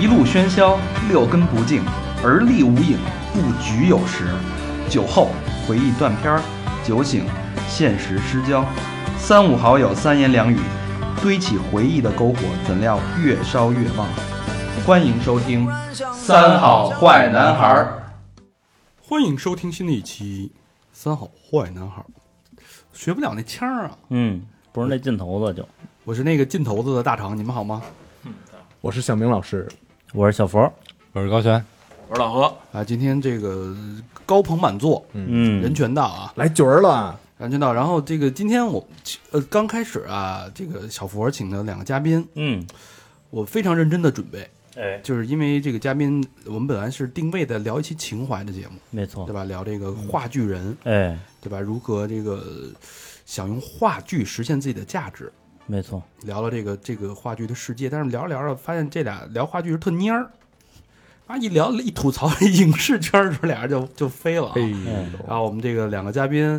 一路喧嚣，六根不净，而立无影，不局有时。酒后回忆断片儿，酒醒现实失焦。三五好友三言两语，堆起回忆的篝火，怎料越烧越旺。欢迎收听《三好坏男孩儿欢迎收听新的一期《三好坏男孩》，学不了那腔儿啊！嗯，不是那劲头子就。我是那个劲头子的大肠，你们好吗？我是向明老师，我是小佛，我是高璇，啊，今天这个高朋满座，嗯，人全道啊，来局儿了，人全道。然后这个今天我呃刚开始啊，这个小佛请的两个嘉宾，嗯，我非常认真的准备，哎，就是因为这个嘉宾我们本来是定位的聊一期情怀的节目，没错对，吧？聊这个嗯话剧人，哎，对吧？如何这个呃想用话剧实现自己的价值。没错，聊了这个这个话剧的世界，但是聊着聊着发现这俩聊话剧是特蔫儿，啊，一聊一吐槽 影视圈儿，这俩人就就飞了、啊。哎，然后我们这个两个嘉宾，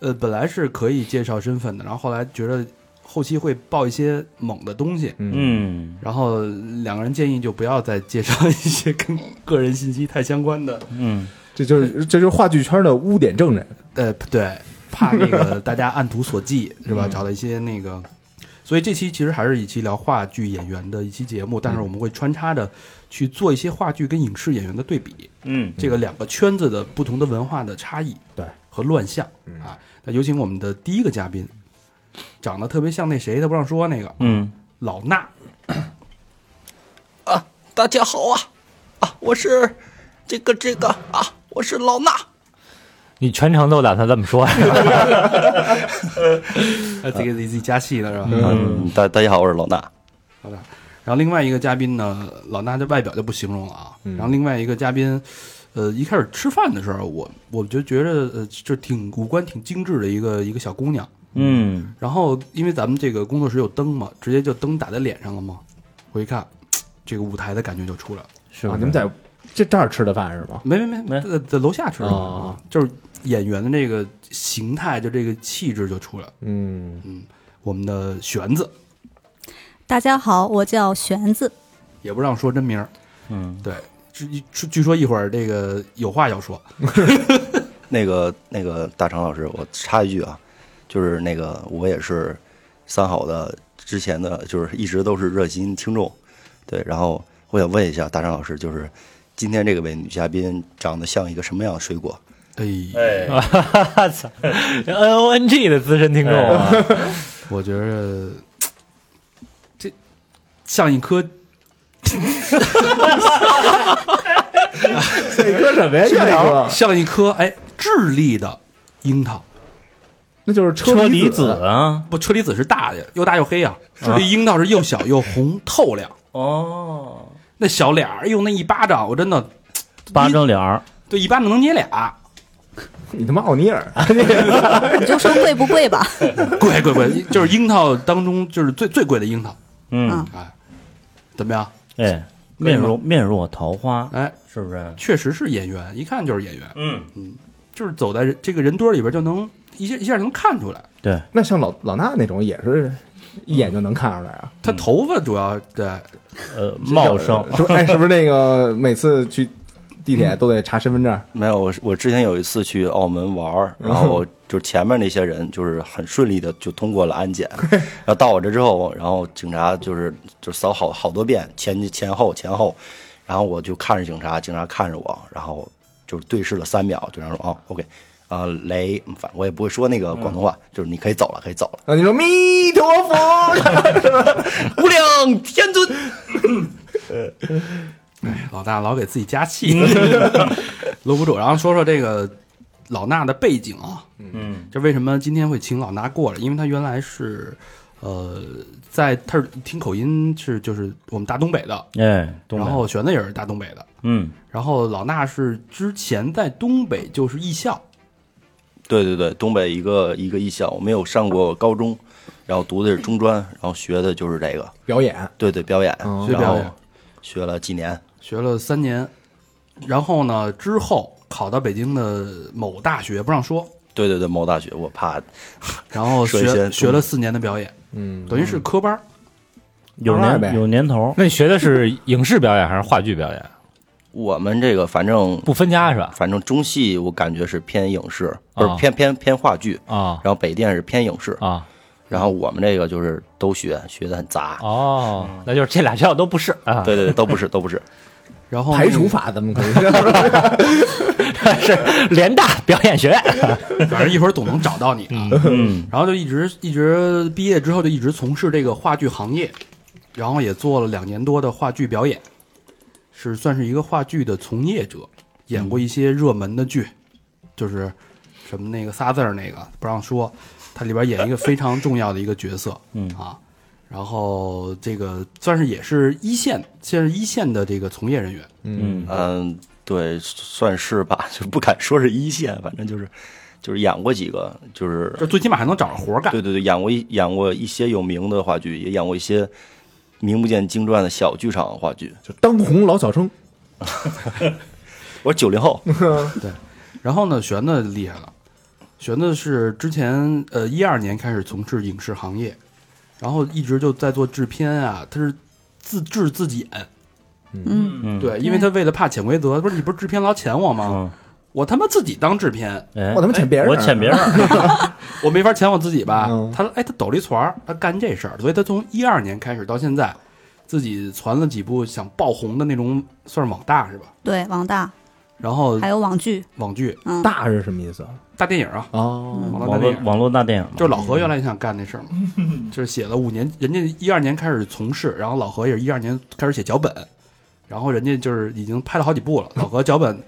呃，本来是可以介绍身份的，然后后来觉得后期会爆一些猛的东西，嗯然后两个人建议就不要再介绍一些跟个人信息太相关的，嗯，这就是 这就是话剧圈的污点证人，呃，对，怕那个大家按图索骥是吧？找到一些那个，所以这期其实还是一期聊话剧演员的一期节目，但是我们会穿插着去做一些话剧跟影视演员的对比，嗯，这个两个圈子的不同的文化的差异，对和乱象啊。那有请我们的第一个嘉宾，长得特别像那谁，他不让说那个嗯，老衲，啊，大家好啊，啊，我是这个这个啊，我是老衲。你全程都打算这么说呀？ 呃，这个自己加戏的是吧？嗯，大大家好，我是老衲。好吧。然后另外一个嘉宾呢，老衲这外表就不形容了啊。嗯然后另外一个嘉宾，呃，一开始吃饭的时候，我我就觉得呃，就挺五官挺精致的一个一个小姑娘。嗯，然后因为咱们这个工作室有灯嘛，直接就灯打在脸上了嘛。我一看，这个舞台的感觉就出来了。是啊，不你们是？在这这儿吃的饭是吗？没没没，没在在楼下吃的哦就是演员的这个形态，就这个气质就出来了。嗯，我们的玄子大家好，我叫玄 子。也不让说真名儿，嗯，对，据据据说一会儿这个有话要说。那个那个大成老师，我插一句啊，就是那个我也是三好的之前的，就是一直都是热心听众。对，然后我想问一下大成老师，就是今天这个位女嘉宾长得像一个什么样的水果？哎，哎，操，N O N G 的资深听众啊，我觉着这像一颗这哥什么呀？这哥，像一颗哎智利的樱桃，那就是车厘厘子，啊，不，车厘子是大的，又大又黑呀、啊。这樱桃是又小又红透亮，哦，那小脸儿，哎呦，那一巴掌，我真的八张脸儿，对一巴掌能捏俩，你他妈奥尼尔， 你就说贵不贵吧？贵贵贵，就是樱桃当中就是最最贵的樱桃，嗯，哎，怎么样？哎，可以面吗若面若桃花，哎，是不是？确实是演员，一看就是演员，嗯，就是走在人这个人堆里边就能一下一下能看出来，对，那像老老衲那种也是一眼就能看出来啊，他头发主要对，呃，茂盛，是不是？哎，是不是那个每次去地铁都得查身份证？没有，我我之前有一次去澳门玩 儿，然后就是前面那些人就是很顺利的就通过了安 检，然后到我这之后，然后警察就是就扫好好多遍前前后前后，然后我就看着警察，警察看着我，然后就是对视了三秒，警察说哦 OK，啊、雷，反我也不会说那个广东话，就是你可以走了，可以走了，啊，你说弥陀佛， 无量天尊，老大老给自己加戏，嗯 搂不住。然后说说这个老衲的背景啊，嗯，这为什么今天会请老衲过来？因为他原来是，呃，在他是听口音是就是我们大东北的，哎，东北然后玄子也是大东北的，嗯，然后老衲是之前在东北就是艺校，对对对，东北一个一个艺校，我没有上过高中，然后读的是中专，然后学的就是这个， 表演对对，表演，嗯哦学然表后演学了几年，学了三年，然后呢之后考到北京的某大学不让说，对对对，某大学，我怕然后说一学 些东嗯学了四年的表演，嗯，等于是科班儿，有慢慢呗年有年头，那你学的是影视表演还是话剧表演？我们这个反正不分家是吧？反正中戏我感觉是偏影视，不啊是偏偏偏话剧，啊然后北电是偏影视，啊然后我们这个就是都学，学的很杂。哦，那就是这俩学校都不是 啊，对对对，都不是都不是，然后那排个除法怎么可以？ 是联大表演学院。反正一会儿总能找到你啊。嗯，然后就一直一直毕业之后就一直从事这个话剧行业，然后也做了两年多的话剧表演，是算是一个话剧的从业者，演过一些热门的剧，就是什么那个仨字儿那个不让说，它里边演一个非常重要的一个角色，嗯啊。然后这个算是也是一线，现在是一线的这个从业人员，嗯嗯，对，算是吧，就不敢说是一线，反正就是就是演过几个，就是这最起码还能找着活儿干。对对对，演过一演过一些有名的话剧，也演过一些名不见经传的小剧场话剧。就当红老小生，我是九零后，然后呢，玄子厉害了，玄子是之前呃一二年开始从事影视行业，然后一直就在做制片啊，他是自制自己演，嗯，嗯，对，因为他为了怕潜规则，不是你不是制片老潜我吗？嗯，我他妈自己当制片，哎我他妈欠别人，我欠别人，我没法潜我自己吧？嗯他哎，他抖了一团儿，他干这事儿，所以他从一二年开始到现在，自己传了几部想爆红的那种，算是网大是吧？对，网大然后还有网剧，网剧、嗯，大是什么意思啊？大电影啊，哦，网大网大电络影。网络大电影嘛，就是老何原来也想干那事儿嘛，就是写了五年，人家一二年开始从事，然后老何也是一二年开始写脚本，然后人家就是已经拍了好几部了，老何脚本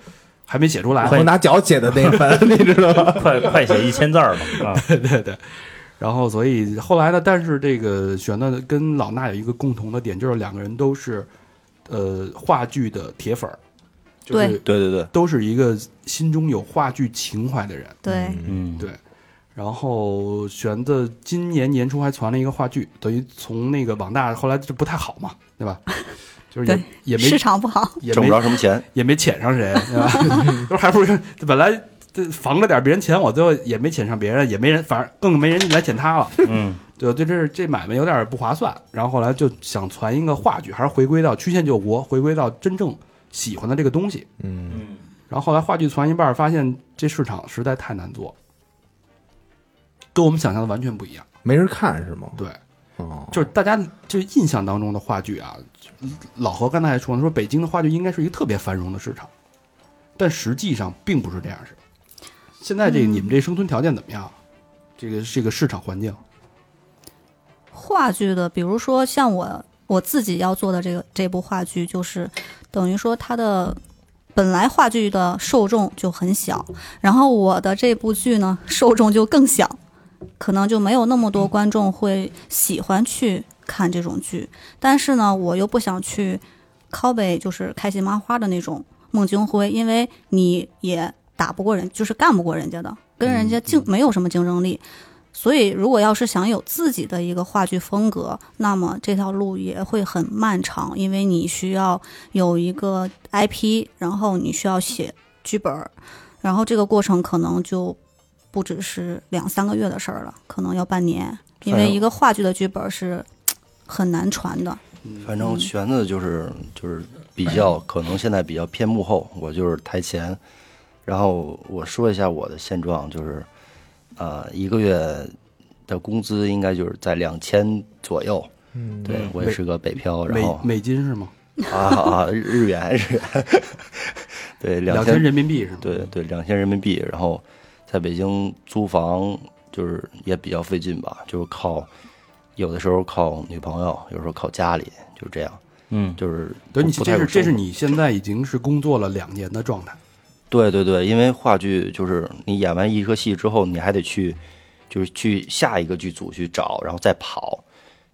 还没写出 来，我拿脚写的那 份，你知道吗？快快写一千字儿吧啊，然后所以后来呢，但是这个玄呢跟老衲有一个共同的点，就是两个人都是呃话剧的铁粉儿，就是对对对对，都是一个心中有话剧情怀的人。对，嗯，对，然后玄子今年年初还传了一个话剧，等于从那个网大后来就不太好嘛，对吧？ 就是对也也市没场不好，也挣不没着什么钱。也没潜上谁，对吧？就是还不如本来这防着点别人潜我，最后也没潜上别人，也没人，反正更没人来潜他了。嗯，对，对，这是这买卖有点不划算。然后后来就想传一个话剧，还是回归到曲线救国，回归到真正喜欢的这个东西。嗯，然后后来话剧传一半儿，发现这市场实在太难做，跟我们想象的完全不一样。没人看是吗？对，哦，就是大家就是印象当中的话剧啊，老何刚才还说呢，说北京的话剧应该是一个特别繁荣的市场，但实际上并不是这样式。现在这个嗯你们这生存条件怎么样？这个这个市场环境，话剧的，比如说像我我自己要做的这个这部话剧，就是等于说它的本来话剧的受众就很小，然后我的这部剧呢受众就更小，可能就没有那么多观众会喜欢去看这种剧，但是呢，我又不想去 copy 就是开心麻花的那种孟京辉，因为你也打不过人，就是干不过人家的，跟人家竞没有什么竞争力，所以，如果要是想有自己的一个话剧风格，那么这条路也会很漫长，因为你需要有一个 IP，然后你需要写剧本儿，然后这个过程可能就不只是两三个月的事儿了，可能要半年，因为一个话剧的剧本是嘖很难传的。反正玄子就是就是比较可能现在比较偏幕后，我就是台前。然后我说一下我的现状，就是呃一个月的工资应该就是在两千左右。嗯对我也是个北漂，然美后美金是吗？啊啊日日元日元， 对两两千千人民币是吗？对对，两千人民币。然后在北京租房就是也比较费劲吧，就是靠有的时候靠女朋友，有时候靠家里，就是这样。嗯，就是等于你不太这是有这是收入你现在已经是工作了两年的状态，对对对，因为话剧就是你演完一个戏之后，你还得去就是去下一个剧组去找，然后再跑，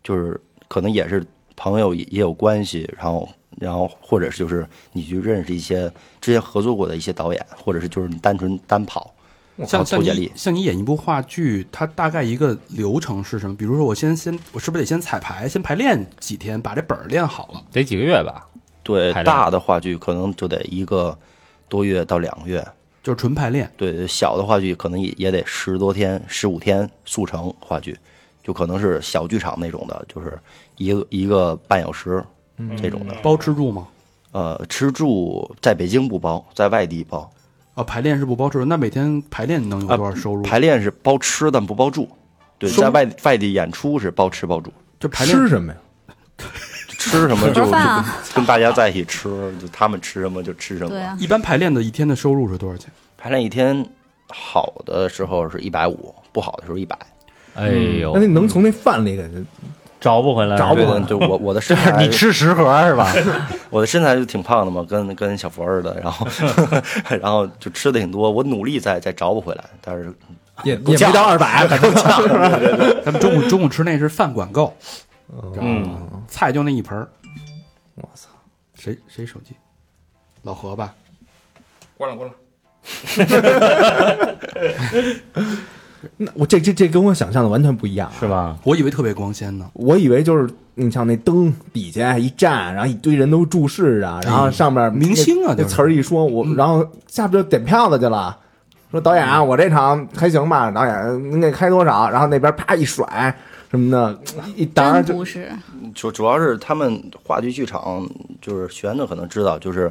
就是可能也是朋友也也有关系，然后然后或者是就是你去认识一些之前合作过的一些导演，或者是就是你单纯单跑，像好像投简你历像你演一部话剧，它大概一个流程是什么？比如说我先先我是不是得先彩排，先排练几天，把这本儿练好了？ 得几个月吧？对排练大的话剧可能就得一个多月到两个月，就是纯排练，对小的话剧可能也也得十多天、十五天速成话剧，就可能是小剧场那种的，就是一个一个半小时这种的。包吃住吗？呃，吃住在北京不包，在外地包。啊，排练是不包吃住，那每天排练能有多少收入？排练是包吃，但不包住。对，在外外地演出是包吃包住，就排练吃什么呀？吃什么就盒饭啊就跟大家在一起吃，就他们吃什么就吃什么。对啊，一般排练的一天的收入是多少钱？排练一天，好的时候是一百五，不好的时候一百。哎哦呦那，你能从那饭里给嗯找不回来，找不回来对对，我我的身是材，你吃十盒是吧？我的身材就挺胖的嘛，跟跟小佛似的，然后然后就吃的挺多，我努力在在找不回来，但是也也没到 二百，反正咱们中午中午吃那是饭管够，嗯知道嗯吗菜就那一盆儿。我操！谁谁手机？老何吧。关了关了。那 我这这这跟我想象的完全不一样、啊，是吧？我以为特别光鲜呢，我以为就是你像那灯底下一站，然后一堆人都注视啊，然后上面哎那、明星啊那就是词儿一说，我然后下边就点票子去了，说导演啊，嗯我这场还行吧，导演您给开多少？然后那边啪一甩什么的，一沓真就不是，嗯主主要是他们话剧剧场，就是学员的可能知道，就是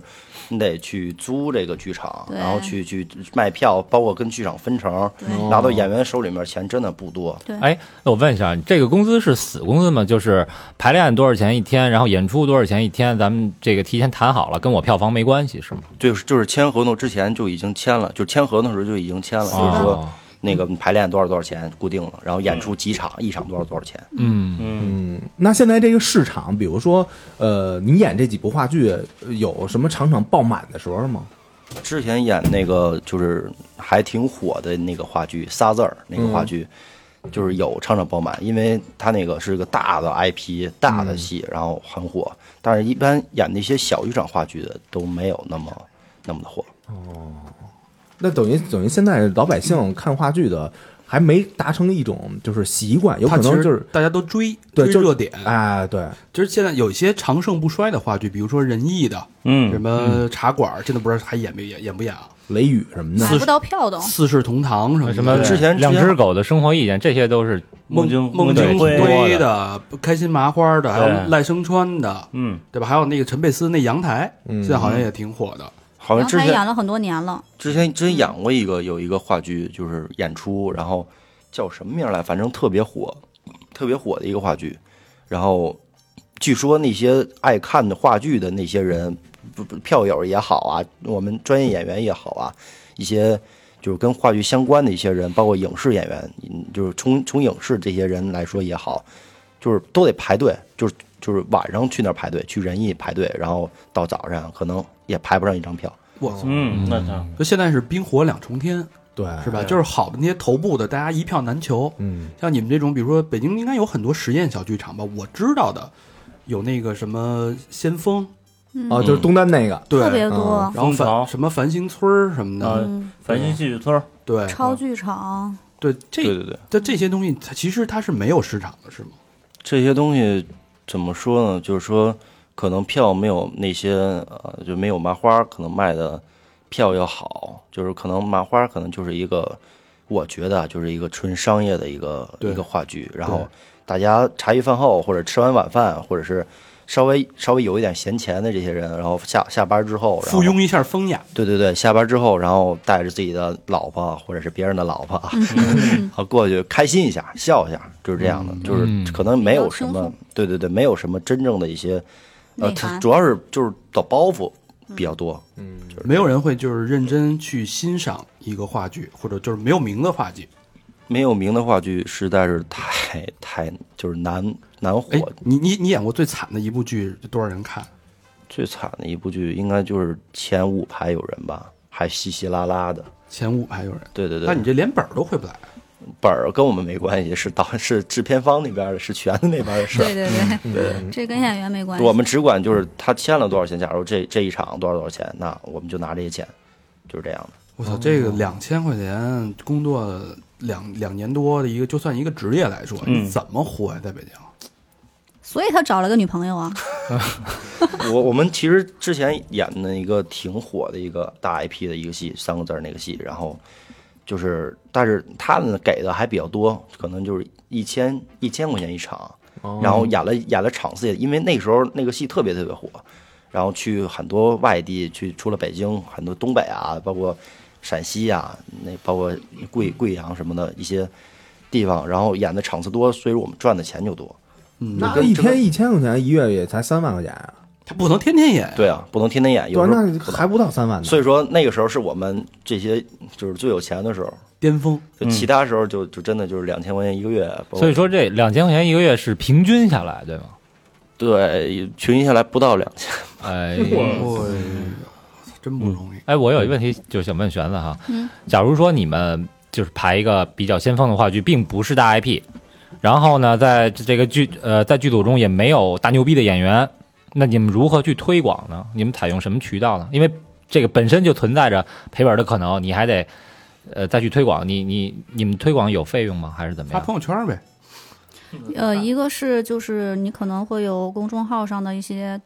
你得去租这个剧场，对然后去去卖票，包括跟剧场分成，拿到演员手里面钱真的不多。 哎，那我问一下，你这个工资是死工资吗？就是排练多少钱一天，然后演出多少钱一天，咱们这个提前谈好了，跟我票房没关系是吗？就是就是签合同之前就已经签了，就签合同的时候就已经签了，就是说哦，那个你排练多少多少钱固定了，然后演出几场，一场多少多少钱。嗯，那现在这个市场，比如说，呃，你演这几部话剧，呃有什么场场爆满的时候吗？之前演那个就是还挺火的那个话剧《仨字儿》那个话剧，嗯就是有场场爆满，因为它那个是个大的 IP 大嗯的戏，然后很火。但是，一般演那些小剧场话剧的都没有那么那么的火。那等于等于现在老百姓看话剧的还没达成一种就是习惯，有可他其能实就是大家都追对追就热点。哎，对，就是现在有一些长盛不衰的话剧，比如说仁义的，嗯什么茶馆儿，现在不知道还演没演演不演啊？雷雨什么的，买不到票都。四世同堂什么什么的之前两只狗的生活意见，这些都是孟孟京孟孟京京辉辉的、开心麻花的，还有对赖声川的，嗯，对吧？还有那个陈佩斯那阳台，现在好像也挺火的。好然后像之他前演了很多年了，之前之前演过一个有一个话剧，就是演出，然后叫什么名儿来，反正特别火，特别火的一个话剧。然后据说那些爱看的话剧的那些人，不不票友也好啊，我们专业演员也好啊，一些就是跟话剧相关的一些人，包括影视演员，嗯就是从从影视这些人来说也好，就是都得排队，就是就是晚上去那儿排队，去仁义排队，然后到早上可能也排不上一张票。我操！嗯，那他就现在是冰火两重天，对，是吧？就是好的那些头部的，大家一票难求。嗯，像你们这种，比如说北京应该有很多实验小剧场吧？我知道的有那个什么先锋，哦，就是东单那个，对，嗯特别多嗯，然后蜂巢繁什么繁星村儿什么的，呃，繁星戏剧村儿，对嗯超剧场，对，对这对对。这这些东西，它其实它是没有市场的，是吗？这些东西怎么说呢？就是说，可能票没有那些呃，就没有麻花可能卖的票要好。就是可能麻花可能就是一个，我觉得啊，就是一个纯商业的一个对一个话剧。然后大家茶余饭后，或者吃完晚饭，或者是稍微稍微有一点闲钱的这些人，然后下下班之后，然后附庸一下风雅，对对对，下班之后，然后带着自己的老婆啊或者是别人的老婆啊， 然后过去开心一下，笑一下，就是这嗯样的，就是可能没有什比较么轻松，对对对，没有什么真正的一些，呃，内它涵主要是就是的包袱比较多，没有人会就是认真去欣赏一个话剧，或者就是没有名的话剧。没有名的话剧实在是太太就是难难哎火。，你你你演过最惨的一部剧，多少人看？最惨的一部剧应该就是前五排有人吧，还稀稀拉拉的。前五排有人。对对对，那你这连本儿都回不来，本儿跟我们没关系，是导是制片方那边的，是全子那边的事儿对。对对，这跟演员没关系。我们只管就是他欠了多少钱，假如这这一场多少多少钱，那我们就拿这些钱，就是这样的。我操，这哦个两千块钱工作两两年多的一个，就算一个职业来说，嗯你怎么活呀？在北京，所以他找了个女朋友啊， 我我们其实之前演的一个挺火的一个大 IP 的一个戏，三个字儿那个戏，然后就是但是他们给的还比较多，可能就是一千一千块钱一场，哦然后演了演了场次也，因为那时候那个戏特别特别火，然后去很多外地，去除了北京，很多东北啊，包括陕西啊，那包括贵贵阳什么的一些地方，然后演的场次多，所以我们赚的钱就多。那一天一千块钱，一月也才三万块钱啊，他不能天天演，对啊，不能天天演，对有吧，时候那还不到三万呢。所以说那个时候是我们这些就是最有钱的时候，巅峰。就其他时候就就真的就是两千块钱一个月。包括所以说这两千块钱一个月是平均下来，对吗？ 对，平均下来不到两千。哎，嗯我真不容易。哎，我有一个问题，就是想问玄子哈，嗯，假如说你们就是排一个比较先锋的话剧，并不是大 IP，然后呢，在这个剧呃在剧组中也没有大牛逼的演员，那你们如何去推广呢？你们采用什么渠道呢？因为这个本身就存在着赔本的可能，你还得呃再去推广，你你你们推广有费用吗？还是怎么发样？朋友圈呗，呃，一个是就是你可能会有公众号上的一些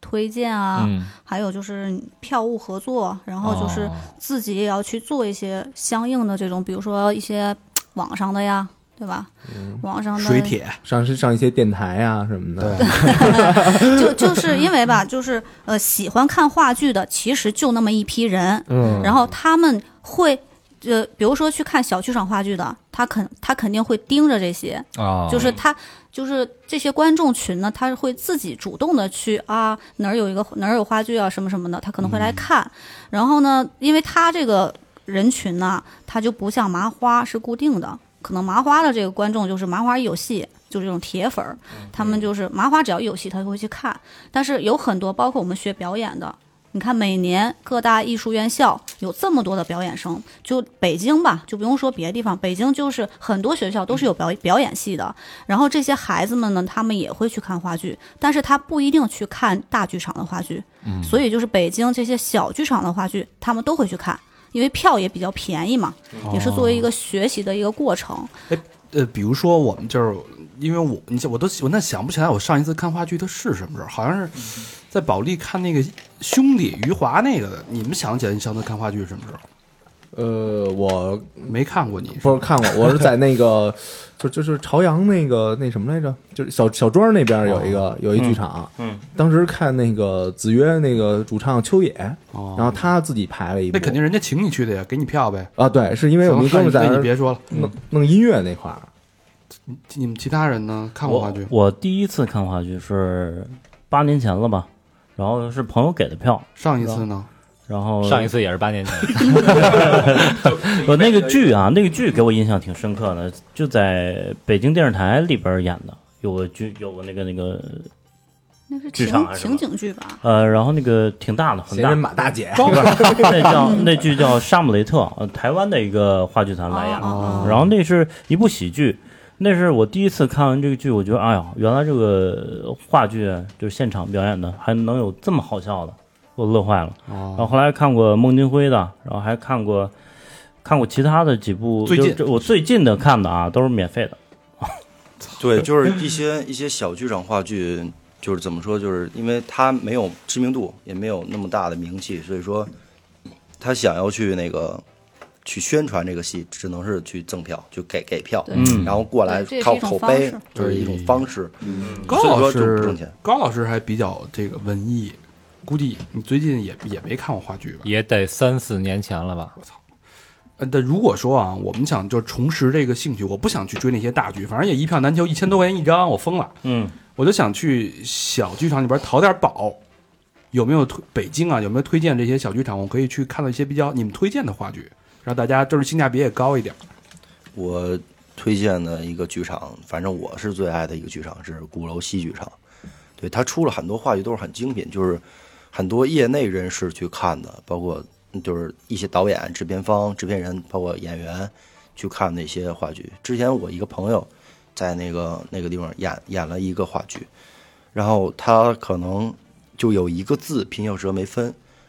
推荐啊，嗯，还有就是票务合作，然后就是哦自己也要去做一些相应的这种，比如说一些网上的呀，对吧？网上的水帖上上一些电台啊什么的，就就是因为吧，就是呃，喜欢看话剧的其实就那么一批人，嗯，然后他们会呃，比如说去看小剧场话剧的，他肯他肯定会盯着这些，哦就是他就是这些观众群呢，他会自己主动的去啊哪儿有一个哪儿有话剧啊什么什么的，他可能会来看。然后呢，因为他这个人群呢，他就不像麻花是固定的，可能麻花的这个观众就是麻花一有戏。就是这种铁粉儿，他们就是麻花，只要一有戏他就会去看。但是有很多，包括我们学表演的，你看每年各大艺术院校有这么多的表演生，就北京吧，就不用说别的地方，北京就是很多学校都是有表表演系的。然后这些孩子们呢，他们也会去看话剧，但是他不一定去看大剧场的话剧，嗯所以就是北京这些小剧场的话剧，他们都会去看，因为票也比较便宜嘛，也是作为一个学习的一个过程。呃，比如说我们就是因为我，你想我都我那想不起来我上一次看话剧它是什么时候，好像是在保利看那个兄弟余华那个的。你们想起来你上次看话剧是什么时候？呃，我没看过你，不是看过，我是在那个就就是朝阳那个那什么来着，就是小小庄那边有一哦个、有一剧场，嗯，当时看那个子曰那个主唱秋野，哦然后他自己排了一部，那肯定人家请你去的呀，给你票呗。啊，对，是因为我们一哥们儿在那那你儿嗯别说了，弄弄音乐那块儿，你们其他人呢？看过话剧？我第一次看话剧是八年前了吧，然后是朋友给的票，上一次呢？然后上一次也是八年前，我那个剧啊，那个剧给我印象挺深刻的，就在北京电视台里边演的，有个剧，有个那个那个那是剧场情还是吧情景剧吧？呃，然后那个挺大的，很闲大人，马大姐，那叫那剧叫《沙姆雷特》，呃，台湾的一个话剧团来演的。哦哦哦然后那是一部喜剧，那是我第一次看完这个剧，我觉得哎呀，原来这个话剧就是现场表演的，还能有这么好笑的，我乐坏了。哦然哦后后来看过孟京辉的，然后还看过看过其他的几部，最近就就我最近的看的啊，都是免费的。对，就是一些一些小剧场话剧，就是怎么说，就是因为它没有知名度，也没有那么大的名气，所以说他想要去那个去宣传这个戏，只能是去赠票，就给给票，对嗯然后过来对这也是靠一种口方碑式，就是一种方式。高所以老说就不师挣钱，高老师还比较这个文艺，估计你最近也也没看过话剧吧？也得三四年前了吧？呃，但如果说啊，我们想就重拾这个兴趣，我不想去追那些大剧，反正也一票难求，一千多块钱一张，我疯了。嗯，我就想去小剧场里边淘点宝。有没有推北京啊？有没有推荐这些小剧场？我可以去看到一些比较你们推荐的话剧，让大家就是性价比也高一点。我推荐的一个剧场，反正我是最爱的一个剧场是鼓楼西剧场，对他出了很多话剧都是很精品，就是很多业内人士去看的，包括嗯就是一些导演、制片方、制片人，包括演员去看那些话剧。之前我一个朋友在那个那个地方演演了一个话剧，然后他可能就有一个 字平翘舌没分，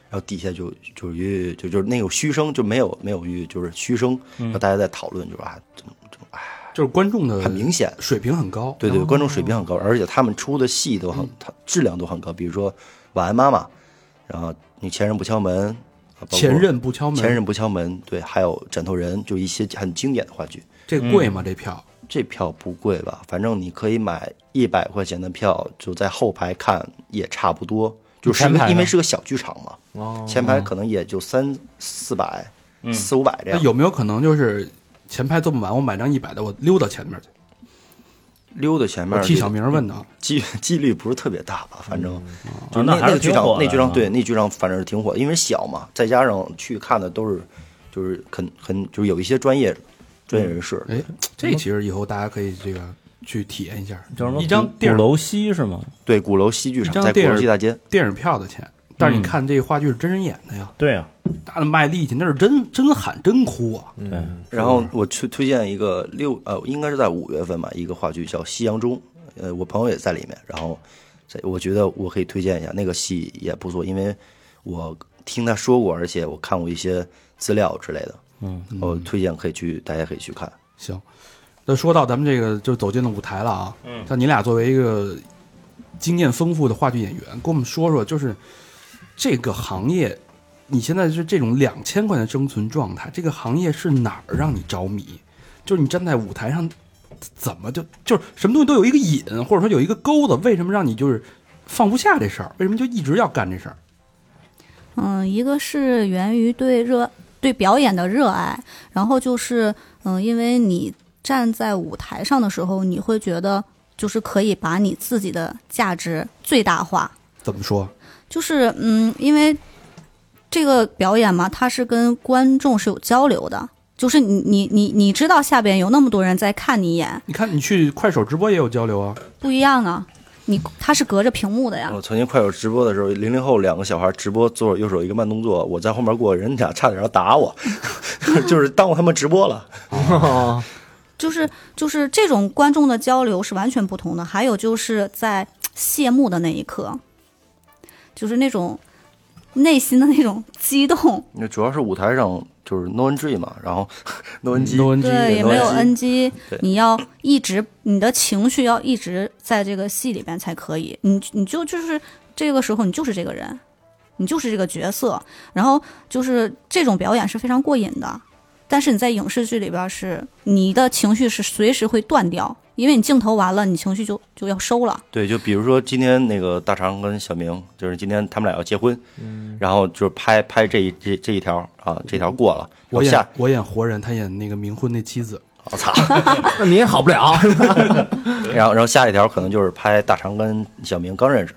然后底下就就是一就就是那种嘘声就没有没有语就是嘘声，嗯然后大家在讨论就是啊怎么怎么哎就是观众的很明显，水平很高，对对，观众水平很高，而且他们出的戏嗯都很，它质量都很高。比如说《晚安妈妈》，然后你前任不敲门，啊包括前任不敲门，前任不敲门，对，还有枕头人，就一些很经典的话剧。这贵吗？这票这票不贵吧？反正你可以买一百块钱的票，就在后排看也差不多。就是因前排为呢因为是个小剧场嘛，哦，前排可能也就三四百、四五百这那样。有没有可能就是前排坐不满，我买张一百的，我溜到前面去？溜到前我面替小明问的，几几率不是特别大吧，反正就是那那还是个剧挺火的场，那剧场啊对那剧场反正是挺火的，因为小嘛，再加上去看的都是就是很很就是有一些专业专业人士，哎，这其实以后大家可以这个去体验一下，叫什么？一张鼓电鼓影楼西是吗？对鼓楼西剧一张场在鼓电楼影西大街，电影票的钱，但是你嗯看这个话剧是真人演的呀，对啊，大的卖力气，那是真真喊真哭啊！对，然后我去推荐一个六呃，应该是在五月份吧，一个话剧叫《夕阳中》，呃，我朋友也在里面，然后在我觉得我可以推荐一下，那个戏也不错，因为我听他说过，而且我看过一些资料之类的，嗯，我推荐可以去，大家可以去看。行，那说到咱们这个就走进了舞台了啊，嗯，像你俩作为一个经验丰富的话剧演员，跟我们说说，就是这个行业，你现在是这种两千块钱生存状态，这个行业是哪儿让你着迷？就是你站在舞台上，怎么就就是什么东西都有一个瘾，或者说有一个钩子，为什么让你就是放不下这事儿？为什么就一直要干这事儿？嗯，一个是源于对热对表演的热爱，然后就是嗯，因为你站在舞台上的时候，你会觉得就是可以把你自己的价值最大化，怎么说？就是嗯，因为这个表演嘛，它是跟观众是有交流的，就是你你你你知道下边有那么多人在看你演，你看你去快手直播也有交流啊，不一样啊，你它是隔着屏幕的呀，我曾经快手直播的时候，零零后两个小孩直播左手右手一个慢动作，我在后面过，人家差点要打我， 就是耽误他们直播了。就是就是这种观众的交流是完全不同的。还有就是在谢幕的那一刻，就是那种内心的那种激动，那主要是舞台上就是 no entry 嘛，然后 no 嗯 NG，罗文基对，也能没有理解 NG，对你要一直你的情绪要一直在这个戏里边才可以。你你就就是这个时候你就是这个人，你就是这个角色，然后就是这种表演是非常过瘾的。但是你在影视剧里边是你的情绪是随时会断掉，因为你镜头完了，你情绪就就要收了。对，就比如说今天那个大肠跟小明，就是今天他们俩要结婚，嗯，然后就是拍拍这一这这一条啊，这条过了，我然后下演我演活人，他演那个冥婚那妻子。我操， 那你也好不了然后然后下一条可能就是拍大肠跟小明刚认识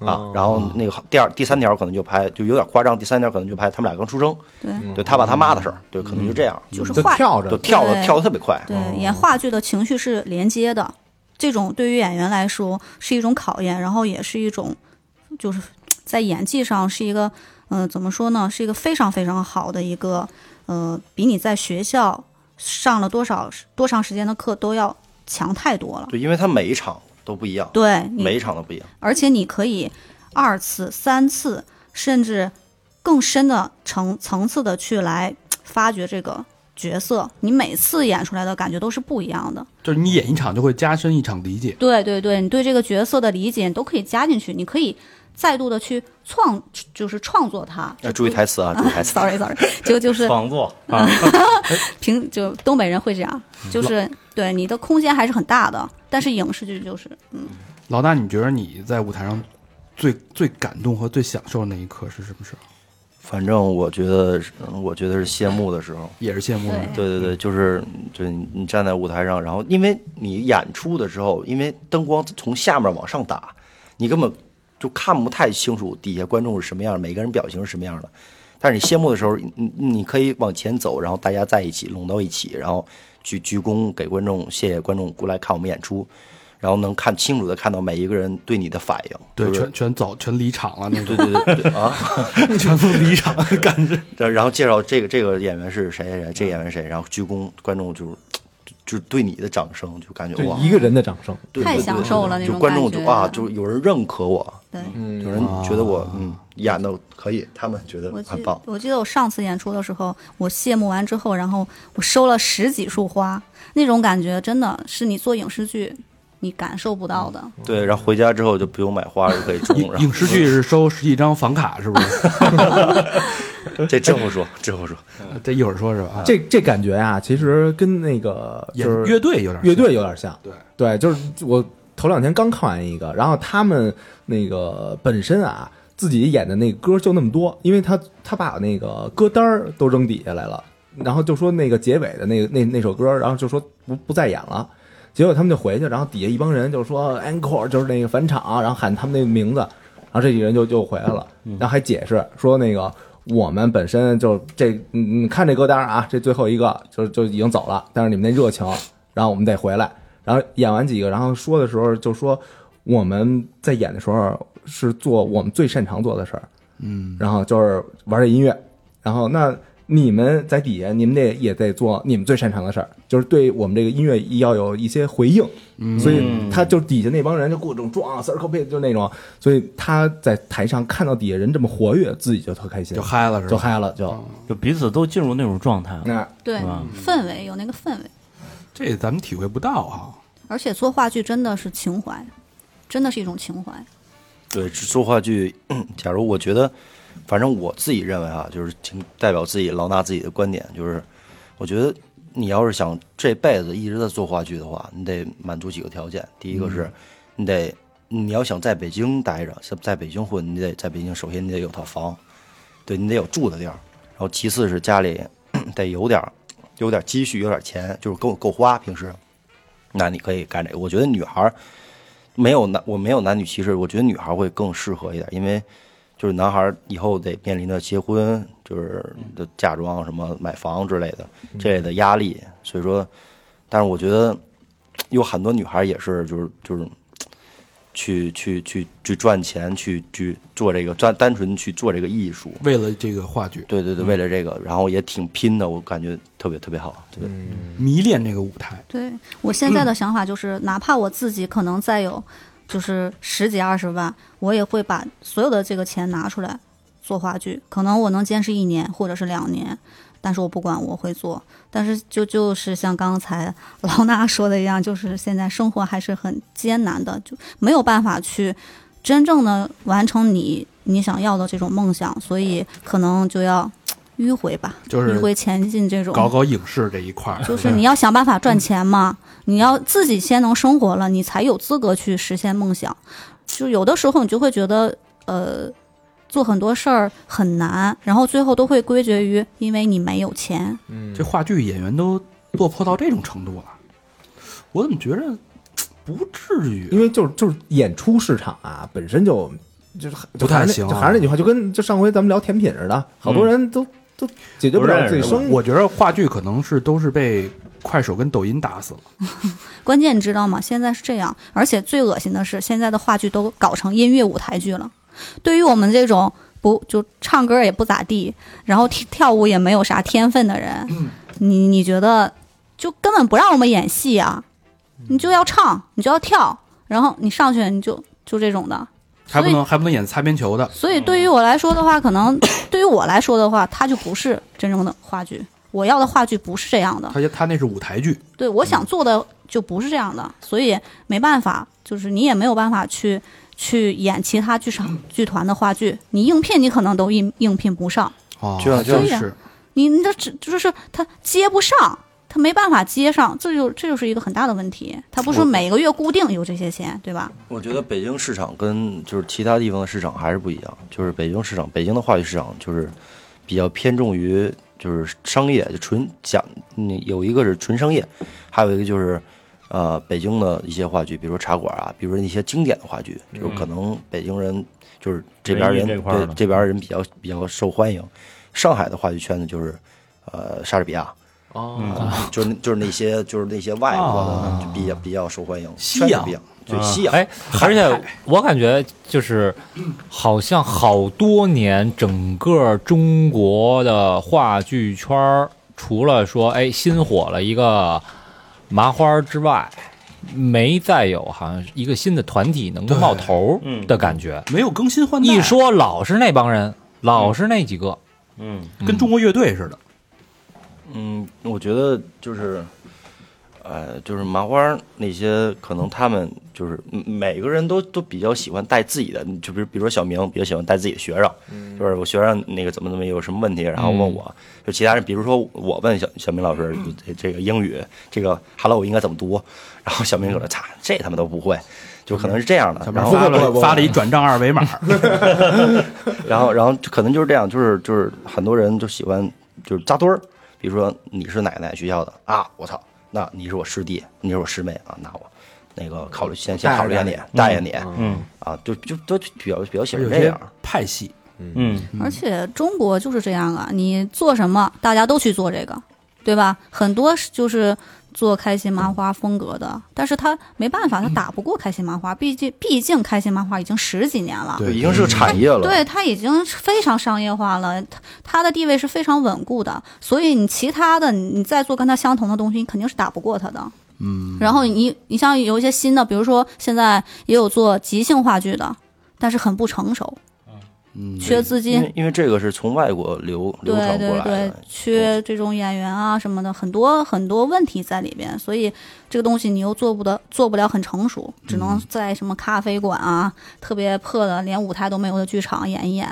啊，然后那个第二第三条可能就拍就有点夸张，第三条可能就拍他们俩刚出生，对，对他爸他妈的事儿，对，可能就这样，嗯就是就坏跳就着，跳的对跳的特别快，对，演话剧的情绪是连接的，这种对于演员来说是一种考验，然后也是一种，就是在演技上是一个，嗯、怎么说呢，是一个非常非常好的一个，呃，比你在学校上了多少多长时间的课都要强太多了。对，因为他每一场都不一样，对，你每一场都不一样，而且你可以二次、三次，甚至更深的层层次的去来发掘这个角色，你每次演出来的感觉都是不一样的。就是你演一场就会加深一场理解。对对对，你对这个角色的理解你都可以加进去，你可以再度的去创，就是创作它。要注意台词啊，注意台词。 sorry sorry，就就是创 作啊，平就东北人会这样，嗯就是对你的空间还是很大的，但是影视剧就是嗯老大，你觉得你在舞台上最最感动和最享受的那一刻是什么时候？反正我觉得是，嗯我觉得是谢幕的时候。也是谢幕对了。对对对，就是就是你你站在舞台上，然后因为你演出的时候，因为灯光从下面往上打，你根本就看不太清楚底下观众是什么样，每个人表情是什么样的。但是你谢幕的时候，你你你可以往前走，然后大家在一起拢到一起，然后去鞠躬给观众，谢谢观众过来看我们演出，然后能看清楚的看到每一个人对你的反应。对，就是全全走，全离场了，那种对对对对啊！ 全部离场的感觉。然然后介绍 这个这个演员是谁谁谁，这个演员是谁，然后鞠躬，观众就是就就对你的掌声就感觉就哇，一个人的掌声，对太对享对受了那就种观感众就觉啊，就是有人认可我，对。有人觉得我嗯演的可以，他们觉得我记很棒。我记得我上次演出的时候，我谢幕完之后，然后我收了十几束花，那种感觉真的是你做影视剧你感受不到的。对，然后回家之 后就不用买花就可以种，影然后影视剧是收十几张房卡，是不是？这这后说，这后说， 这一会儿说是吧？这这感觉啊，其实跟那个演就是乐队有点像乐队有点像，对对，就是我头两天刚看完一个，然后他们那个本身啊，自己演的那个歌就那么多，因为他他把那个歌单儿都扔底下来了，然后就说那个结尾的那个那那首歌，然后就说不不再演了。结果他们就回去，然后底下一帮人就说 encore，就是那个返场，啊然后喊他们那个名字，然后这几个人就就回来了，然后还解释说那个我们本身就这，嗯你看这歌单啊，这最后一个就就已经走了，但是你们那热情，然后我们得回来，然后演完几个，然后说的时候就说我们在演的时候是做我们最擅长做的事儿，嗯，然后就是玩这音乐，然后那你们在底下，你们得也得做你们最擅长的事儿，就是对我们这个音乐要有一些回应。嗯所以他就底下那帮人就各种撞 circle pit 就那种，所以他在台上看到底下人这么活跃，自己就特开心，就嗨了是吧？嗯就嗨了就。 就彼此都进入那种状态了，那对是吧氛围有那个氛围，这咱们体会不到啊。而且做话剧真的是情怀，真的是一种情怀。对，说话剧，假如我觉得，反正我自己认为啊，就是挺代表自己老衲自己的观点，就是我觉得你要是想这辈子一直在做话剧的话，你得满足几个条件。第一个是，你得你要想在北京待着，想在北京混，你得在北京，首先你得有套房，对你得有住的地儿，然后其次是家里得有点儿有点儿积蓄，有点儿钱，就是够够花平时。那你可以干这个，我觉得女孩儿没有男，我没有男女歧视，我觉得女孩会更适合一点，因为就是男孩以后得面临着结婚，就是就嫁妆什么、买房之类的这类的压力，所以说，但是我觉得有很多女孩也是，就是就是去去去去赚钱，去去做这个，单单纯去做这个艺术，为了这个话剧，对对对，为了这个，然后也挺拼的，我感觉特别特别好，对。迷恋这个舞台，对我现在的嗯想法就是，哪怕我自己可能再有就是十几二十万，我也会把所有的这个钱拿出来做话剧。可能我能坚持一年或者是两年，但是我不管，我会做。但是就就是像刚才老衲说的一样，就是现在生活还是很艰难的，就没有办法去真正的完成你你想要的这种梦想，所以可能就要迂回吧，就是迂回前进这种搞搞影视这一块儿，就是你要想办法赚钱嘛，你要自己先能生活了，你才有资格去实现梦想。就有的时候你就会觉得，呃，做很多事儿很难，然后最后都会归结于因为你没有钱。嗯这话剧演员都落魄到这种程度了，我怎么觉着不至于？啊因为就是就是演出市场啊，本身就就是不太行啊就还是那句话，就跟就上回咱们聊甜品似的，好多人都都解决不了自己生活。我觉着话剧可能是都是被快手跟抖音打死了，关键你知道吗？现在是这样，而且最恶心的是，现在的话剧都搞成音乐舞台剧了。对于我们这种不就唱歌也不咋地，然后跳跳舞也没有啥天分的人，你你觉得就根本不让我们演戏啊？你就要唱，你就要跳，然后你上去你就就这种的。还不能还不能演擦边球的。所以对于我来说的话，可能对于我来说的话，它就不是真正的话剧。我要的话剧不是这样的。他他那是舞台剧，对我想做的就不是这样的，所以没办法，就是你也没有办法去去演其他剧场剧团的话剧，你应聘你可能都应应聘不上，哦，就像就像是你你的只就是他接不上，他没办法接上，这就这就是一个很大的问题。他不是说每个月固定有这些钱，对吧？我觉得北京市场跟就是其他地方的市场还是不一样，就是北京市场，北京的话剧市场就是比较偏重于就是商业，就纯讲，嗯，有一个是纯商业，还有一个就是呃北京的一些话剧，比如说茶馆啊，比如说一些经典的话剧，就是可能北京人就是这边嗯人文艺这块儿的对这边人比较比较受欢迎，上海的话剧圈子就是呃莎士比亚。哦，就是就是那些就是那些外国的啊就比较比较受欢迎，西圈子洋比较对西洋，哎，而且我感觉就是，好像好多年整个中国的话剧圈儿，除了说哎新火了一个麻花儿之外，没再有好像一个新的团体能够冒头儿的感觉。没有更新换代，啊一说老是那帮人，老是那几个，嗯，跟中国乐队似的，嗯，我觉得就是，呃，就是麻花儿那些，可能他们就是嗯每个人都都比较喜欢带自己的，就比如比如说小明比较喜欢带自己的学生，嗯就是我学生那个怎么怎么有什么问题，然后问我，就其他人，比如说我问小小明老师嗯这这个英语这个 hello 应该怎么读，然后小明搁那擦，这他们都不会，就可能是这样的，嗯小明然后发不不了不发了一转账二维码， 然后，然后就可能就是这样，就是就是很多人就喜欢就是扎堆儿，比如说你是奶奶学校的啊，我操，那你是我师弟，你是我师妹啊，那我那个考虑先先考虑下你，带带着着你你嗯啊，就就都比较比较喜欢有这些样，哎派系。嗯，而且中国就是这样啊，你做什么大家都去做这个，对吧？很多是就是做开心麻花风格的，但是他没办法，他打不过开心麻花，毕竟毕竟开心麻花已经十几年了。对已经是个产业了。对，它已经非常商业化了，它它的地位是非常稳固的，所以你其他的你你再做跟它相同的东西，你肯定是打不过它的。嗯，然后你你像有一些新的，比如说现在也有做即兴话剧的，但是很不成熟，嗯，缺资因金为，因为这个是从外国流流对传过对来对的，，缺这种演员啊什么的，很多很多问题在里边，所以这个东西你又做不得，做不了很成熟，只能在什么咖啡馆啊，特别破的连舞台都没有的剧场演一演，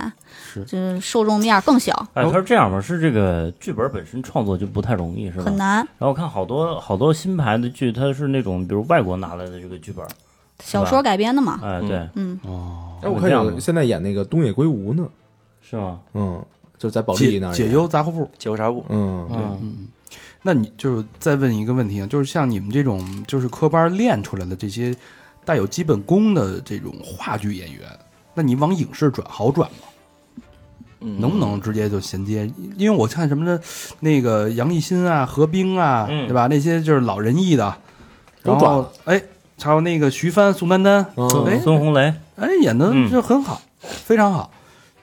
是就是受众面儿更小，哎，他是这样吧？是这个剧本本身创作就不太容易，是吧？很难。然后我看好多好多新拍的剧，它是那种比如外国拿来的这个剧本，小说改编的嘛，哎，对，嗯，哎，我看这样有吗现在演那个东野圭吾呢，是吗？嗯，就是在保利解那儿解演，忧杂货铺。结果啥不？嗯，嗯那你就是再问一个问题啊，就是像你们这种就是科班练出来的这些带有基本功的这种话剧演员，那你往影视转好转吗？嗯能不能直接就衔接？因为我看什么的，那个杨艺兴啊、何冰啊，嗯对吧？那些就是老人艺的，都然转后哎，还有那个徐帆、宋丹丹，嗯哎孙红雷，哎，演的嗯就很好，非常好。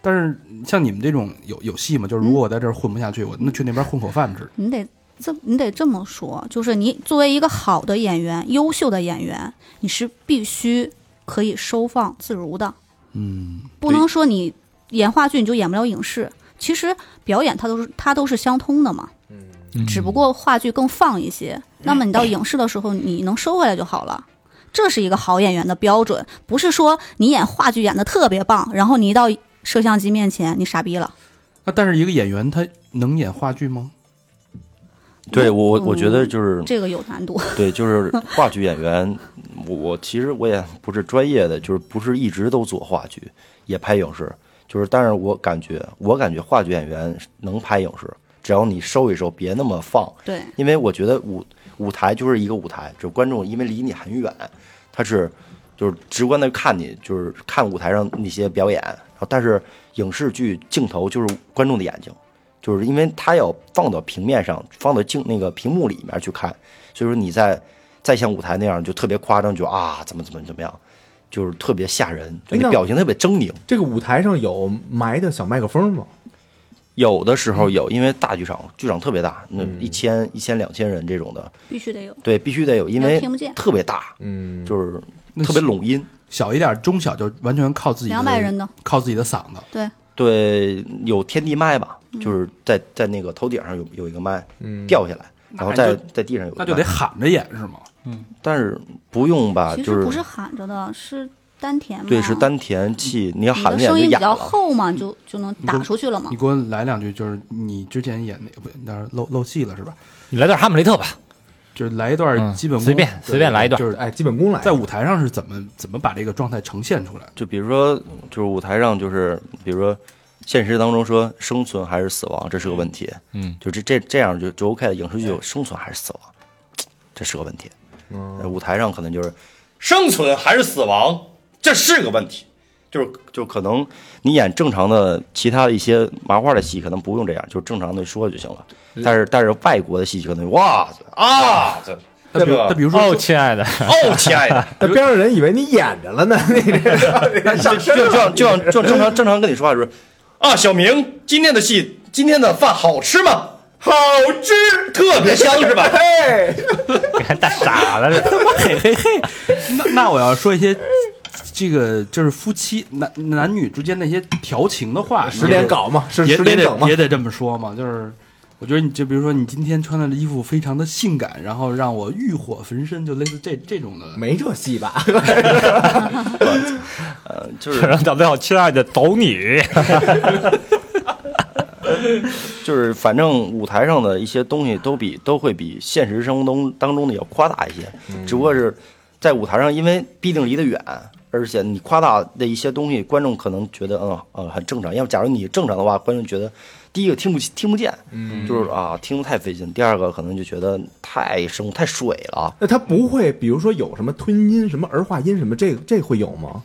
但是像你们这种有有戏吗？就是如果我在这儿混不下去，我那去那边混口饭吃。你得这你得这么说，就是你作为一个好的演员、优秀的演员，你是必须可以收放自如的，嗯，不能说你演话剧你就演不了影视。其实表演它都是它都是相通的嘛，只不过话剧更放一些。那么你到影视的时候，你能收回来就好了。这是一个好演员的标准，不是说你演话剧演的特别棒，然后你一到摄像机面前你傻逼了。那啊但是一个演员他能演话剧吗？对我我我觉得就是这个有难度。 对，就是话剧演员，我我其实我也不是专业的，就是不是一直都做话剧，也拍影视，就是但是我感觉我感觉话剧演员能拍影视，只要你收一收，别那么放，对，因为我觉得舞舞台就是一个舞台，只观众因为离你很远，他是就是直观的看你，就是看舞台上那些表演，然后但是影视剧镜头就是观众的眼睛，就是因为他要放到平面上，放到镜那个屏幕里面去看，所以说你在再像舞台那样就特别夸张，就啊怎么怎么怎么样，就是特别吓人，就你那表情特别狰狞。这个舞台上有埋的小麦克风吗？有的时候有，因为大剧场剧场特别大，那一千一千两千人这种的，必须得有。对，必须得有，因为听不见特别大，嗯，就是那特别笼音。小一点，中小就完全靠自己的200人呢，靠自己的嗓子。对，对，有天地麦吧，嗯就是在在那个头顶上有有一个麦嗯掉下来，然后那在就在地上有一个那就麦，得喊着演是吗？嗯但是不用吧，其啊就实不是喊着的，是丹田嘛。对，是丹田气，你要你喊的着演声就音比哑较了。厚嘛，就就能打出去了嘛你。给我来两句，就是你之前演那不那漏漏戏了是吧？你来点《哈姆雷特》吧，就是来一段嗯基本功，随便随便来一段就是哎，基本功来在舞台上是怎么怎么把这个状态呈现出来？就比如说，就是舞台上，就是比如说，现实当中说生存还是死亡，这是个问题。嗯，就这这这样就就 OK 了。影视剧有生存还是死亡，这是个问题。嗯，舞台上可能就是生存还是死亡，这是个问题。就是就可能你演正常的其他的一些麻花的戏，可能不用这样，就正常的说就行了。嗯但是但是外国的戏可能哇啊这那比如那这比如哦，说，亲爱的，哦亲爱的。那边上人以为你演着了呢，那个 上身就就了像就像就正常正常跟你说话就是，啊，小明，今天的戏，今天的饭好吃吗？好吃，呃特别香 是吧？嘿，大傻子这，嘿嘿嘿，那那我要说一些。这个就是夫妻男男女之间那些调情的话，十点搞嘛，是也十点也整得嘛也，得这么说嘛，就是我觉得你就比如说你今天穿的衣服非常的性感，然后让我欲火焚身，就类似这这种的。没这戏吧？ 呃，就是让咱们好亲爱的走你，就是，反正舞台上的一些东西都比都会比现实生活中当中的要夸大一些，只不过是在舞台上，因为毕竟离得远，而且你夸大的一些东西，观众可能觉得嗯呃很正常。要不假如你正常的话，观众觉得第一个听不听不见，就是啊听太费劲；第二个可能就觉得太生太水了，那他不会，比如说有什么吞音、什么儿化音什么，这这会有吗？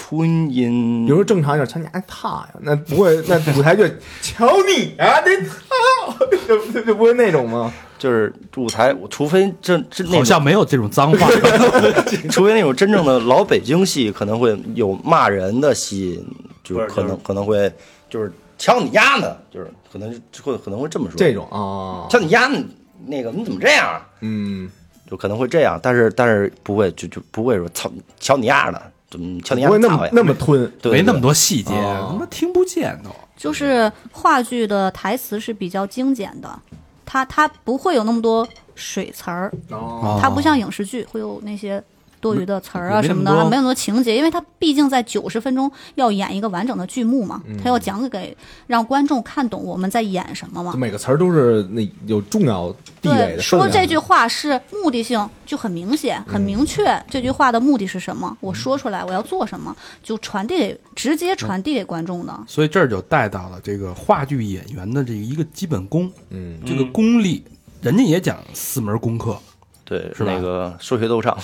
吞音。比如说正常一点，瞧你爱烫呀，那不会，那舞台就 瞧你啊， 那烫，就就就不会那种吗？就是舞台，除非这这那好种像没有这种脏话， 除非那种真正的老北京戏，可能会有骂人的戏，就不是可就能是可能会就是瞧你丫呢，就是可能会可能会这么说，这种啊，瞧你丫呢那个你怎么这样，啊嗯，就可能会这样，但是但是不会就就不会说操瞧你丫呢，怎么瞧你丫不会那操么呀那么吞。对没那么对多细啊节，哦他妈听不见都。就是话剧的台词是比较精简的，它它不会有那么多水词儿，哦，哦它不像影视剧会有那些多余的词儿啊没什么没那么的，多没有那么多情节，因为它毕竟在九十分钟要演一个完整的剧目嘛，嗯它要讲给让观众看懂我们在演什么嘛就。每个词儿都是那有重要地位对，的。说分量这的句话是目的性就很明显、很明确，这句话的目的是什么？我说出来我要做什么，就传递给直接传递给观众的。所以这儿就带到了这个话剧演员的这一个基本功，嗯，这个功力，人家也讲四门功课，对是吧那个说学 逗唱，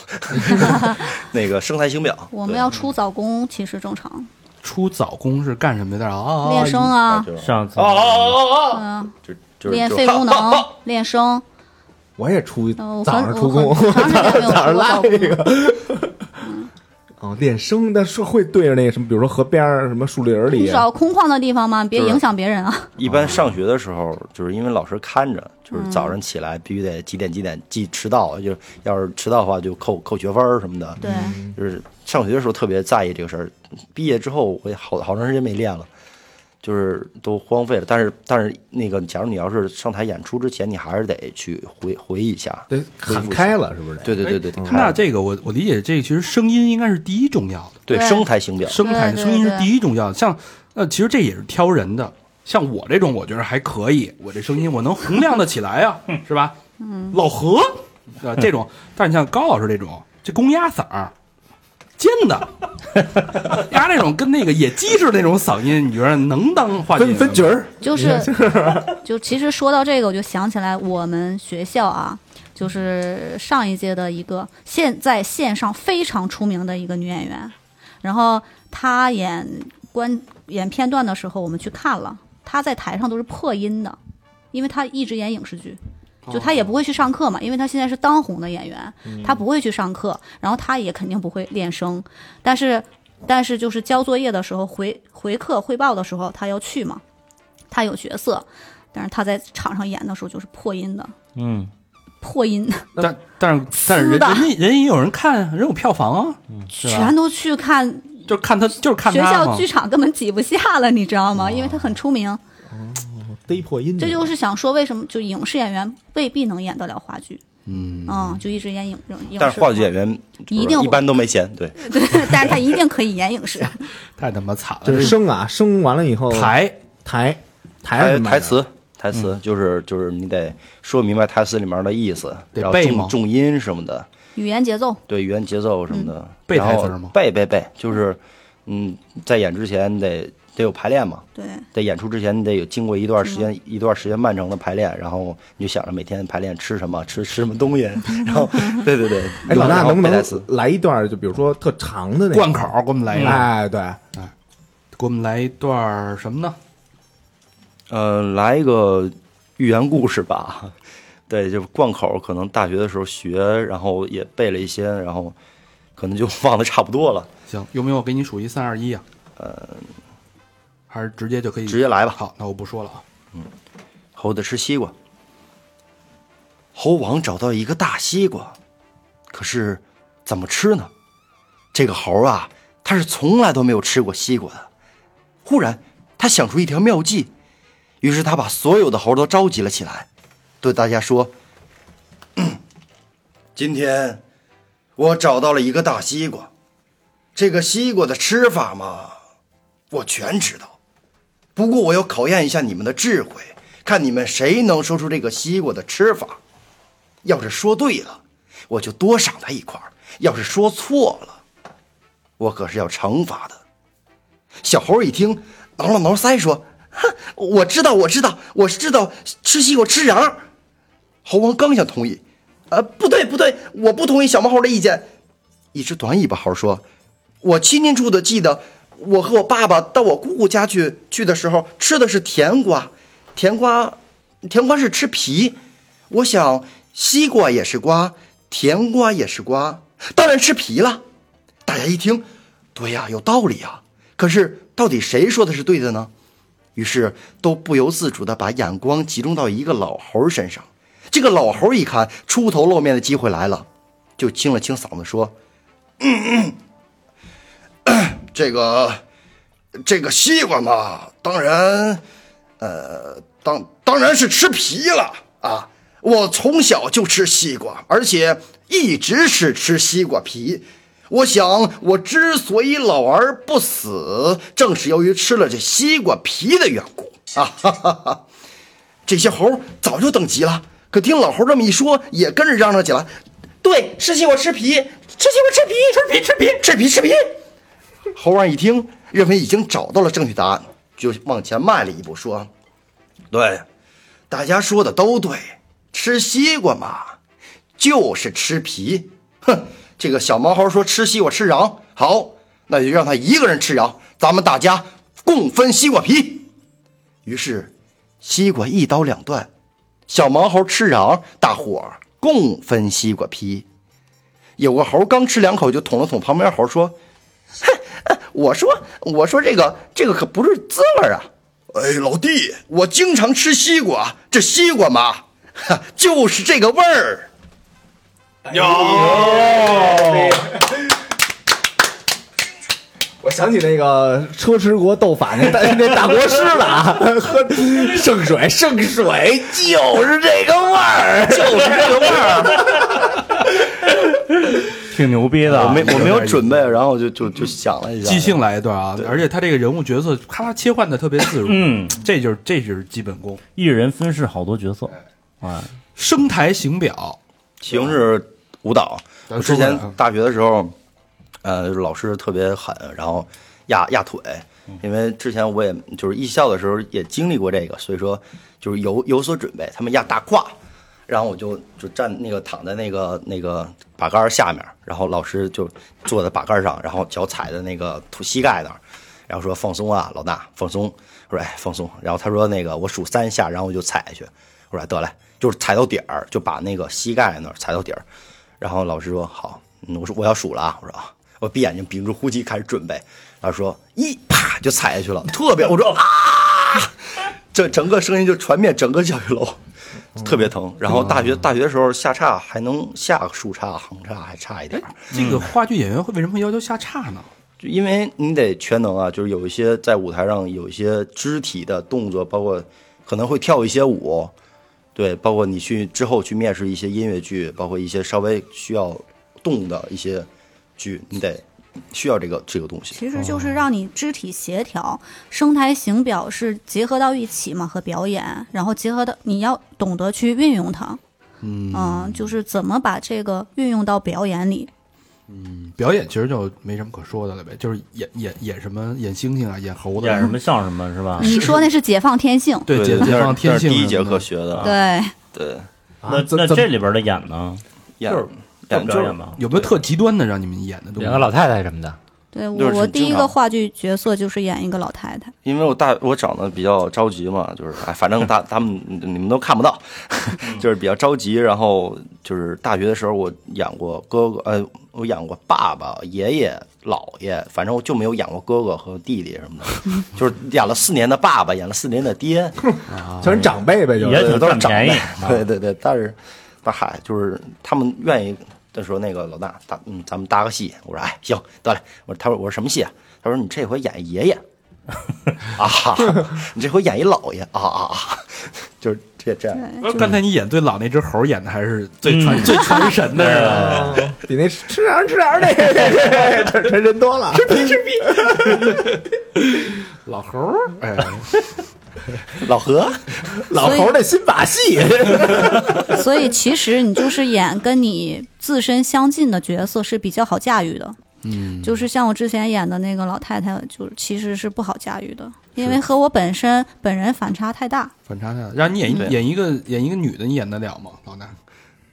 那个声台形表，我们要出早功，其实正常，出早功是干什么的？啊啊，啊练声啊啊，就是上次哦哦哦哦哦，嗯，就就是练就肺功能，练声。我也出呃我早很上出我工，很长时间没有 早上出过拉早这功个。 哦，练声，但是会对着那个什么，比如说河边儿、什么树林儿你里，啊找空旷的地方嘛，别就是影响别人啊。一般上学的时候，就是因为老师看着，就是早嗯上起来必须得几点几点记迟到，就是要是迟到的话就扣扣学分儿什么的。对，就是上学的时候特别在意这个事儿，毕业之后我也好好长时间没练了，就是都荒废了。但是但是那个，假如你要是上台演出之前，你还是得去回回忆一下。得喊开了，是不是？对对对对，得看哎那这个我我理解，这个其实声音应该是第一重要的，对对声台形表，声台对声音是对第一重要的。像那其实这也是挑人的，像我这种我觉得还可以，我这声音我能洪亮的起来啊，是吧？嗯，老何，对吧？这种，但是你像高老师这种，这公鸭嗓儿。尖的，鸭那种跟那个野鸡似的那种嗓音，你觉得能当话剧分演员吗？分角儿， 就是，就其实说到这个，我就想起来我们学校啊，就是上一届的一个现在线上非常出名的一个女演员，然后她演关演片段的时候，我们去看了，她在台上都是破音的，因为她一直演影视剧。就她也不会去上课嘛，因为她现在是当红的演员，她不会去上课，然后她也肯定不会练声，但是，但是就是交作业的时候回回课汇报的时候，她要去嘛，他有角色，但是他在场上演的时候就是破音的，嗯，破音但但是但是人撕的人家人也有人看啊，人有票房啊，是吧全都去看就是看他就是看学他校嘛剧。场根本挤不下了，你知道吗？因为他很出名，逮破音的，这就是想说为什么就影视演员未必能演得了话剧，嗯就一直演影影影视，但是话剧演员就是一定一般都没钱，对，对，但是他一定可以演影视， 太他妈惨了，就是声啊，声完了以后台台哎台台是什么来着哎台词。台词就是就是你得说明白台词里面的意思，得然后背吗重重音什么的，语言节奏，对语言节奏什么的，嗯背然后台词儿吗背背背，就是嗯，在演之前得得有排练嘛，对，在演出之前你得有经过一段时间、一段时间漫长的排练，然后你就想着每天排练吃什么，吃吃什么东西， 然后对对对，哎，老大然后能不背能台词来一段儿？就比如说特长的那个贯口，给我们来一段，哎，对，给我们来一段儿什么呢？呃，来一个寓言故事吧。 对，就是贯口，可能大学的时候学，然后也背了一些，然后可能就 忘得差不多了。行，有没有我给你数一三二一啊？呃，还是直接就可以直接来吧好，那我不说了啊。猴子吃西瓜。猴王找到一个大西瓜，可是怎么吃呢？这个猴啊，他是从来都没有吃过西瓜的。忽然，他想出一条妙计，于是他把所有的猴都召集了起来，对大家说：“今天我找到了一个大西瓜，这个西瓜的吃法嘛，我全知道。不过我要考验一下你们的智慧，看你们谁能说出这个西瓜的吃法。要是说对了，我就多赏他一块儿；要是说错了，我可是要惩罚的。”小猴一听，挠了挠腮说：“哼，我知道，我知道，我知道，吃西瓜吃瓤儿。”猴王刚想同意，呃，不对，不对，我不同意小毛猴的意见。一只短尾巴猴说：“我七年处的记得，我和我爸爸到我姑姑家去去的时候，吃的是甜瓜，甜瓜，甜瓜是吃皮。我想西瓜也是瓜，甜瓜也是瓜，当然吃皮了。”大家一听，对呀，有道理呀。可是到底谁说的是对的呢？于是都不由自主地把眼光集中到一个老猴身上。这个老猴一看出头露面的机会来了，就清了清嗓子说：“嗯嗯，咳这个这个西瓜嘛，当然，呃，当当然是吃皮了啊。我从小就吃西瓜，而且一直是吃西瓜皮。”我想，我之所以老而不死，正是由于吃了这西瓜皮的缘故啊！ 哈哈哈，这些猴早就等急了，可听老猴这么一说，也跟着嚷嚷起来：“对，吃西瓜吃皮，吃西瓜吃皮，吃皮吃皮，吃皮吃皮！”猴王一听，认为已经找到了正确答案，就往前迈了一步，说：“对，大家说的都对，吃西瓜嘛，就是吃皮。”哼。这个小毛猴说：“吃西瓜吃瓤，好，那就让他一个人吃瓤，咱们大家共分西瓜皮。”于是，西瓜一刀两断，小毛猴吃瓤，大伙儿共分西瓜皮。有个猴刚吃两口就捅了捅旁边猴，说：“哼，我说我说这个这个可不是滋味啊！哎，老弟，我经常吃西瓜，这西瓜嘛， 哈就是这个味儿。”我想起那个车迟国斗法那大那大国师了啊，喝圣水，圣水就是这个味 儿，就是这个味儿。啊 挺牛逼的。哦我没我没有准备，然后就就就想了一下，即兴来一段啊！而且他这个人物角色咔切换的特别自如，嗯，这就是这就是基本功。一人分饰好多角色，哎，声台形表，形式舞蹈。咱我说之回来前啊大学的时候，呃，老师特别狠，然后压压腿，因为之前我也就是艺校的时候也经历过这个，所以说就是有有所准备。他们压大胯，然后我就就站那个躺在那个那个把杆儿下面，然后老师就坐在把杆儿上，然后脚踩在那个腿膝盖那儿，然后说放松啊，老大放松。我说哎放松，然后他说那个我数三下，然后我就踩下去。我说哎得嘞，就是踩到底儿，就把那个膝盖那儿踩到底儿。然后老师说好，嗯，我说我要数了啊，我说啊，我闭眼睛屏住呼吸开始准备。老师说一啪就踩下去了，特别我说啊，这整个声音就传遍整个教学楼，特别疼。然后大学大学的时候下叉还能下个竖叉、横叉还差一点儿，这个话剧演员会为什么会要求下叉呢？就因为你得全能啊，就是有一些在舞台上有一些肢体的动作，包括可能会跳一些舞，对，包括你去之后去面试一些音乐剧，包括一些稍微需要动的一些剧，你得需要这个这个东西。其实就是让你肢体协调，声台形表是结合到一起嘛，和表演，然后结合到你要懂得去运用它，嗯、就是怎么把这个运用到表演里。表演其实就没什么可说的了呗，就是演演演什么演猩猩啊，演猴子啊，演什么像什啊么是吧？你说那是解放天性， 对解解放天性啊这是第一节什么课的学的，对，对，那怎那怎这里边的演呢？演就是演表就演是吧。有没有特极端的让你们演的东两个西？老太太什么的，对就是我挺我第正一常个话剧角色就是演一个老太太，因为我大我长得比较着急嘛，就是哎，反正大他们你们都看不到， 就是比较着急。然后就是大学的时候，我演过哥哥，呃，我演过爸爸、爷爷、姥爷，反正我就没有演过哥哥和弟弟什么的， 就是演了四年的爸爸，演了四年的爹，全是长辈呗，就也是挺都是占长便宜辈。 对对对，但是那嗨，就是他们愿意他说那个老大搭嗯，咱们搭个戏。我说哎行得嘞，我说他说我说什么戏啊？他说你这回演爷爷。啊， 你这回演一老爷啊啊啊，就是这这样。对，就刚才你演最老那只猴演的还是嗯最传、最传神的， 是吧？比那吃点儿吃点儿 那个传传神多了。老猴儿，哎，老何，老头儿的新把戏，所以其实你就是演跟你自身相近的角色是比较好驾驭的。嗯，就是像我之前演的那个老太太，就是其实是不好驾驭的，因为和我本身本人反差太大。反差太大。让你演一对演一个演一个女的，你演得了吗？老大，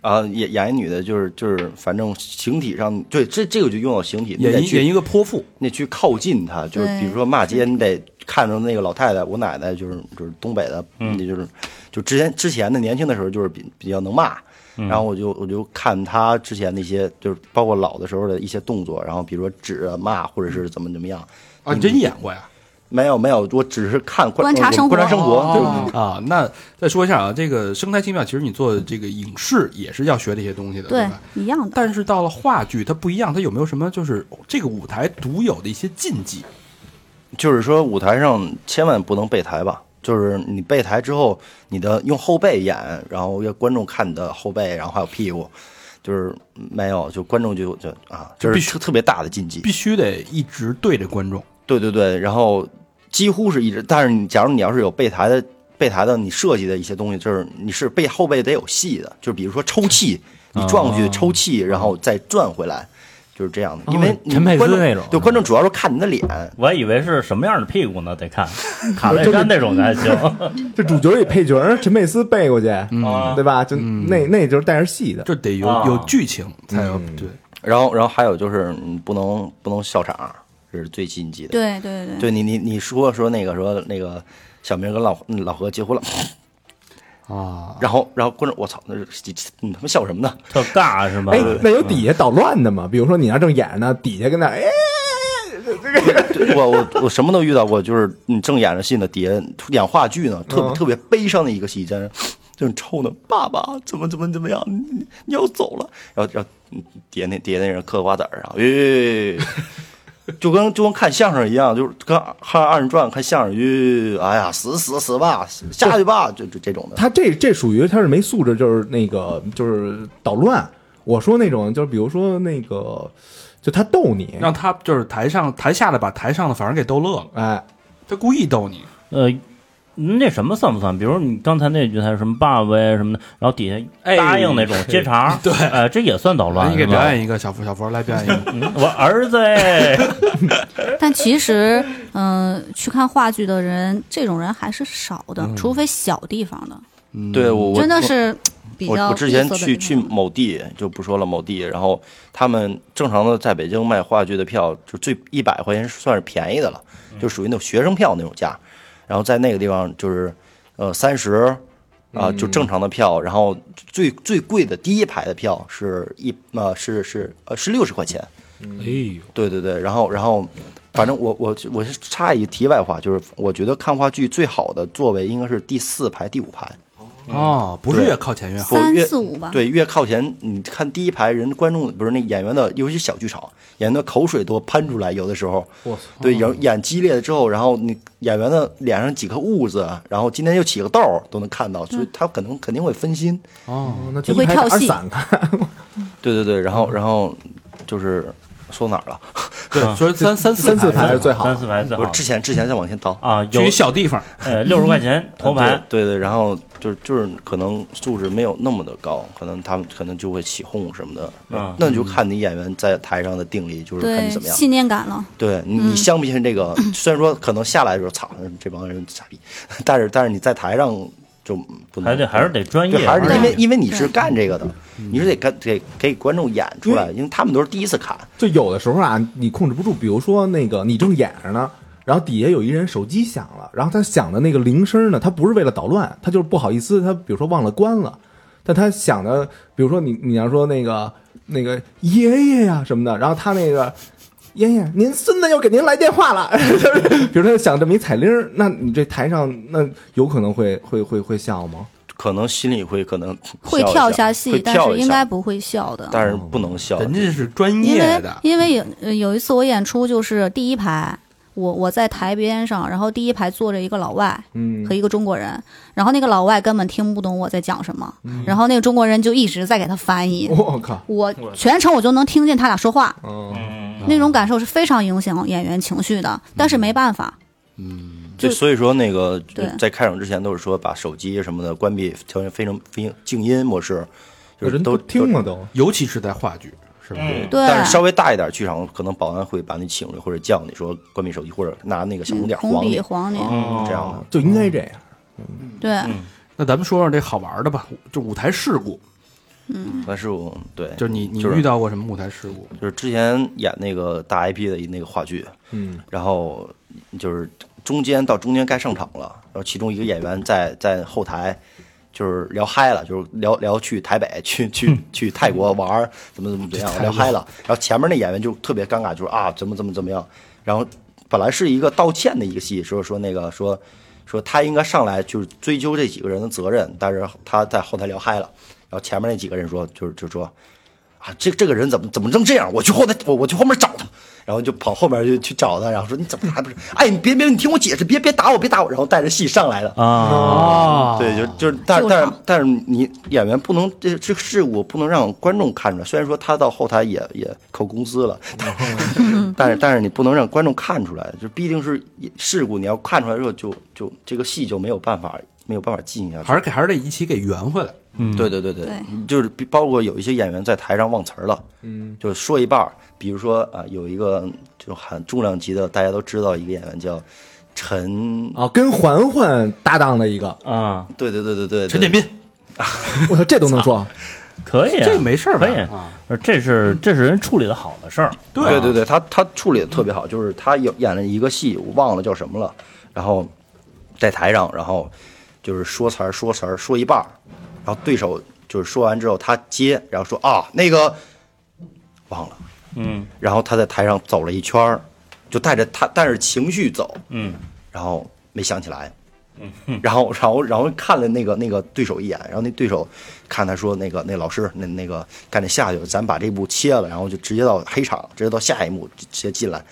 啊，演演一女的，就是就是，反正形体上，对，这这个就用到形体，你得演一去演一个泼妇，那去靠近她，就是对比如说骂街，你得看着那个老太太，我奶奶就是就是东北的，那就是就之前之前的年轻的时候就是比比较能骂，然后我就我就看她之前那些就是包括老的时候的一些动作，然后比如说指啊骂或者是怎么怎么样，啊，你真演过呀？没有没有，我只是看观察生活观察生活，对哦啊，那再说一下啊，这个生态奇妙，其实你做这个影视也是要学这些东西的，对对吧？，一样的。但是到了话剧，它不一样，它有没有什么就是这个舞台独有的一些禁忌？就是说舞台上千万不能背台吧，就是你背台之后，你的用后背演，然后让观众看你的后背，然后还有屁股，就是没有，就观众就就啊，这必是须特特别大的禁忌必。须得一直对着观众。对对对，然后几乎是一直，但是你假如你要是有背台的背台的，你设计的一些东西，就是你是背后背得有戏的，就比如说抽气，你撞过去抽气，然后再转回来。就是这样的，因为哦你陈佩斯观众那种对观众主要是看你的脸，我还以为是什么样的屁股呢？得看卡戴珊那种才行。 这主角与配角儿，陈佩斯背过去，嗯啊对吧？就那那就是带着戏的，这得有、啊有剧情才有、嗯对。然后，然后还有就是，你不能不能笑场，这是最禁忌的。对对对，对，你你你说说那个说那个小明跟老老何结婚了，啊，然后然后观众我操，那是嗯你他妈笑什么呢？ 特尬是吧？哎，那有底下捣乱的吗？比如说你那正演着呢，底下跟那儿哎，对 我我我什么都遇到过，就是你正演着戏呢，底下演话剧呢，特别特别悲伤的一个戏，在那正抽呢，爸爸怎么怎么怎么样，你你要走了，然后然后嗯底下那底下那人嗑瓜子儿啊，吁、就跟就跟看相声一样，就是跟看二人转看相声，吁、哎呀，死死死吧，下去吧，就就这种的。他这这属于他是没素质，就是那个就是捣乱。我说那种就是比如说那个，就他逗你，让他就是台上台下的把台上的反而给逗乐了，哎，他故意逗你。呃，那什么算不算？比如你刚才那句台什么爸爸呀什么的，然后底下哎答应那种接茬儿，对呃，这也算捣来，乱你给是表吧？演一个小佛小佛来表演一 个，嗯我儿子哎，但其实，嗯、去看话剧的人，这种人还是少的，除非小地方的，对我我真的我是比我较我之前闭塞的去地去方某地就不说了，某地，然后他们正常的在北京卖话剧的票，就最一百块钱算是便宜的了，就属于那种学生票那种价。然后在那个地方就是，呃，三十啊，就正常的票，然后最最贵的第一排的票是一呃是是呃是六十块钱。哎呦，对对对，然后然后，反正我我我是插一题外话，就是我觉得看话剧最好的座位应该是第四排第五排。哦，不是越靠前越好。不三越四五吧对，越靠前，你看第一排人观众不是那演员的，尤其小剧场演员的口水都喷出来，有的时候，对，演演激烈了之后，然后你演员的脸上几颗痦子，然后今天又起个痘儿都能看到，所以他可能肯定会分心。哦那就会跳戏一拍打散 开对对对，然后然后就是说哪儿了？对，所以三啊三四三四排排是最好三的。四排最 不是好之前之前再往前倒。啊，有去一小地方，呃六十块嗯钱头牌，对对对，然后就是就是可能素质没有那么的高，可能他们可能就会起哄什么的，嗯那就看你演员在台上的定力，就是看对你怎么样。信念感了。对你，嗯你相不相信这个？虽然说可能下来的时候，操，这帮人傻逼， 但是但是你在台上就不能，还得还是得专对，业，啊还是对因为因为你是干这个的，你是得干得给观众演出嗯来，因为他们都是第一次看，就有的时候啊，你控制不住，比如说那个你正演着呢，然后底下有一人手机响了，然后他响的那个铃声呢，他不是为了捣乱，他就是不好意思，他比如说忘了关了，但他响的，比如说你你要说那个那个爷爷呀、什么的，然后他那个。爷爷，您孙子又给您来电话了。 比如说响这么一彩铃儿，那你这台上那有可能会会会会笑吗？可能心里会可能 会跳跳一下戏，会但跳是一应该下，不会笑的。但是不能笑，人家是专因业为的，因为有呃有一次我演出就是第一排，我我在台边上，然后第一排坐着一个老外嗯和一个中国人，然后那个老外根本听不懂我在讲什么，然后那个中国人就一直在给他翻译，我靠，我全程我就能听见他俩说话，嗯，那种感受是非常影响演员情绪的，但是没办法，对，所以说那个对在开场之前都是说把手机什么的关闭，调成非常非常静音模式，就有是人都都听了。了都，尤其是在话剧，是吧？对，但是稍微大一点剧场，可能保安会把你请出去，或者叫你说关闭手机，或者拿那个小红嗯点嗯红晃笔你，黄脸，哦这样的。哦就应该这样。对，那咱们说说这好玩的吧，就舞台事故，但是我对，就是你你就是遇到过什么舞台事故？就是之前演那个大 IP 的那个话剧，嗯，然后就是中间到中间该上场了，然后其中一个演员在在后台就是聊嗨了，就是聊聊去台北、去去去泰国玩儿，怎么怎么怎么样，聊嗨了。然后前面那演员就特别尴尬，就是啊怎么怎么怎么样，然后本来是一个道歉的一个戏，说说那个说说他应该上来就是追究这几个人的责任，但是他在后台聊嗨了，然后前面那几个人说就是就说啊，这这个人怎么怎么能这样？我去后台，我我去后面找他，然后就跑后面就去找他，然后说你怎么还不是？哎，你别别，你听我解释，别别打我，别打我，然后带着戏上来了。哦啊，对，就就是，但救但是场但是你演员不能这这个事故不能让观众看出来。虽然说他到后台也也扣工资了， 但是但是你不能让观众看出来，就毕竟是事故，你要看出来之后，就就这个戏就没有办法没有办法进行下去。还是给嗯还是得一起给圆回来。对对对对对，就是比包括有一些演员在台上忘词儿了，嗯，就是说一半儿，比如说啊、有一个就很重量级的，大家都知道一个演员叫陈，哦啊，跟环环搭档的一个，嗯啊，对对对对对，陈建斌，我操，这都能说，可以啊，这没事儿吧可以啊，这是这是人处理的好的事儿，对对对对，他他处理的特别好，就是他有演了一个戏，我忘了叫什么了，然后在台上，然后就是说词儿说词儿说一半儿，然后对手就是说完之后他接，然后说啊那个忘了，嗯然后他在台上走了一圈儿，就带着他带着情绪走，嗯，然后没想起来，然后然后然后看了那个那个对手一眼，然后那对手看他说那个那老师那那个赶紧下去，咱把这部切了，然后就直接到黑场，直接到下一幕直直接进来，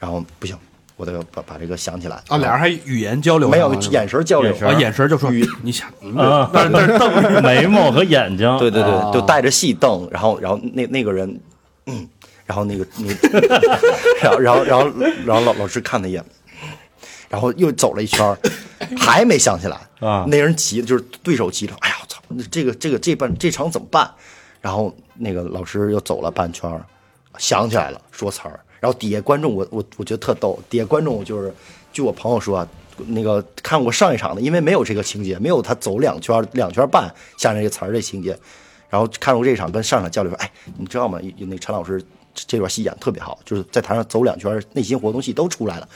然后不行，我得把把这个想起来啊，俩人还语言交流呢，没有是吧眼神交流眼，神啊，眼神就说你想，嗯 啊，但是 瞪眉毛和眼睛，对对哦对，就带着戏瞪，然后然后那那个人，嗯，然后那个那， 然后然后然后然后老老师看他一眼，然后又走了一圈儿，还没想起来啊那人急了，就是对手急了，哎呀，我操，这个这个这半这场怎么办？然后那个老师又走了半圈儿，想起来了，说词儿。然后底下观众我，我我觉得特逗。底下观众我就是，据我朋友说啊，那个看过上一场的，因为没有这个情节，没有他走两圈儿两圈儿半下那个词儿这情节，然后看过这场跟上场交流说，哎，你知道吗？有有那陈老师这这段戏演得特别好，就是在台上走两圈儿，内心活动戏都出来了。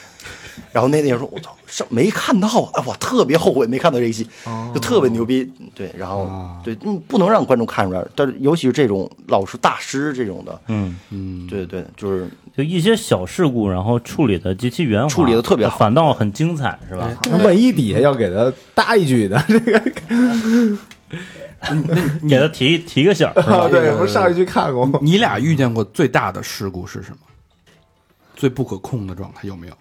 然后那那人说：“我操，上没看到啊！哎我特别后悔没看到这一戏，哦就特别牛逼。”对，然后啊对，嗯，不能让观众看出来，但是尤其是这种老师大师这种的，嗯，对对，就是就一些小事故，然后处理的极其圆滑，处理得特别好哎反倒很精彩，是吧？那万一底下要给他搭一句的，这个？给他提提个醒儿，是 吧对，不是上一句看过吗？你俩遇见过最大的事故是什么？最不可控的状态有没有？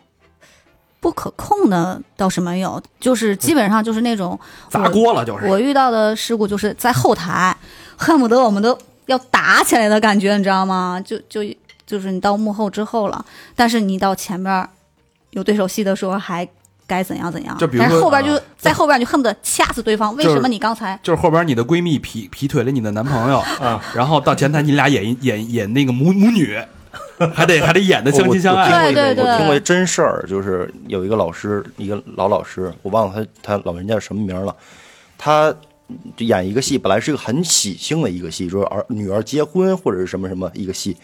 不可控的倒是没有，就是基本上就是那种砸锅了嗯就是。我遇到的事故就是在后台，恨不得我们都要打起来的感觉，你知道吗？就就就是你到幕后之后了，但是你到前边儿有对手戏的时候还该怎样怎样，就比如但是说后边就、啊在后边你恨不得掐死对方。为就是什么你刚才就是后边你的闺蜜劈劈腿了你的男朋友啊，然后到前台你俩演一演演那个母母女，还得还得演的相亲相我爱对听过一个对我听过对一真事儿，就是有一个老师，一个老老师，我忘了他他老人家什么名儿了，他就演一个戏，本来是一个很喜庆的一个戏，就是儿女儿结婚或者是什么什么一个戏，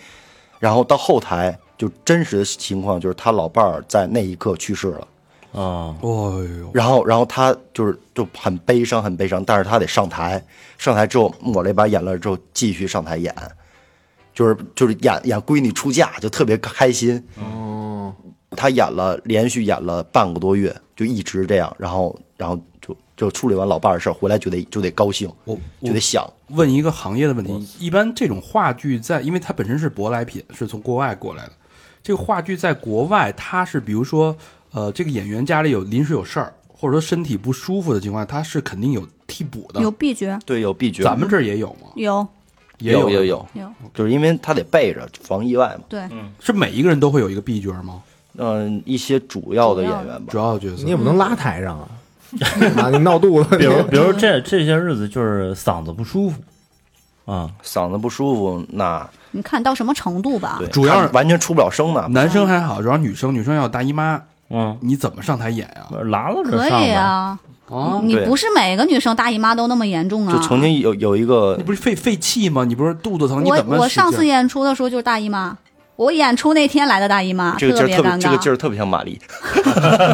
然后到后台就真实的情况就是他老伴儿在那一刻去世了。啊，哦呦，然后，然后他就是就很悲伤，很悲伤，但是他得上台，上台之后抹了一把眼泪之后，继续上台演，就是就是演演闺女出嫁，就特别开心。哦，他演了连续演了半个多月，就一直这样，然后然后就就处理完老伴儿的事儿回来就得就得高兴，我就我得想，问一个行业的问题，一般这种话剧在，因为它本身是舶来品，是从国外过来的，这个话剧在国外，它是比如说，呃，这个演员家里有临时有事儿，或者说身体不舒服的情况下，它是肯定有替补的。有闭角，对，有闭角，咱们这儿也有吗？有也有有有，有，有，就是因为他得备着防意外嘛。对，是每一个人都会有一个 B 角吗？嗯，一些主要啊的演员吧主，要角色 你也不能拉台上啊，啊，你闹肚子，比如比如这这些日子就是嗓子不舒服啊，嗓子不舒服，那你看到什么程度吧对，。主要是他完全出不了声呢。男生还好，主要女生，女生要有大姨妈，嗯，你怎么上台演啊呀？拉拉着可上吧以啊，啊，你对不是每个女生大姨妈都那么严重啊。就曾经有有 一个你不是肺肺气吗？你不是肚子疼？你我怎么我使劲上次演出的时候就是大姨妈，我演出那天来的大姨妈，这个劲儿别特别，尴这个尬，劲儿特别像玛丽，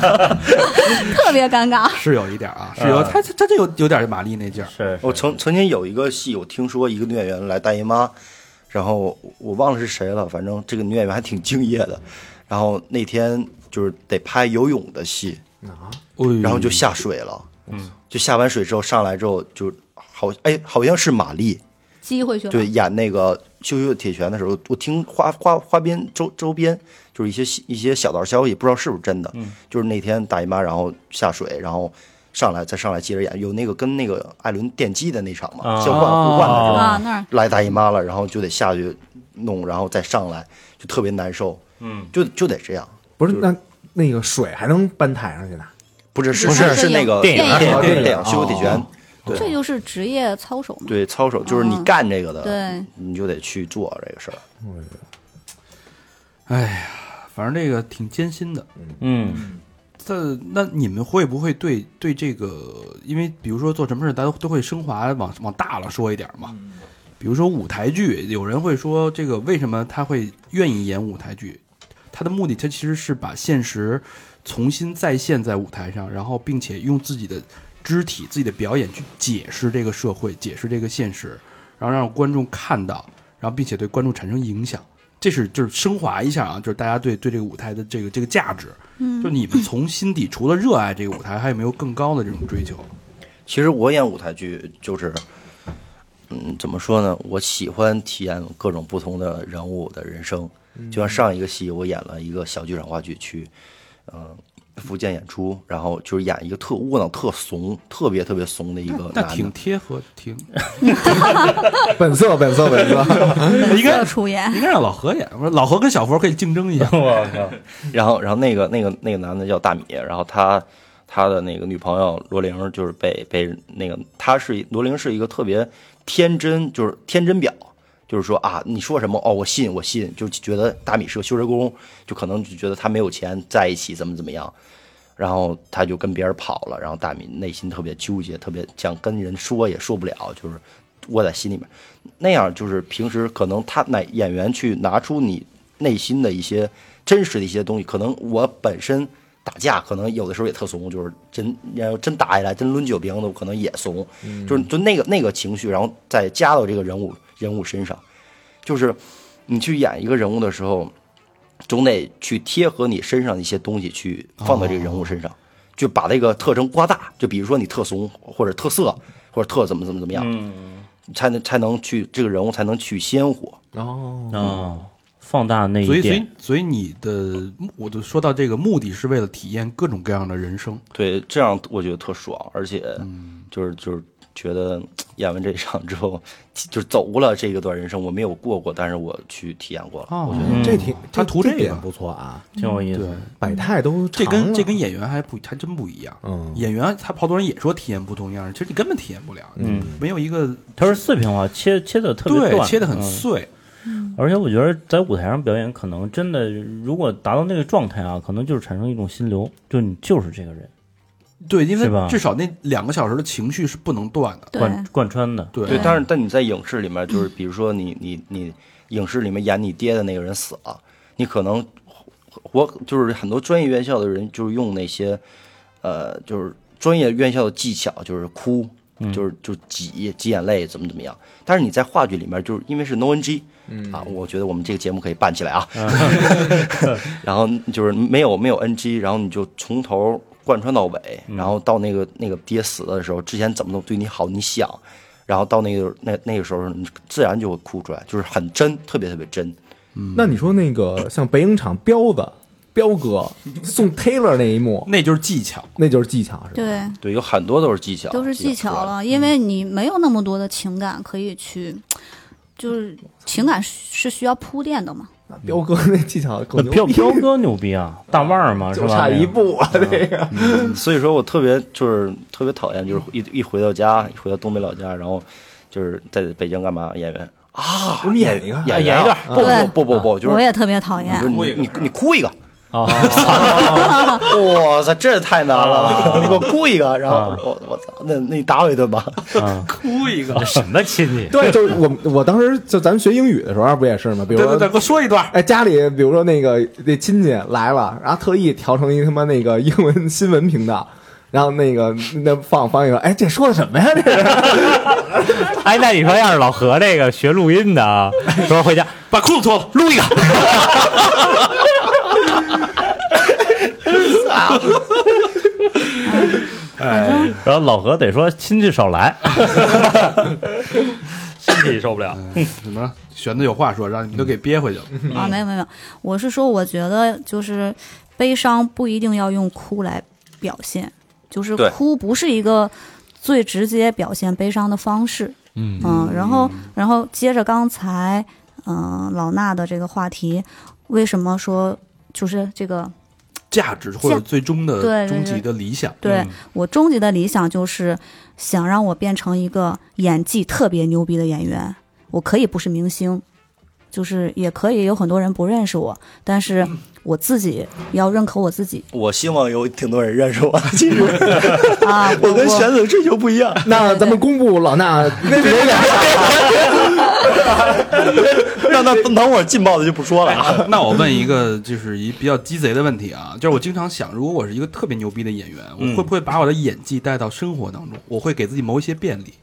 特别尴尬。是有一点啊，是有，他他他这有有点玛丽那劲儿。是我曾曾经有一个戏，我听说一个女演员来大姨妈，然后我忘了是谁了，反正这个女演员还挺敬业的。然后那天就是得拍游泳的戏，嗯然后就下水了。嗯，就下完水之后上来之后就好，哎，好像是玛丽击回去了，对演那个《羞羞的铁拳》的时候，我听花花花边周周边就是一些细一些小道消息，不知道是不是真的。嗯，就是那天大姨妈然后下水，然后。上来再上来接着演，有那个跟那个艾伦电击的那场嘛，啊交换互换的时候，啊，那儿来大姨妈了，然后就得下去弄，然后再上来，就特别难受。嗯，就就得这样， 不是那那个水还能搬台上去呢？不是是不是是是那个电影电影啊电电影影《羞辱铁拳》，这就是职业操守嘛。对操守就是你干这个的，对，你就得去做这个事儿。哎呀，反正这个挺艰辛的。嗯这那你们会不会对对这个，因为比如说做什么事儿，大家都会升华往往大了说一点嘛。比如说舞台剧，有人会说这个为什么他会愿意演舞台剧？他的目的，他其实是把现实重新再现在舞台上，然后并且用自己的肢体、自己的表演去解释这个社会，解释这个现实，然后让观众看到，然后并且对观众产生影响。这是就是升华一下啊，就是大家对对这个舞台的这个这个价值。就你们从心底除了热爱这个舞台，还有没有更高的这种追求？其实我演舞台剧就是，嗯，怎么说呢？我喜欢体验各种不同的人物的人生。嗯就像上一个戏，我演了一个小剧场话剧去，嗯、福建演出，然后就是演一个特窝囊、特怂、特别特别怂的一个那男挺呃的。贴合，挺本色本色本色，应该出演应该让老何演，我说老何跟小佛可以竞争一下。我靠，然后，然后那个那个那个男的叫大米，然后他他的那个女朋友罗玲就是被被那个他是罗玲是一个特别天真，就是天真婊，就是说啊，你说什么哦，我信我信，就觉得大米是个修车工，就可能就觉得他没有钱在一起怎么怎么样，然后他就跟别人跑了，然后大米内心特别纠结，特别想跟人说也说不了，就是窝在心里面。那样就是平时可能他那演员去拿出你内心的一些真实的一些东西，可能我本身打架，可能有的时候也特怂，就是真要真打起来，真抡酒瓶子，我可能也怂，就是就那个那个情绪，然后再加到这个人物人物身上，就是你去演一个人物的时候，总得去贴合你身上的一些东西去放到这个人物身上。就把这个特征夸大，就比如说你特怂，或者特色，或者特怎么怎么怎么样，才能才能去这个人物才能去鲜活。啊，放大那嗯所一以所以点，所以你的，我就说到这个目的是为了体验各种各样的人生。对，这样我觉得特爽，而且就是就是觉得嘖演完这场之后， 就是走过了这一段人生，我没有过过，但是我去体验过了。我觉得嗯这挺他图这这个点不错啊，挺有意思对的。，百态都这尝跟了这跟演员还不还真不一样。嗯演员他好多人也说体验不同样，其实你根本体验不了，嗯，没有一个它是碎片化，切切的特别对断，切的很嗯碎。而且我觉得在舞台上表演，可能真的如果达到那个状态啊，可能就是产生一种心流，就你就是这个人，对，因是吧为至少那两个小时的情绪是不能断的。对贯贯穿的。对对，但是但你在影视里面，就是比如说你你你影视里面演你爹的那个人死了，你可能我就是很多专业院校的人就是用那些呃就是专业院校的技巧，就是哭，就是就是挤挤眼泪怎么怎么样。但是你在话剧里面，就是因为是 no ng。啊，我觉得我们这个节目可以办起来啊， 然后就是没有没有 NG，然后你就从头贯穿到尾，然后到那个那个爹死的时候，之前怎么都对你好，你想，然后到那个那那个时候，你自然就会哭出来，就是很真，特别特别真。嗯那你说那个像北影厂彪子彪哥送 Taylor 那一幕，那就是技巧，那就是技巧是吧？对，对，有很多都是技巧，都是技巧出来的。了，因为嗯你没有那么多的情感可以去，就是情感是需要铺垫的嘛。那彪哥那技巧够那牛 彪逼，彪哥牛逼 啊，大腕儿嘛，是就吧？差一步啊，这个嗯所以说我特别就是特别讨厌，就是一一回到家，一回到东北老家，然后就是在北京干嘛演员啊，我们演一个演演一段，不对不不不不，就我是也特别讨厌，你你你哭一个。哦啊，哇塞，这也太难了！你给我哭一个，然后啊我我操，那那你打我一顿吧。哭一个。这哎什么亲 戚？对，就是我我当时就咱们学英语的时候不也是吗？比如对说对对，给我说一段。哎，家里比如说那个那亲戚来了，然后特意调成一他妈那个英文新闻频道，然后那个那放放一个，哎，这说的什么呀？这是哎，那你 说要是老何这个学录音的啊，说回家把裤子脱了，录一个，然后老何得说亲戚少 来，身体受不了。什么玄子有话说，让你们都给憋回去了。啊，没有没有，没有我是说，我觉得就是悲伤不一定要用哭来表现，就是对哭不是一个最直接表现悲伤的方式。嗯然后然后接着刚才嗯、呃老衲的这个话题，为什么说就是这个价值或者最终的对对终对极的理想，对、嗯我终极的理想就是想让我变成一个演技特别牛逼的演员。我可以不是明星，就是也可以有很多人不认识我，但是我自己要认可我自己 我希望有挺多人认识我，其实啊！ 我跟我玄子追求不一样。那咱们公布老衲 那哪俩？ 那那等会儿劲爆的就不 说了啊。那我问一个，就是一比较鸡贼的问题啊，就是我经常想，如果我是一个特别牛逼的演员，我会不会把我的演技带到生活当中？我会给自己谋一些便利，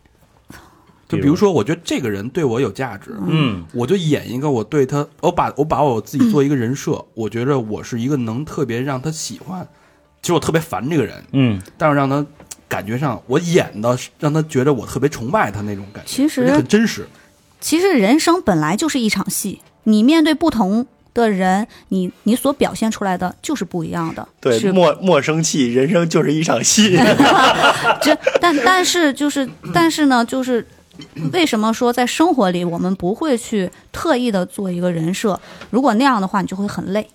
就比如说，我觉得这个人对我有价值，嗯，我就演一个我对他，我把我把我自己做一个人设，我觉得我是一个能特别让他喜欢，其实我特别烦这个人，嗯，但是让他感觉上我演的让他觉得我特别崇拜他那种感觉，其而且实很真实。其实人生本来就是一场戏，你面对不同的人，你你所表现出来的就是不一样的。 对，是莫莫生气，人生就是一场戏。这但但是就是但是呢，就是为什么说在生活里我们不会去特意的做一个人设？如果那样的话，你就会很累，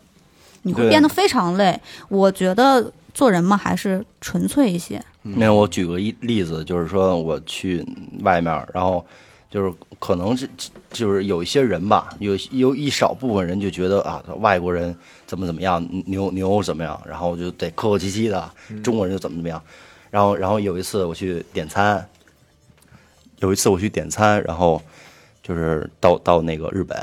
你会对变得非常累。我觉得做人嘛，还是纯粹一些。没有，我举个一例子，就是说我去外面，然后就是可能是就是有一些人吧，有有一少部分人就觉得啊，外国人怎么怎么样，牛牛怎么样，然后就得客客气气的，中国人就怎么怎么样。然后，然后有一次我去点餐，有一次我去点餐，然后就是到到那个日本，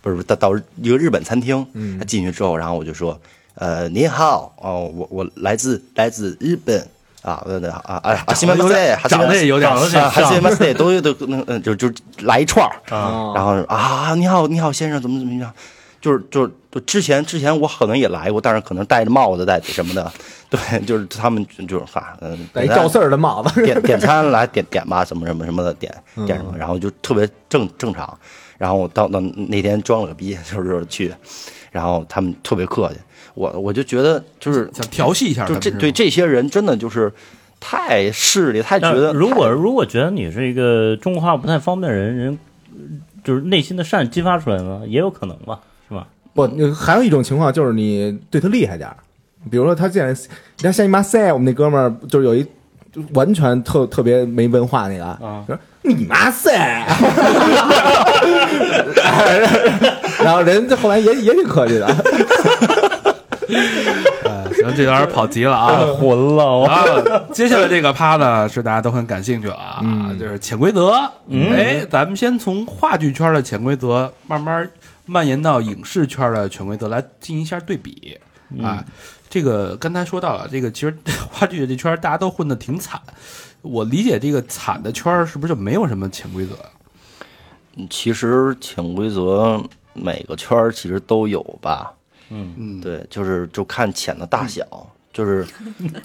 不是不是到到一个日本餐厅，他进去之后，然后我就说，呃，你好，哦，我我来自来自日本。啊，对对啊啊啊！哈西门马塞，哈西门长得也有点啊，哈西门马塞都都嗯嗯，就就来一串儿，然后啊，你好，你好，先生，怎么怎么样？就是就是，就之前之前我可能也来过，但是可能戴着帽子戴什么的，对，就是他们就就是哈，嗯、戴一赵四儿的帽子，点 点餐来点点吧，什么什么什么的点点什么，然后就特别正正常。然后我到那那天装了个逼， 就是去，然后他们特别客气，我我就觉得就是想调戏一下他就们这是吗对这些人真的就是太势利，太觉得但如果如果觉得你是一个中国话不太方便的人，人就是内心的善激发出来了，也有可能吧，是吧？不，还有一种情况就是你对他厉害点儿，比如说他见人家像一马塞，我们那哥们儿就是有一就完全特特别没文化那个，啊、说你妈啊塞， 然后人家后来也也挺客气的，行，这有点跑题了啊， 混了，我啊，接下来这个趴呢是大家都很感兴趣了啊，嗯就是潜规则。哎，咱们先从话剧圈的潜规则慢慢蔓延到影视圈的潜规则来进行一下对比嗯啊。这个刚才说到了，这个其实话剧这圈大家都混得挺惨，我理解这个惨的圈儿是不是就没有什么潜规则？嗯其实潜规则每个圈儿其实都有吧，嗯，对，就是就看潜的大小，就是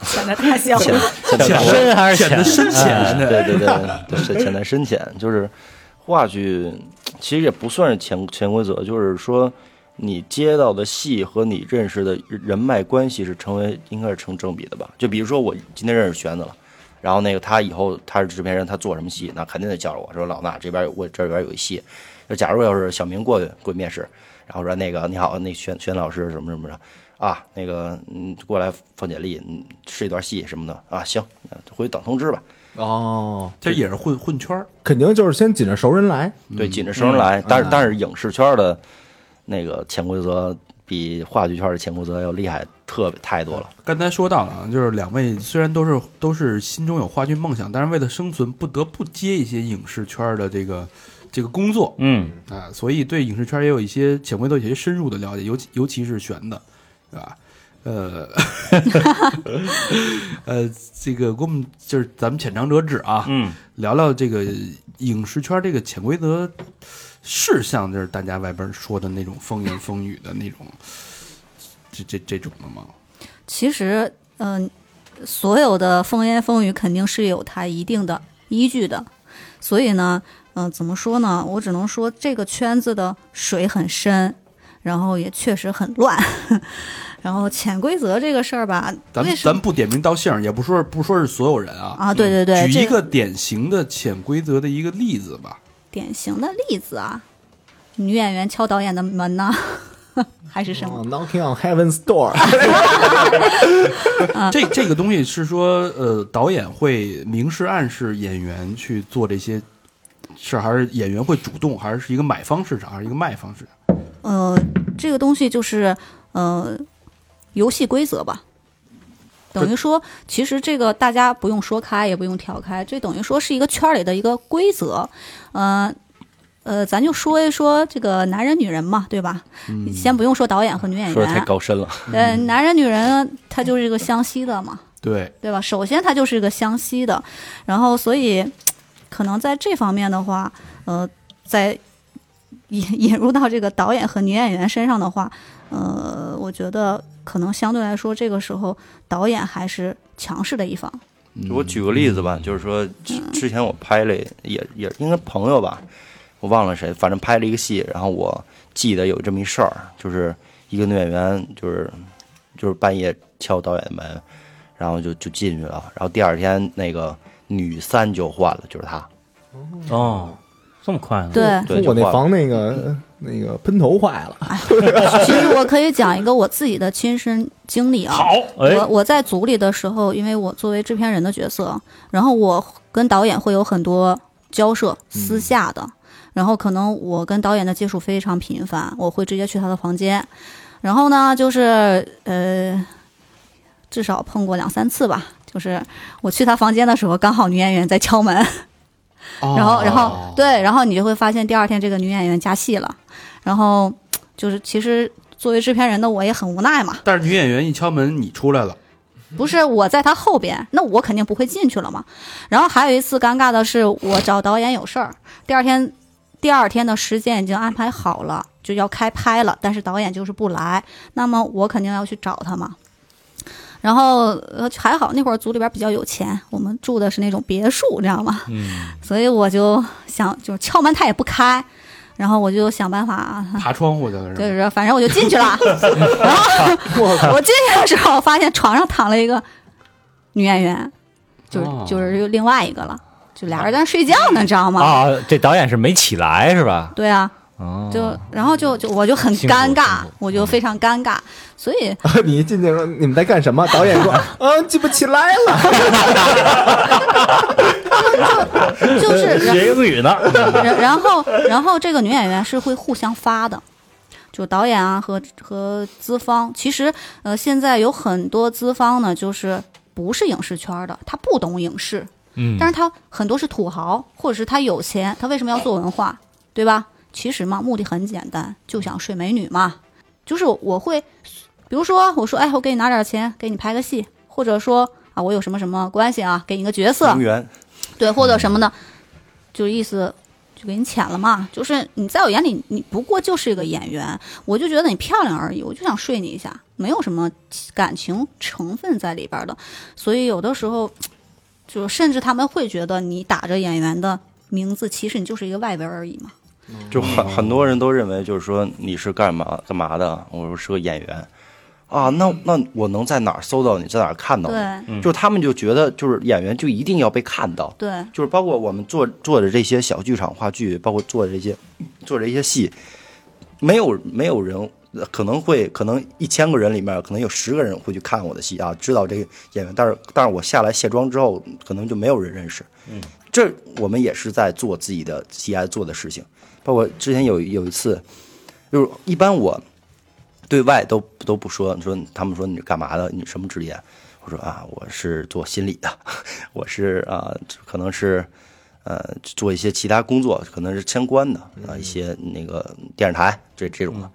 显得太小潜潜的大小深还是显浅得？深啊浅对对对对，是潜在深潜，就是话剧，其实也不算是潜潜规则，就是说，你接到的戏和你认识的人脉关系是成为应该是成正比的吧？就比如说我今天认识玄子了，然后那个他以后他是制片人，他做什么戏，那肯定得叫着我说老衲这边有我这边有一戏。就假如要是小明过去过去面试，然后说那个你好，那玄玄老师什么什么的啊，那个嗯过来放简历，嗯试一段戏什么的啊，行，那回去等通知吧。哦，这也是混混圈儿，肯定就是先紧着熟人来，对，紧着生人嗯来。但是但是影视圈的那个潜规则比话剧圈的潜规则要厉害，特别太多了。刚才说到了啊，就是两位虽然都是都是心中有话剧梦想，但是为了生存，不得不接一些影视圈儿的这个这个工作嗯，啊，所以对影视圈儿也有一些潜规则有一些深入的了解，尤其尤其是玄的，对吧？呃， 呃，这个给我们就是咱们浅尝辄止啊，嗯，聊聊这个影视圈这个潜规则，是像就是大家外边说的那种风言风语的那种，这这这种的吗？其实，嗯、所有的风言风语肯定是有它一定的依据的，所以呢，嗯、怎么说呢？我只能说这个圈子的水很深，然后也确实很乱， 然后潜规则这个事儿吧，咱为们什咱么？不点名道姓，也不说是不说是所有人啊，啊，对对对，举这一个典型的潜规则的一个例子吧。典型的例子啊，女演员敲导演的门呢， 还是什么？哦 knocking on heaven's door，啊这这个东西是说，呃，导演会明示暗示演员去做这些事儿，还是演员会主动，还是是一个买方市场，还是一个卖方市场？呃，这个东西就是呃游戏规则吧。等于说，其实这个大家不用说开，也不用挑开，这等于说是一个圈儿里的一个规则。呃呃，咱就说一说这个男人女人嘛，对吧？先不用说导演和女演嗯说的太员，高嗯深了，呃，男人女人他就是一个相吸的嘛，对，对吧？首先它就是一个相吸的，然后所以可能在这方面的话，呃，在引 引入到这个导演和女演员身上的话，呃，我觉得可能相对来说，这个时候导演还是强势的一方。嗯我举个例子吧，就是说之之前我拍了也也应该朋友吧，我忘了谁，反正拍了一个戏，然后我记得有这么一事儿，就是一个女演员就是就是半夜敲导演的门，然后就就进去了，然后第二天那个女三就换了，就是她，哦，这么快呢？对， 对，我就那换了。房那个那个喷头坏了， 其实我可以讲一个我自己的亲身经历啊。好，哎我，我在组里的时候，因为我作为制片人的角色，然后我跟导演会有很多交涉，私下的，然后可能我跟导演的接触非常频繁，我会直接去他的房间，然后呢，就是呃，至少碰过两三次吧。就是我去他房间的时候，刚好女演员在敲门，然后，然后对，然后你就会发现第二天这个女演员加戏了，然后就是其实作为制片人的我也很无奈嘛，但是女演员一敲门，你出来了，不是我在他后边，那我肯定不会进去了嘛。然后还有一次尴尬的是，我找导演有事儿，第二天，第二天的时间已经安排好了，就要开拍了，但是导演就是不来，那么我肯定要去找他嘛。然后呃还好那会儿组里边比较有钱，我们住的是那种别墅，你知道吗？嗯，所以我就想就是敲门他也不开，然后我就想办法爬窗户去了就是吧？是，反正我就进去 了。然后我进去的时候，发现床上躺了一个女演员，就是哦就是又另外一个了，就俩人在那睡觉呢，你知道吗？啊，这导演是没起来是 吧？对啊，哦，就然后就就我就很辛苦尴尬辛苦，我就非常尴尬，所以你一进去说你们在干什么？导演说 啊记不起来了，就是 然学英语呢，嗯 然然后，然后这个女演员是会互相发的，就导演啊和和资方。其实，呃，现在有很多资方呢，就是不是影视圈的，他不懂影视，嗯但是他很多是土豪，或者是他有钱，他为什么要做文化，对吧？其实嘛，目的很简单，就想睡美女嘛。就是我会，比如说我说，哎，我给你拿点钱，给你拍个戏，或者说啊，我有什么什么关系啊，给你个角色，名媛，对，或嗯者什么的，就意思就给你钱了嘛。就是你在我眼里，你不过就是一个演员，我就觉得你漂亮而已，我就想睡你一下，没有什么感情成分在里边的。所以有的时候，就甚至他们会觉得你打着演员的名字，其实你就是一个外围而已嘛。就很很多人都认为，就是说你是干嘛干嘛的？我说是个演员，啊，那那我能在哪儿搜到你，在哪儿看到你？对就是他们就觉得，就是演员就一定要被看到，对就是包括我们做做的这些小剧场话剧，包括做的这些做的这些戏，没有没有人呃可能会可能一千个人里面可能有十个人会去看我的戏啊，知道这个演员，但是但是我下来卸妆之后，可能就没有人认识。嗯，这我们也是在做自己的喜爱做的事情，包括之前有有一次，就是一般我对外都都不说，你说他们说你干嘛的，你什么职业？我说啊，我是做心理的， 我是啊、可能是呃做一些其他工作，可能是相关的啊、嗯一些那个电视台这这种的。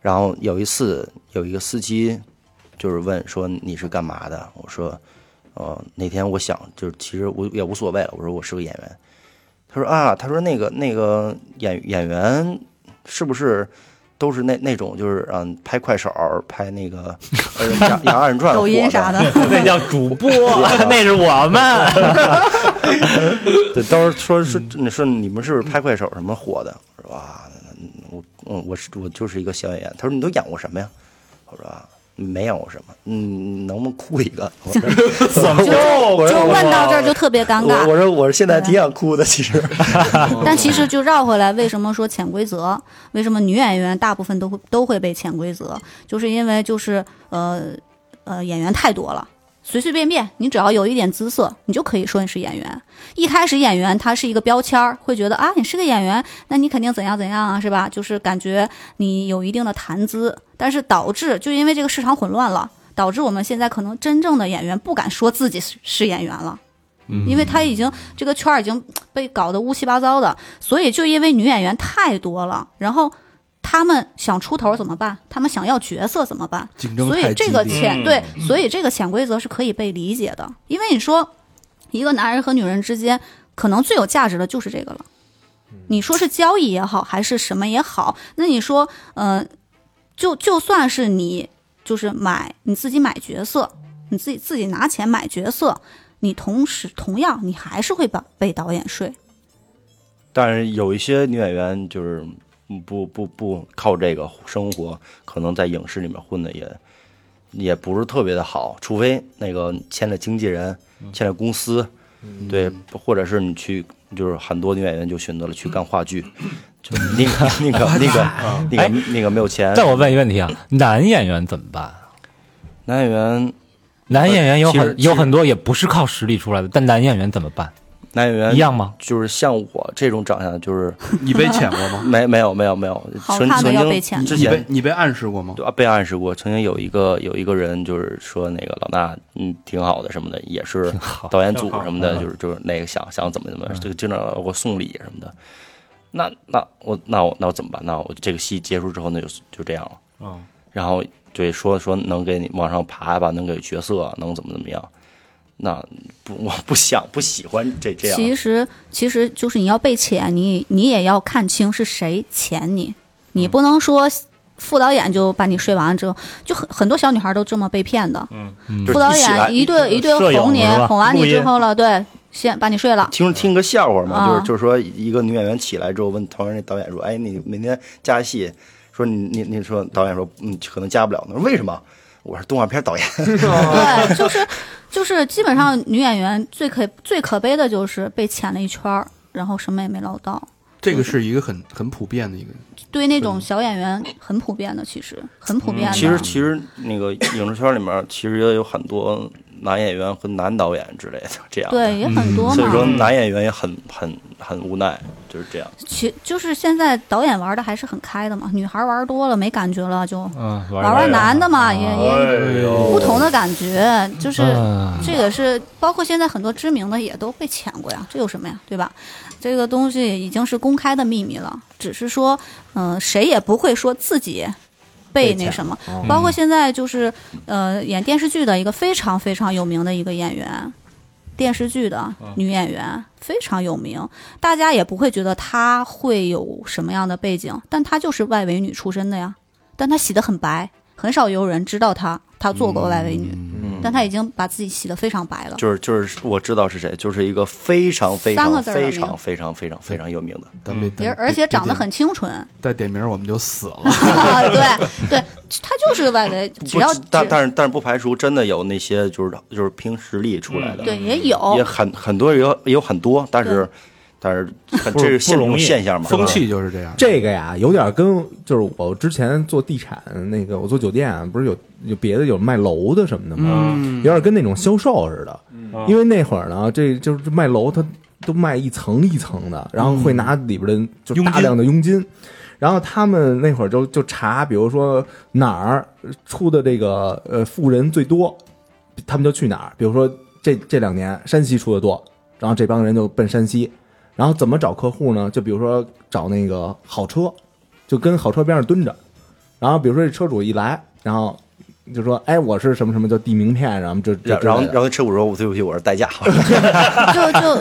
然后有一次有一个司机就是问说你是干嘛的？我说呃那天我想就是其实我也无所谓了，我说我是个演员。他说啊，他说那个那个演演员是不是？都是那那种就是嗯，拍快手、拍那个呃洋洋二人转、 抖音啥的的， 那叫主 播，那是我们。 对，到时候说是你说你们是不是拍快手什么火的？我说哇，嗯我嗯我是我就是一个小演员。他说你都演过什么呀？我说啊没演过什么。嗯，能不能哭一个？我说 就就问到这儿就特别尴我尬。我说我现在挺想哭的，其实。但其实就绕回来，为什么说潜规则？为什么女演员大部分都会都会被潜规则？就是因为就是呃呃演员太多了。随随便便，你只要有一点姿色，你就可以说你是演员。一开始演员他是一个标签儿，会觉得啊你是个演员，那你肯定怎样怎样啊，是吧？就是感觉你有一定的谈资，但是导致就因为这个市场混乱了，导致我们现在可能真正的演员不敢说自己是是演员了。因为他已经这个圈儿已经被搞得乌七八糟的，所以就因为女演员太多了，然后他们想出头怎么办？他们想要角色怎么办？竞争所太以这激烈个了。嗯潜对，所以这个潜规则是可以被理解的，因为你说一个男人和女人之间，可能最有价值的就是这个了。嗯你说是交易也好，还是什么也好，那你说，呃，就就算是你就是买你自己买角色，你自己自己拿钱买角色，你同时同样你还是会把被导演税。但是有一些女演员就是嗯不不不靠这个生活，可能在影视里面混的也也不是特别的好，除非那个签了经纪人、签了公司，对，或者是你去。就是很多女演员就选择了去干话剧，就宁可宁可 宁可宁可宁可没有钱。哎但我问一个问题啊，男演员怎么办？男演员男演员有呃很其实有很多也不是靠实力出来的，但男演员怎么办？男演员一样吗？就是像我这种长相，就是你被潜过吗？没没有没有没有，好曾看的曾要经被潜 之你前被你被暗示过吗？对啊，被暗示过。曾经有一个有一个人就是说那个老大，嗯，挺好的什么的，也是导演组什么的，就是就是那个想想怎么怎么，这个经常给我送礼什么的。那那我那我那我怎么办？那我这个戏结束之后，那就就这样了。嗯，然后对说说能给你往上爬吧，能给角色，能怎么怎么样？那不我不想不喜欢这这样。其实其实就是你要被潜，你你也要看清是谁潜你，嗯你不能说副导演就把你睡完之后，就很很多小女孩都这么被骗的。嗯就是副导一起来演一顿一顿摄影哄你是吧，哄完录你音之后了，对，先把你睡 了。听听个笑话嘛，啊就是就是说一个女演员起来之后问同样那导演说：“哎，你明天加戏？”说你你你说导演说嗯可能加不了呢，我说为什么？我是动画片导演，对，就是就是基本上女演员最可最可悲的就是被潜了一圈儿，然后什么也没捞到。这个是一个很很普遍的一个，对那种小演员很普遍的，其实很普 遍的。嗯其实其实那个影视圈里面其实也有很多男演员和男导演之类的这样，，对也很多嘛。所以说男演员也很很很无奈，就是这样。其就是现在导演玩的还是很开的嘛，女孩玩多了没感觉了，就嗯，玩玩玩男的嘛，也也不同的感觉，就是嗯这个是包括现在很多知名的也都被潜过呀，这有什么呀，对吧？这个东西已经是公开的秘密了，只是说，嗯、谁也不会说自己。被那什么，嗯包括现在就是，呃，演电视剧的一个非常非常有名的一个演员，电视剧的嗯女演员非常有名，大家也不会觉得她会有什么样的背景，但她就是外围女出身的呀，但她洗得很白，很少有人知道她她做过外围女，嗯，但他已经把自己洗得非常白了。就是就是我知道是谁，就是一个非常非三个常字儿的非名常非常非常非常有名的，咱别别嗯而且长得，很清纯，再点名我们就死 了。 对对，他就是外围，只不要但只但是但是不排除真的有那些就是就是凭实力出来嗯的，对也有也，很很多也有也有很多，但是但是很不这是不现容易现象嘛，风气就是这样，这个呀，有点跟就是我之前做地产那个，我做酒店啊不是有有别的有卖楼的什么的吗？有点跟那种销售似的，因为那会儿呢，这就是卖楼，它都卖一层一层的，然后会拿里边的就大量的佣金。然后他们那会儿就就查，比如说哪儿出的这个呃富人最多，他们就去哪儿。比如说这这两年山西出的多，然后这帮人就奔山西。然后怎么找客户呢？就比如说找那个好车，就跟好车边上蹲着。然后比如说这车主一来，然后就说：“哎，我是什么什么，就递名片，然后就就然然之后类的然后车主说我对不起，我是代驾，就 就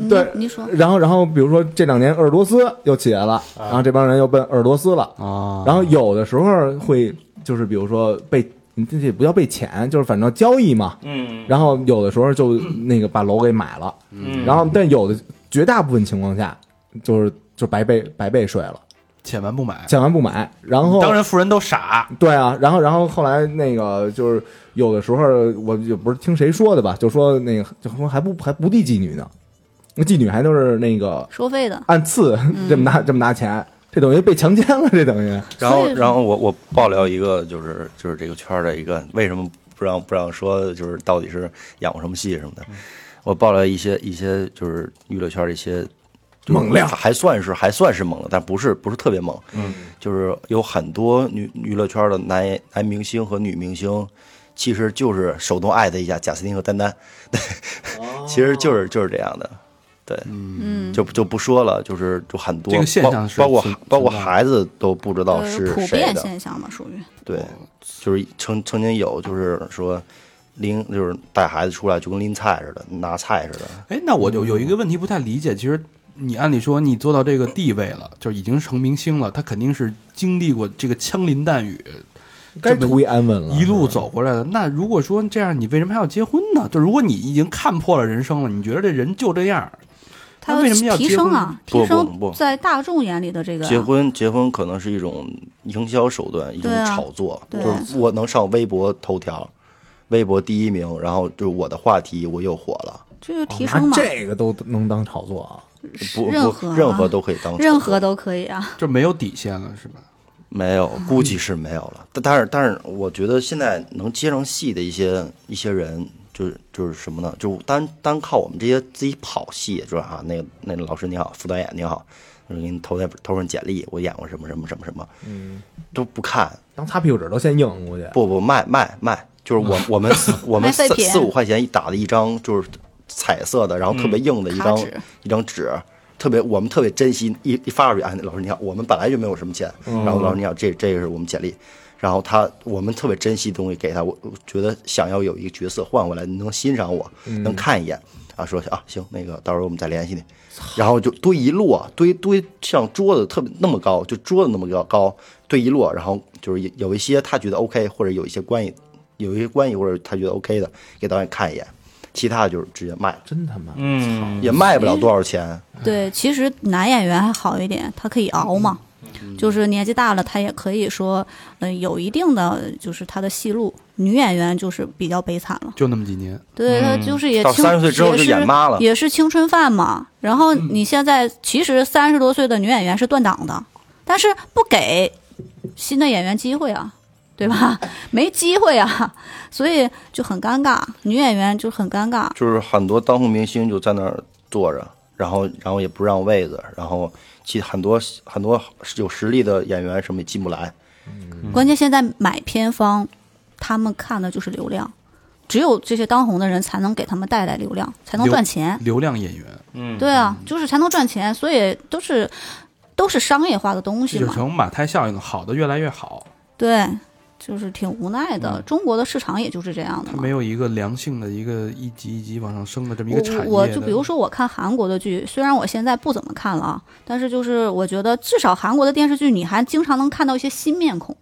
你对你说然后，然后比如说这两年鄂尔多斯又起来了，然后这帮人又奔鄂尔多斯了啊。然后有的时候会就是比如说被这也不叫被遣，就是反正交易嘛。嗯然后有的时候就那个把楼给买了，嗯然后但有的绝大部分情况下就是就白被白被睡了，千万不买。千万不买。然后当然，富人都傻，对啊，然后然后后来那个就是有的时候我也不是听谁说的吧，就说那个就说还不还不地妓女呢，那妓女还都是那个收费的，按次这么拿、嗯这么拿钱，这等于被强奸了，这等于然后所以说然后我我爆料一个就是就是这个圈儿的一个为什么不让不让说就是到底是演过什么戏什么的，嗯我爆料一些一些就是娱乐圈儿一些就是猛料还算是还算是猛了，但不是不是特别猛，嗯，就是有很多女娱乐圈的男男明星和女明星。其实就是手动艾特一下贾斯汀和丹丹， 其实就是就是这样的，对，哦嗯，就就不说了，就是就很多这个现象是包包括存孩包括存在的孩子都不知道呃是普谁遍的，现象嘛，属于对，就是曾曾经有就是说拎就是带孩子出来就跟拎菜似的，拿菜似的，哎，那我就有一个问题不太理解，其实。你按理说你做到这个地位了，就已经成明星了，他肯定是经历过这个枪林弹雨，该图一安稳了，一路走过来的。那如果说这样，你为什么还要结婚呢？就如果你已经看破了人生了，你觉得这人就这样，他那为什么要提结升婚啊，不提升不不在大众眼里的这个结婚结婚可能是一种营销手段，一种对啊炒作，对就是我能上微博头条，微博第一名，然后就是我的话题我又火了，这就提拿升嘛，这个都能当炒作啊？哦不任不何任啊何都可以当任炒何作都可以啊，就没有底线了，是吧？没有，估计是没有了。但但是但是，我觉得现在能接上戏的一些一些人，就是就是什么呢？就单单靠我们这些自己跑戏，就是啊，那个那个老师你好，副导演你好，就是给你投点投份简历，我演过什么什么什么什么，嗯，都不看，当擦屁股纸都先硬，估计不不卖卖卖，就是我我 们四我们卖废四品四五块钱一打的一张，就是彩色的，然后特别硬的一张、卡纸一张纸，特别我们特别珍惜，一一发出去，哎，老师你好，我们本来就没有什么钱，然后老师你好，这这个是我们简历。然后他，我们特别珍惜的东西给他，我我觉得想要有一个角色换回来，你能欣赏我，能看一眼，啊，说啊行，那个到时候我们再联系你，然后就堆一摞，堆堆像桌子特别那么高，就桌子那么高高堆一摞，然后就是有有一些他觉得 OK，或者有一些关系，有一些关系或者他觉得 OK 的，给导演看一眼，其他就是直接卖了，真他妈嗯，也卖不了多少钱。对，其实男演员还好一点，他可以熬嘛，嗯就是年纪大了，他也可以说，嗯、有一定的就是他的戏路。女演员就是比较悲惨了，就那么几年，对，她嗯就是也到青30岁之后也就演是妈了嗯也是青春饭嘛。然后你现在其实三十多岁的女演员是断档的，但是不给新的演员机会啊，对吧？ 没机会啊，所以就很尴尬。女演员就很尴尬，就是很多当红明星就在那儿坐着，然后然后也不让位子，然后其很多很多有实力的演员什么也进不来，嗯关键现在买片方，他们看的就是流量，只有这些当红的人才能给他们带来流量，才能流赚钱。流量演员，嗯对啊，就是才能赚钱，所以都是都是商业化的东这西就嘛。成马太效应，好的越来越好，对，就是挺无奈的。中国的市场也就是这样的嗯它嘛。没有一个良性的一个一级一级往上升的这么一个产业我我就比如说，我看韩国的剧，虽然我现在不怎么看了啊，但是嗯就是我觉得至少韩国的电视剧，你还经常能看到一些新面孔。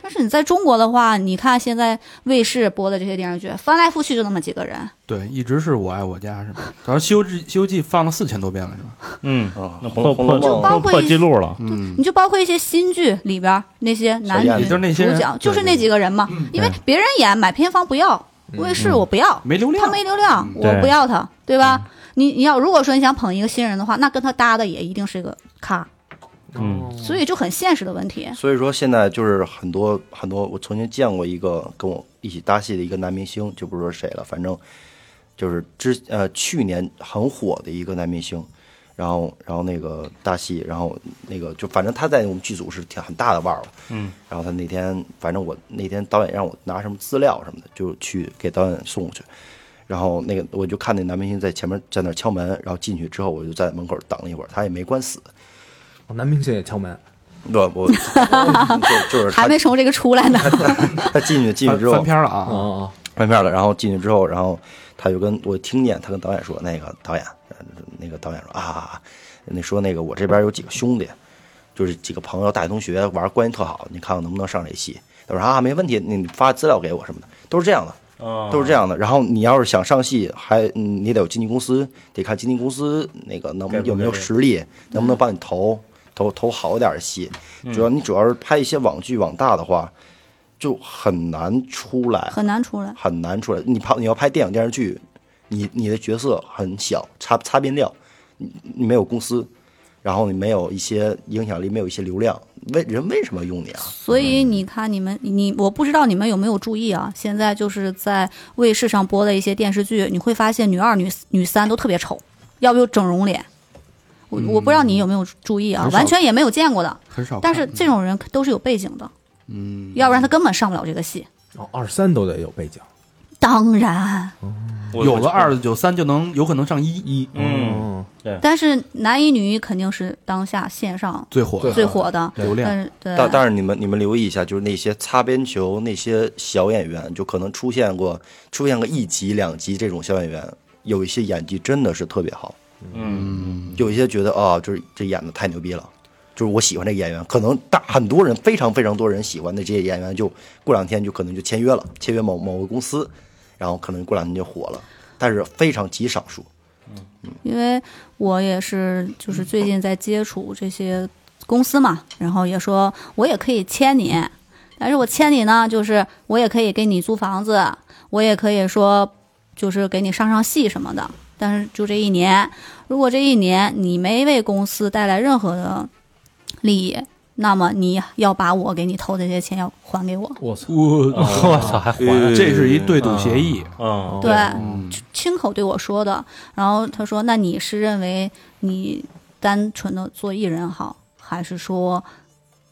但但是你在中国的话，你看现在卫视播的这些电视剧，翻来覆去就那么几个人，对，一直是我爱我家是吧？好像《西游记》《西游记》放了四千多遍了是吧？嗯，啊，那红破红楼破就包破梦括破一记录了，嗯，你就包括一些新剧里边儿那些男小女燕子就是那些嗯人主角，就是对那几个人嘛，因为对别人演买片方不要，嗯卫视我不要，没流量，他没流量，对我不要他，对吧？你你要如果说你想捧一个新人的话，那跟他搭的也一定是一个咖，嗯，所以就很现实的问题。所以说现在就是很多很多，我曾经见过一个跟我一起搭戏的一个男明星，就不说谁了，反正就是之呃去年很火的一个男明星，然后然后那个搭戏，然后那个就反正他在我们剧组是挺很大的腕儿了，嗯，然后他那天反正我那天导演让我拿什么资料什么的，就去给导演送过去。然后那个我就看那男明星在前面在那儿敲门，然后进去之后我就在门口等了一会儿，他也没关死，哦男明星也敲门，不 我就就是他还没从这个出来呢，他进去进去翻之后嗯翻篇了哦啊，哦，翻片了，然后进去之后，然后他就跟我听见他跟导演说，那个导演，呃那个导演说啊啊，啊那说那个我这边有几个兄弟，就是几个朋友，大学同学玩儿关系特好，你看看能不能上这戏？他说啊，没问题，你发资料给我什么的，都是这样的。都是这样的。然后你要是想上戏，还嗯你得有经纪公司，得看经纪公司那个能有没有实力，能不能帮你投投投好点儿的戏。主要你主要是拍一些网剧网大的话，就很难出来，很难出来。很难出来。你拍你要拍电影电视剧，你你的角色很小，擦擦边料，你你没有公司，然后你没有一些影响力，没有一些流量，为人为什么用你啊？所以你看，你们你我不知道你们有没有注意啊？现在就是在卫视上播的一些电视剧，你会发现女二、女女三都特别丑，要不就整容脸。我我不知道你有没有注意啊很，少完全也没有见过的。很少看。嗯但是这种人都是有背景的，嗯，要不然他根本上不了这个戏。哦，二三都得有背景，当然，有了二九三就能有可能上一一嗯，哦，但是男一女一肯定是当下线上最火啊最最火的，流量但，是对，但但是你们你们留意一下，就是那些擦边球那些小演员，就可能出现过出现个一集两集这种小演员，有一些演技真的是特别好，嗯，有一些觉得啊、就是这演的太牛逼了。就是我喜欢这演员，可能大很多人非常非常多人喜欢的这些演员就，过两天就可能就签约了，签约某某个公司，然后可能过两天就火了，但是非常极少数。因为我也是就是最近在接触这些公司嘛，然后也说我也可以签你，但是我签你呢，就是我也可以给你租房子，我也可以说就是给你上上戏什么的，但是就这一年，如果这一年你没为公司带来任何的利益，那么你要把我给你投的这些钱要还给我，我操，哦我我操，还嗯还这是一对赌协议，嗯，对，嗯，亲口对我说的。然后他说：“那你是认为你单纯的做艺人好，还是说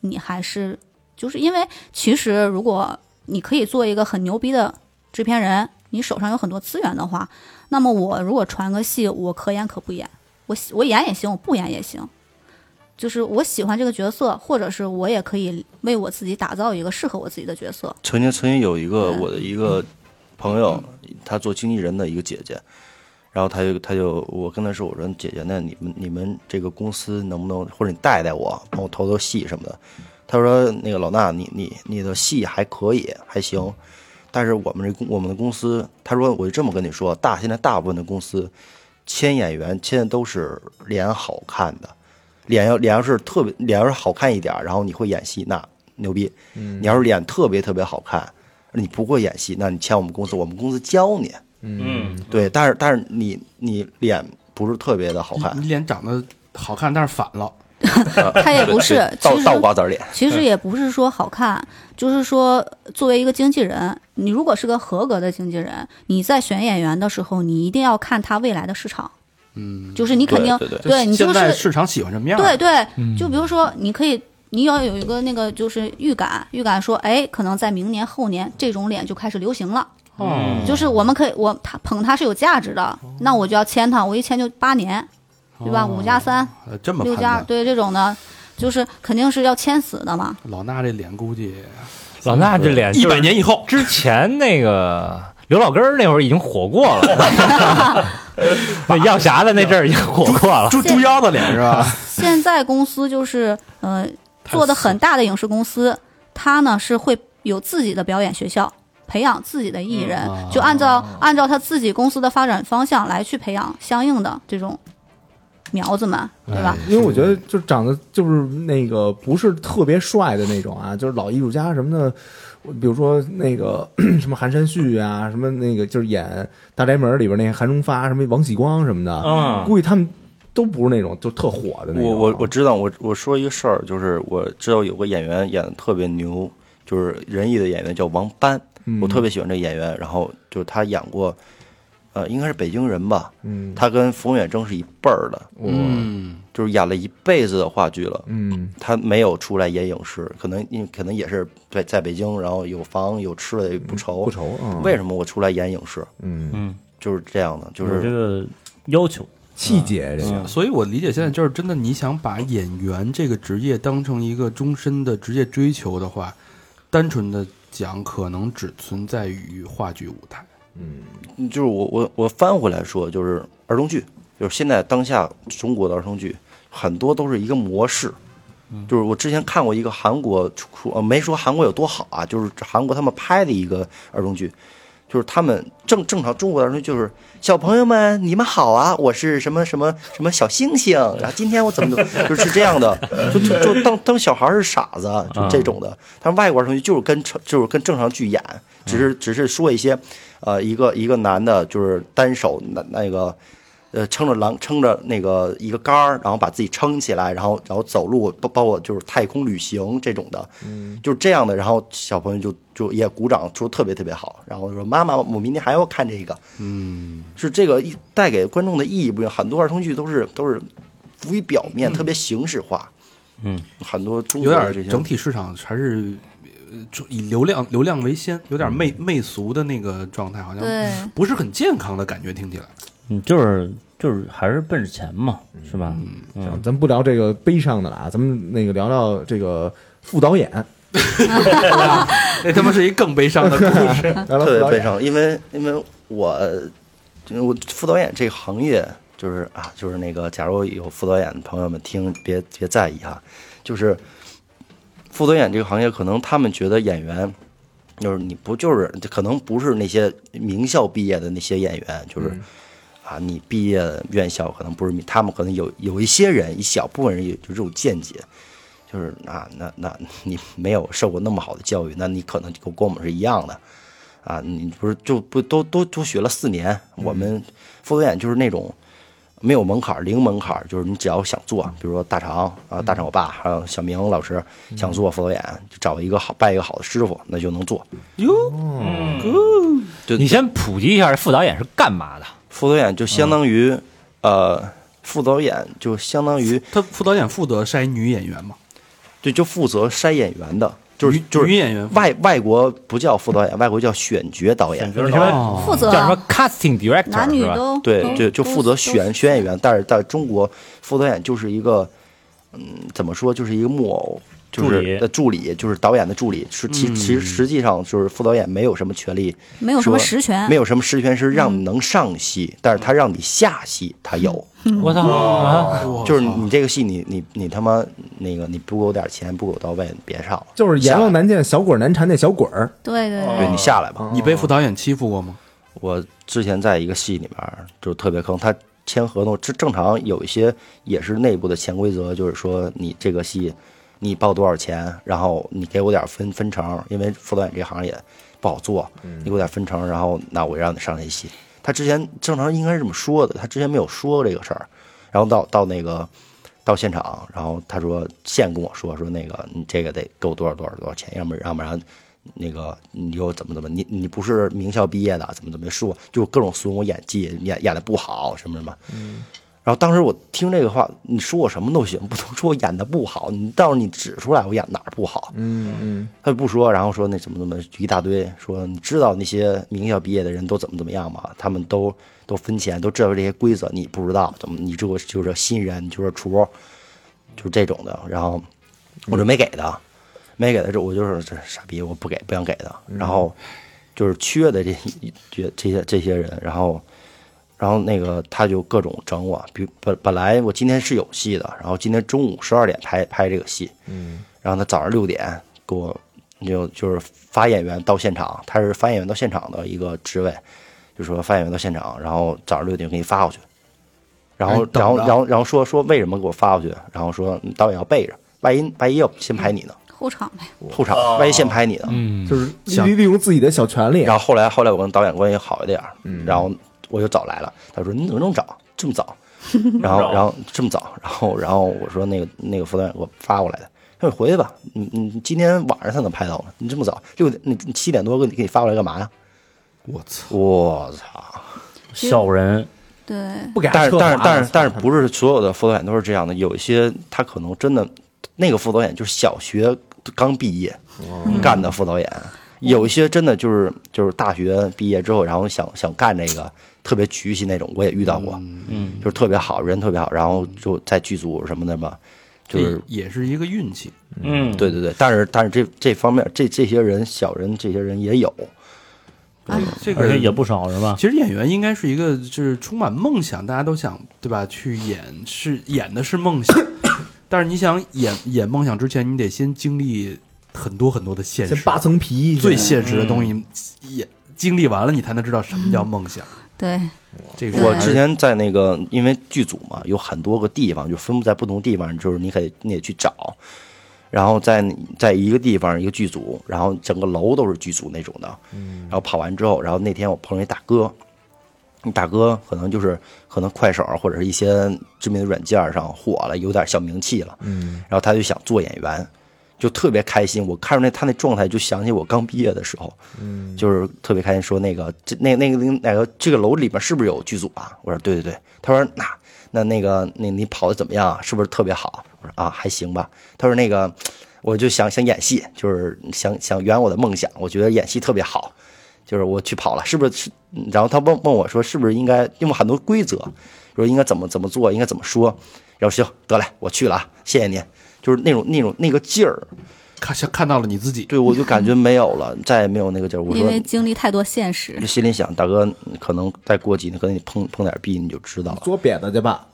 你还是就是因为其实如果你可以做一个很牛逼的制片人，你手上有很多资源的话，那么我如果传个戏，我可演可不演，我喜我演也行，我不演也行。”就是我喜欢这个角色，或者是我也可以为我自己打造一个适合我自己的角色。曾经曾经有一个嗯我的一个朋友，她做经纪人的一个姐姐，然后她就她就我跟她说，我说姐姐，那你们你们这个公司能不能或者你带带我，帮我投投戏什么的？她说那个老衲，你你你的戏还可以，还行，但是我们这公我们的公司，她说我就这么跟你说，大现在大部分的公司签演员签的都是脸好看的。脸要脸要是特别脸要是好看一点儿，然后你会演戏，那牛逼。你要是脸特别特别好看，你不会演戏，那你签我们公司，我们公司教你。嗯，对，但是但是你你脸不是特别的好你看，你脸长得好看，但是反了，他也不是倒其实倒瓜子脸。其实也不是说好看，就是说作为一个经纪人，你如果是个合格的经纪人，你在选演员的时候，你一定要看他未来的市场。嗯，就是你肯定对对对你就现在是市场喜欢什么样？啊对，对，就比如说你可以。你要有一个那个就是预感，预感说，哎，可能在明年后年这种脸就开始流行了。哦，就是我们可以，我他捧他是有价值的，那我就要签他，我一签就八年，对吧？哦五加三、呃这么六判加二，断，对这种的，就是肯定是要签死的嘛。老衲这脸估计老衲哦这脸一就是百年以后，之前那个刘老根儿那会儿已经火过了，那药匣子那阵儿已经火 过了。猪猪腰子脸是吧？现在公司就是呃做的很大的影视公司，他呢是会有自己的表演学校，培养自己的艺人，嗯就按照啊按照他自己公司的发展方向来去培养相应的这种苗子们，哎对吧？因为我觉得就长得就是那个不是特别帅的那种啊，就是老艺术家什么的，我比如说那个 什么韩山旭啊，什么那个就是演《大宅门》里边那个韩荣发，什么王喜光什么的，嗯估计他们都不是那种就特火的那种。啊我我我知道，我我说一个事儿，就是我知道有个演员演的特别牛，就是仁义的演员叫王斑，嗯我特别喜欢这演员。然后就是他演过，呃，应该是北京人吧，嗯他跟冯远征是一辈儿的，我嗯，就是演了一辈子的话剧了。嗯他没有出来演影视，可能因为可能也是在在北京，然后有房有吃的也不愁。不愁啊，为什么我出来演影视？嗯嗯，就是这样的，就有这是个要求，气节这个所以我理解现在就是真的，你想把演员这个职业当成一个终身的职业追求的话，单纯的讲，可能只存在于话剧舞台。嗯就是我我我翻回来说，就是儿童剧，就是现在当下中国的儿童剧很多都是一个模式。就是我之前看过一个韩国出，呃，没说韩国有多好啊，就是韩国他们拍的一个儿童剧，就是他们正正常中国的儿童剧就是小朋友们你们好啊，我是什么什么什么小星星，然后今天我怎么怎么就是这样的，就就就当当小孩是傻子，啊就这种的。但是外国儿童剧就是跟成就是跟正常剧演，只是只是说一些，呃，一个一个男的就是单手那那个。呃，撑着栏，撑着那个一个杆儿，然后把自己撑起来，然后然后走路，包包括就是太空旅行这种的，嗯，就是这样的。然后小朋友就就也鼓掌，说特别特别好，然后说妈妈，我明天还要看这个，嗯，是这个一带给观众的意义不一样。很多儿童剧都是都是浮于表面，特别形式化，嗯，很多嗯中有国的点这些整体市场还是呃就以流量流量为先，有点嗯媚媚俗的那个状态，好像对，不是很健康的感觉，听起来。嗯，就是就是还是奔着钱嘛，是吧？嗯，咱不聊这个悲伤的了啊，咱们那个聊聊这个副导演，啊那他妈是一更悲伤的故事。聊聊特副别导悲演。伤，因为因为我就是我副导演这个行业就是啊，就是那个，假如有副导演的朋友们听，别别在意哈，就是副导演这个行业，可能他们觉得演员就是你不就是可能不是那些名校毕业的那些演员，就是。嗯啊，你毕业院校可能不是名他们可能有有一些人，一小部分人有有这种见解，就是啊，那那你没有受过那么好的教育，那你可能就跟我们是一样的，啊，你不是就不都都都学了四年，我嗯们副导演就是那种没有门槛儿，零门槛儿，就是你只要想做，比如说大长啊，大长嗯我爸还有小明老师想做副导演，就找一个好拜一个好的师傅，那就能做。对你先普及一下副导演是干嘛的？嗯副导演就相当于、呃，副导演就相当于 他副导演负责筛女演员嘛，对，就负责筛演员的，就是女就是女演员外外国不叫副导演，外国叫选角导演。就是说负责叫什么 casting 男 director 女是吧？都对哦都，就就负责选选演员，但是在中国，副导演就是一个，嗯，怎么说，就是一个木偶，就助理嗯是呃助理，就是导演的助理，是其其实实际上就是副导演没有什么权利，没有什么说实权，嗯没有什么实权是让你能上戏，但是他让你下戏，他有，我操嗯啊！就是你这个戏你你你他妈那个你不给我点钱，不给我到位，你别上了，就是阎下王来，难见小鬼儿难缠那小鬼儿，对对对哦对你下来吧。你被副导演欺负过吗？我之前在一个戏里面就特别坑，他签合同，这正常有一些也是内部的潜规则，就是说你这个戏你报多少钱，然后你给我点分分成，因为副导演这行也不好做，你给我点分成，然后那我让你上这戏。他之前正常应该是这么说的，他之前没有说这个事儿，然后到到那个到现场，然后他说现跟我说说那个你这个得给我多少多少多少钱，要不然要不然那个你又怎么怎么，你你不是名校毕业的，怎么怎么说，就各种损我演技，演演的不好什么什么。嗯。然后当时我听这个话，你说我什么都行，不能说我演的不好，你到时候你指出来我演哪儿不好。嗯嗯，他不说，然后说那怎么怎么一大堆，说你知道那些名校毕业的人都怎么怎么样吗？他们都都分钱，都知道这些规则，你不知道怎么？你这个就是新人，你就是厨，就是这种的。然后我就没给他，没给他这我就是这傻逼，我不给，不想给他。然后就是缺的这这这些这些人，然后然后那个他就各种整我，比本本来我今天是有戏的，然后今天中午十二点拍拍这个戏，嗯，然后他早上六点给我就就是发演员到现场，他是发演员到现场的一个职位，就说发演员到现场，然后早上六点给你发过去，然后哎等然后着然后然后说说为什么给我发过去，然后说你导演要备着，万一万一要先拍你呢，后场呗，后场哦万一先拍你呢，嗯，就是想利利用自己的小权利，然后后来后来我跟导演关系好一点儿，嗯然后我就早来了。他说你怎么这么早？这么早？然后然后这么早？然后然后我说那个那个副导演给我发过来的。他说回去吧，你你你今天晚上才能拍到呢，你这么早六点你你七点多给你给你发过来干嘛呀？我操，我操！小人，对，不给他但是撤但是了但是但是操不是所有的副导演都是这样的，有一些他可能真的那个副导演就是小学刚毕业干的副导演，有一些真的就是就是大学毕业之后，然后想想干这个特别局气那种，我也遇到过，嗯，就是特别好人特别好，然后就在剧组什么的嘛，就是也也是一个运气，嗯，对对对，但是但是这这方面这这些人小人这些人也有，哎，这个而且也不少是吧？其实演员应该是一个就是充满梦想，大家都想对吧？去演是演的是梦想， 但是你想演演梦想之前，你得先经历很多很多的现先实，嗯扒层皮，最现实的东西也经历完了，你才能知道什么叫梦想。对，这个我对之前在那个，因为剧组嘛，有很多个地方，就分布在不同地方，就是你可以你得去找，然后在在一个地方一个剧组，然后整个楼都是剧组那种的，嗯然后跑完之后，然后那天我碰上一大哥，那大哥可能就是可能快手或者是一些知名的软件上火了，有点小名气了，嗯，然后他就想做演员，就特别开心。我看着那他那状态，就想起我刚毕业的时候，嗯，就是特别开心，说那个这那那个那个这个楼里面是不是有剧组啊？我说对对对。他说那那那个那你跑的怎么样啊？是不是特别好？我说啊还行吧。他说那个我就想想演戏，就是想想圆我的梦想，我觉得演戏特别好。就是我去跑了，是不是是？然后他问问我说，是不是应该因为很多规则，说应该怎么怎么做，应该怎么说。然后行，得嘞，我去了啊，谢谢您。就是那种那种那个劲儿， 看像看到了你自己，对我就感觉没有了，再也没有那个劲儿。我因说为，经历太多现实就，心里想，大哥，可能再过几年，可能你碰碰点壁，你就知道了，做瘪的去吧。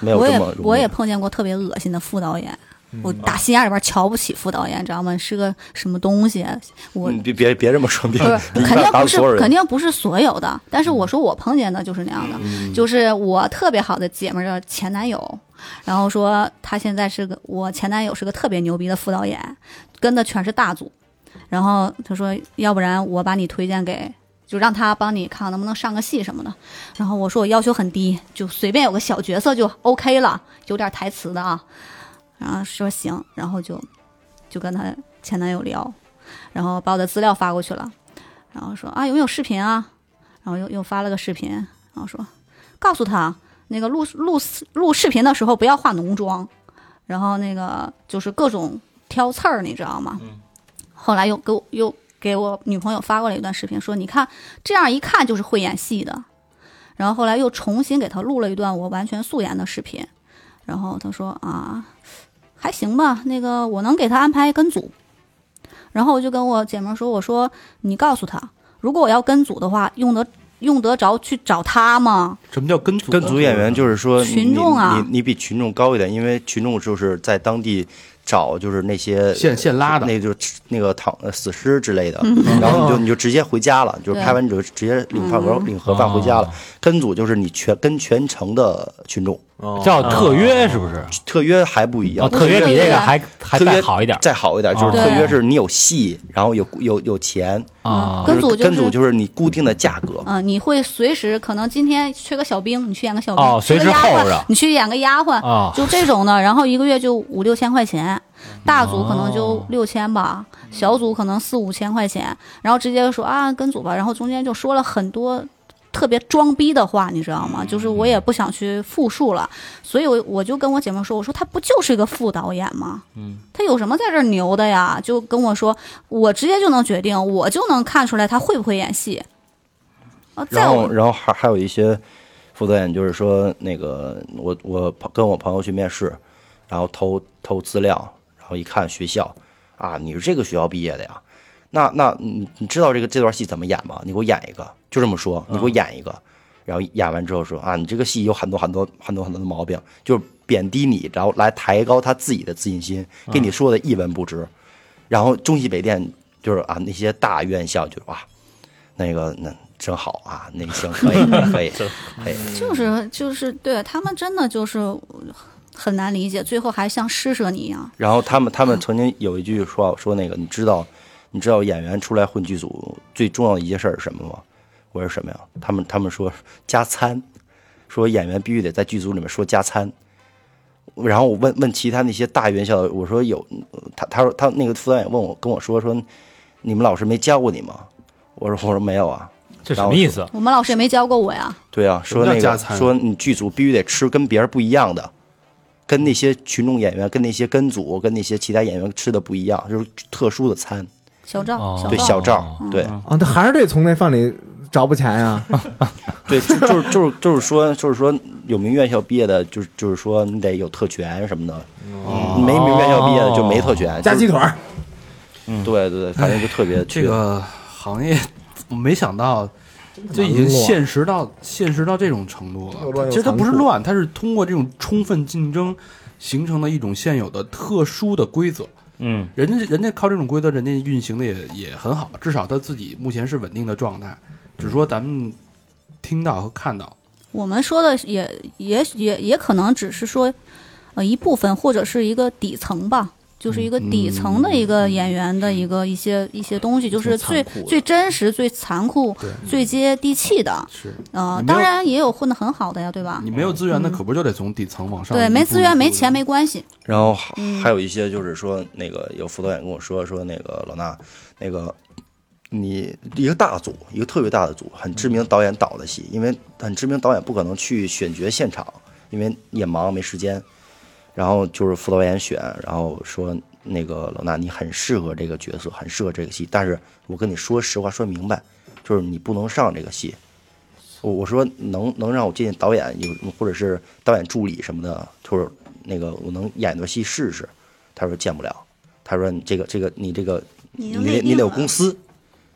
没有我这也么容易。嗯我也碰见过特别恶心的副导演，我打心眼里边瞧不起副导演，你知道吗？是个什么东西？啊我嗯别别别这么说，别不是， 你肯定把不所有是，人嗯肯定不是所有的。但是我说我碰见的就是那样的，就是我特别好的姐们儿的前男友，然后说他现在是个我前男友是个特别牛逼的副导演，跟的全是大组，然后他说要不然我把你推荐给。就让他帮你看看能不能上个戏什么的，然后我说我要求很低，就随便有个小角色就 OK 了，有点台词的啊。然后说行，然后就就跟他前男友聊，然后把我的资料发过去了，然后说啊有没有视频啊？然后又又发了个视频，然后说告诉他那个录录录视频的时候不要化浓妆，然后那个就是各种挑刺儿，你知道吗？后来又给我又给我女朋友发过来一段视频，说你看这样一看就是会演戏的。然后后来又重新给他录了一段我完全素颜的视频，然后他说啊还行吧，那个我能给他安排跟组。然后我就跟我姐们儿说，我说你告诉他，如果我要跟组的话，用得用得着去找他吗？什么叫跟组？嗯跟组演员就是说，你群众啊你你你比群众高一点，因为群众就是在当地找就是那些现现拉的那就是那个躺呃死尸之类的，然后你哦就你就直接回家了，就嗯是对嗯拍完你就直接领饭盒领盒饭回哦家了。跟组就是你全跟全程的群众，叫特约是不是？哦特约还不一样哦，，特约比这个还还特约再好一点再好一点就是哦特约是你有戏，然后有有有钱，啊。嗯跟组就是跟组是，就是你固定的价格，嗯、你会随时可能今天缺个小兵，你去演个小兵；哦缺个随时丫候鬟着，你去演个丫鬟，啊就这种的。然后一个月就五六千块钱，大组可能就六千吧，小组可能四五千块钱。然后直接说啊，跟组吧。然后中间就说了很多特别装逼的话，你知道吗？就是我也不想去复述了，所以我我就跟我姐妹说，我说他不就是一个副导演吗？嗯，他有什么在这儿牛的呀？就跟我说，我直接就能决定，我就能看出来他会不会演戏。啊，在然后，我然后还还有一些副导演，就是说那个我我朋跟我朋友去面试，然后偷偷资料，然后一看学校啊，你是这个学校毕业的呀？那那你你知道这个这段戏怎么演吗？你给我演一个，就这么说，你给我演一个。然后演完之后说啊，你这个戏有很多很多很多很多的毛病，就是贬低你，然后来抬高他自己的自信心，跟你说的一文不值。然后中西北电就是啊，那些大院校就哇，那个那真好啊，那个行可以可以可以，就是就是对他们真的就是很难理解，最后还像施舍你一样。然后他们他们曾经有一句说说那个，你知道你知道演员出来混剧组最重要的一件事儿是什么吗？我说什么呀？他们他们说加餐，说演员必须得在剧组里面说加餐。然后我问问其他那些大院校的，我说有他他说他那个副导演问我跟我说说你们老师没教过你吗？我说我说没有啊。这什么意思？我们老师也没教过我呀，对啊，什么说叫那加个餐说你剧组必须得吃跟别人不一样的，跟那些群众演员、跟那些跟组、跟那些其他演员吃的不一样，就是特殊的餐。小赵，哦对，赵，小赵，嗯对啊，他还是得从那饭里找不钱 呀、对，就就是就是就是说就是说有名院校毕业的，就是就是说你得有特权什么的，没名院校毕业的就没特权。加哦鸡就是腿儿，对对对，反正就特别这个行业，我没想到，这已经现实到现实到这种程度又了。乱又其实它残不是酷乱，它是通过这种充分竞争形成的一种现有的特殊的规则。嗯，人家人家靠这种规则，人家运行的也也很好，至少他自己目前是稳定的状态。只是说咱们听到和看到，我们说的也也也也可能只是说，呃，一部分或者是一个底层吧，就是一个嗯底层的一个演员的一个一些一些东西，就是最最真实、最残酷、最接地气的。是呃你，没有当然也有混得很好的呀，对吧你？没有资源，那可不就得从底层往嗯上？对，没资源、没钱、。没关系。然后还嗯还有一些就是说，那个有副导演跟我说说那个老衲，那个你一个大组，一个特别大的组，很知名导演导的戏，因为很知名导演不可能去选角现场，因为也忙没时间。然后就是副导演选，然后说那个老衲你很适合这个角色，很适合这个戏，但是我跟你说实话说明白，就是你不能上这个戏。我我说能能让我进导演有或者是导演助理什么的，就是那个我能演段戏试试。他说见不了，他说你这个这个你这个你你就得内定你得有了哦公司，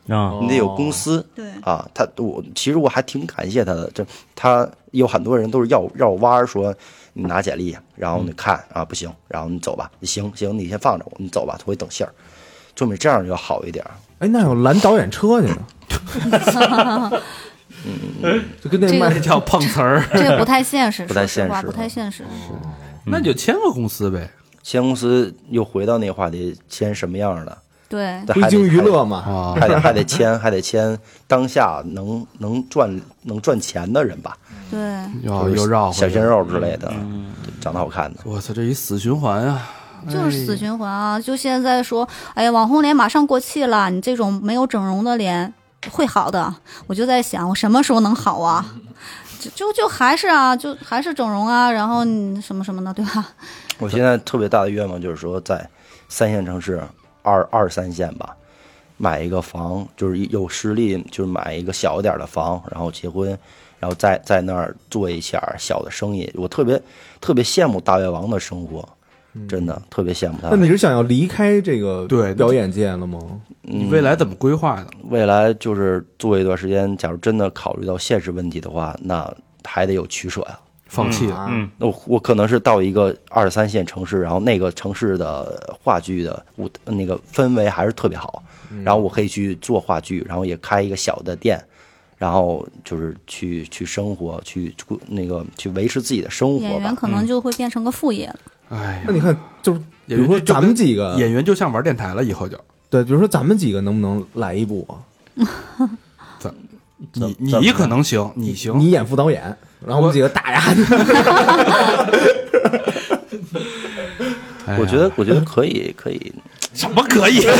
啊，你得有公司对啊。他我其实我还挺感谢他的，这他有很多人都是绕绕弯儿说你拿简历，然嗯后你看啊不行，然后你走吧，行行你先放着我，你走吧，我等信儿。就比这样要好一点儿，哎，那有拦导演车去呢， 就跟那这个卖那叫碰瓷儿，这个不太现实， 不太说实话现实不太现实。那你就签个公司呗。签公司又回到那个话题，签什么样儿的？对，但归还得经娱还得乐嗯嘛，啊，还得还得签，还得签当下能能赚能赚钱的人吧，对，哦又又绕回嗯小来鲜肉之类的，长得好看的。我操，这一死循环啊！就是死循环啊！就现在说，哎呀，网红脸马上过气了，你这种没有整容的脸会好的。我就在想，我什么时候能好啊？就就就还是啊，就还是整容啊，然后你什么什么的，对吧？我现在特别大的愿望就是说，在三线城市二二三线吧，买一个房，就是有实力，就是买一个小一点的房，然后结婚，然后在在那儿做一下小的生意。我特别特别羡慕大胃王的生活，嗯真的特别羡慕他那。你是想要离开这个对表演界了吗？你嗯未来怎么规划的？未来就是做一段时间，假如真的考虑到现实问题的话，那还得有取舍呀、放弃啊，嗯那我我可能是到一个二三线城市，然后那个城市的话剧的舞那个氛围还是特别好，嗯然后我可以去做话剧，然后也开一个小的店，然后就是去去生活，去去那个去维持自己的生活演员吧。嗯可能就会变成个副业了。哎那，你看，就是比演如员说就咱们几个，演员就像玩电台了，以后就对，比如说咱们几个能不能来一部啊？你怎么你可能行，你行，你演副导演，然后我我们几个打呀， 哎呀我觉得我觉得可以可以，什么可以？这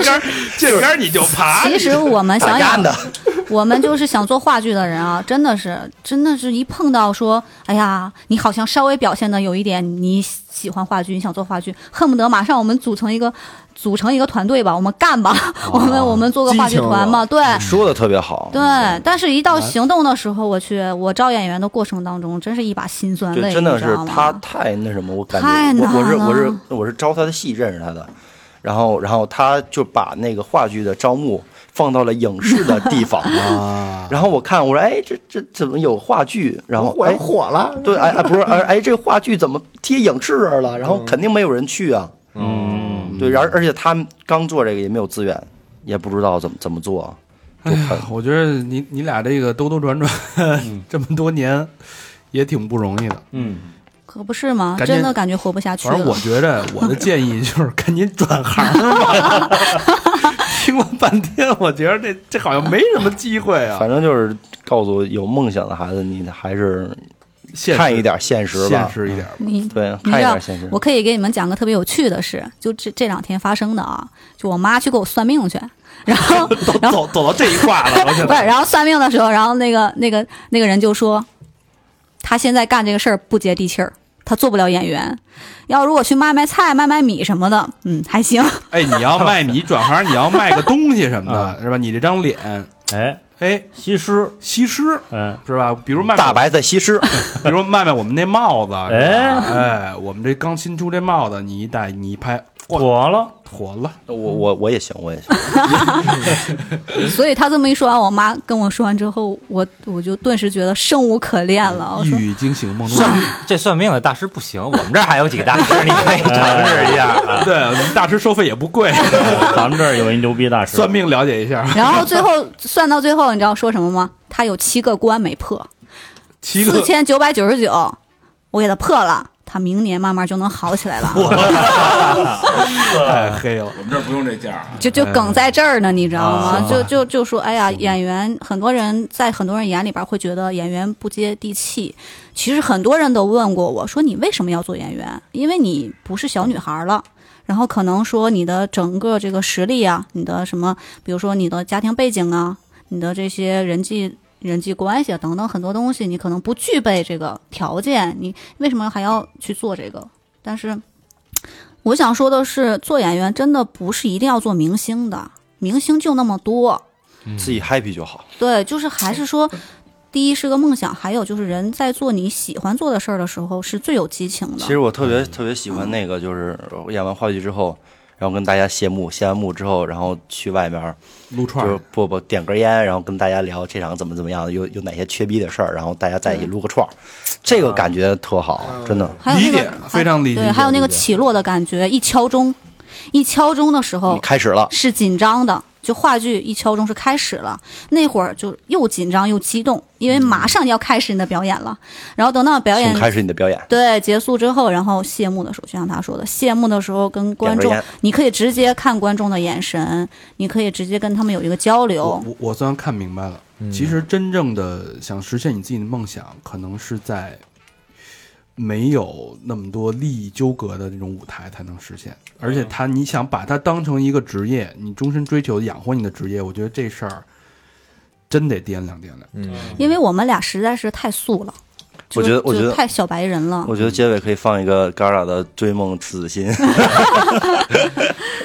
边儿这边儿你就爬，其实我们想干演的， 我们就是想做话剧的人啊，真的是，真的是一碰到说，哎呀，你好像稍微表现的有一点你喜欢话剧，你想做话剧，恨不得马上我们组成一个组成一个团队吧，我们干吧， 我们我们做个话剧团嘛，对。说的特别好。对，但是一到行动的时候，我去，我招演员的过程当中，真是一把辛酸对，泪，真的啊你知是道吗他太那什么，我感觉太我我是难我是了我是招他的戏认识他的，然后然后他就把那个话剧的招募放到了影视的 地方啊，然后我看我说哎这这怎么有话剧？然后我哎火了，对嗯哎哎不是哎哎这话剧怎么贴影视这儿了？然后肯定没有人去啊，嗯，对，然而而且他们刚做这个也没有资源，也不知道怎么怎么做，就很我觉得你你俩这个兜兜转转嗯 这么多年，也挺不容易的。嗯，可不是吗？赶紧真的感觉活不下去啊反了。正我觉得我的建议就是赶紧转行吧。 听了半天，我觉得这这好像没什么机会啊。反正就是告诉有梦想的孩子，你还是现实看一点现实吧现，实一点吧， 你对，你看知一道点现实，我可以给你们讲个特别有趣的事，就这这两天发生的啊，就我妈去给我算命去，然后然后走走到这一啊卦了，我现不是，在然后算命的时候，然后那个那个那个人就说，他现在干这个事儿不接地气儿，他做不了演员。要如果去卖卖菜、卖卖米什么的，嗯，还行。哎，你要卖你转行，你要卖个东西什么啊的，是吧？你这张脸，哎，哎，西施，西施哎，是吧？比如卖大，白菜西施， 比如卖卖我们那帽子，哎是吧哎，我们这刚新出这帽子，你一戴，你一拍，妥了，妥了，我我我也行，我也行，所以他这么一说完，我妈跟我说完之后，我我就顿时觉得生无可恋了。我一说语惊醒梦中算这算命的大师不行，我们这儿还有几个大师，你可以尝试一下啊。人，对，我们大师收费也 不贵，哎咱们这儿有一牛逼大师，算命了解一下，然后最后算到最后，你知道说什么吗？他有七个关没破，七四个千九百九十九，我给他破了，他明年慢慢就能好起来了。太黑了。我们这儿不用这价啊，就就梗在这儿呢，你知道啊吗？就就就说，哎呀，演员很多人在很多人眼里边会觉得演员不接地气。其实很多人都问过我说，你为什么要做演员？因为你不是小女孩了。然后可能说你的整个这个实力啊，你的什么，比如说你的家庭背景啊，你的这些人际人际关系啊等等很多东西，你可能不具备这个条件，你为什么还要去做这个？但是我想说的是，做演员真的不是一定要做明星的，明星就那么多。嗯自己 happy 就好。对，就是还是说，第一是个梦想，还有就是人在做你喜欢做的事儿的时候是最有激情的。其实我特别嗯特别喜欢那个，就是我演完话剧之后，然后跟大家谢幕，谢完幕之后，然后去外面儿撸就串是儿，不不点根烟，然后跟大家聊这场怎么怎么样，有有哪些缺逼的事儿，然后大家在嗯一起撸个串儿，这个感觉特好，真的。还有那理个哎解非常理解对，还有那个理解起落的感觉，一敲钟，一敲钟的时你候开始了，是紧张的。就话剧一敲钟是开始了，那会儿就又紧张又激动，因嗯为马上要开始你的表演了。然后等到表演请开始你的表演。对，结束之后，然后谢幕的时候，就像他说的，谢幕的时候跟观点众根烟，你可以直接看观众的眼神，你可以直接跟他们有一个交我流。我我算看明白了，嗯其实真正的想实现你自己的梦想，可能是在没有那么多利益纠葛的这种舞台才能实现。而嗯且他，你想把它当成一个职业，你终身追求养活你的职业，我觉得这事儿真得掂量掂量。嗯，因为我们俩实在是太素了，就我觉得我就觉得太小白人了。我觉得结尾可以放一个戛纳的《追梦赤子心》，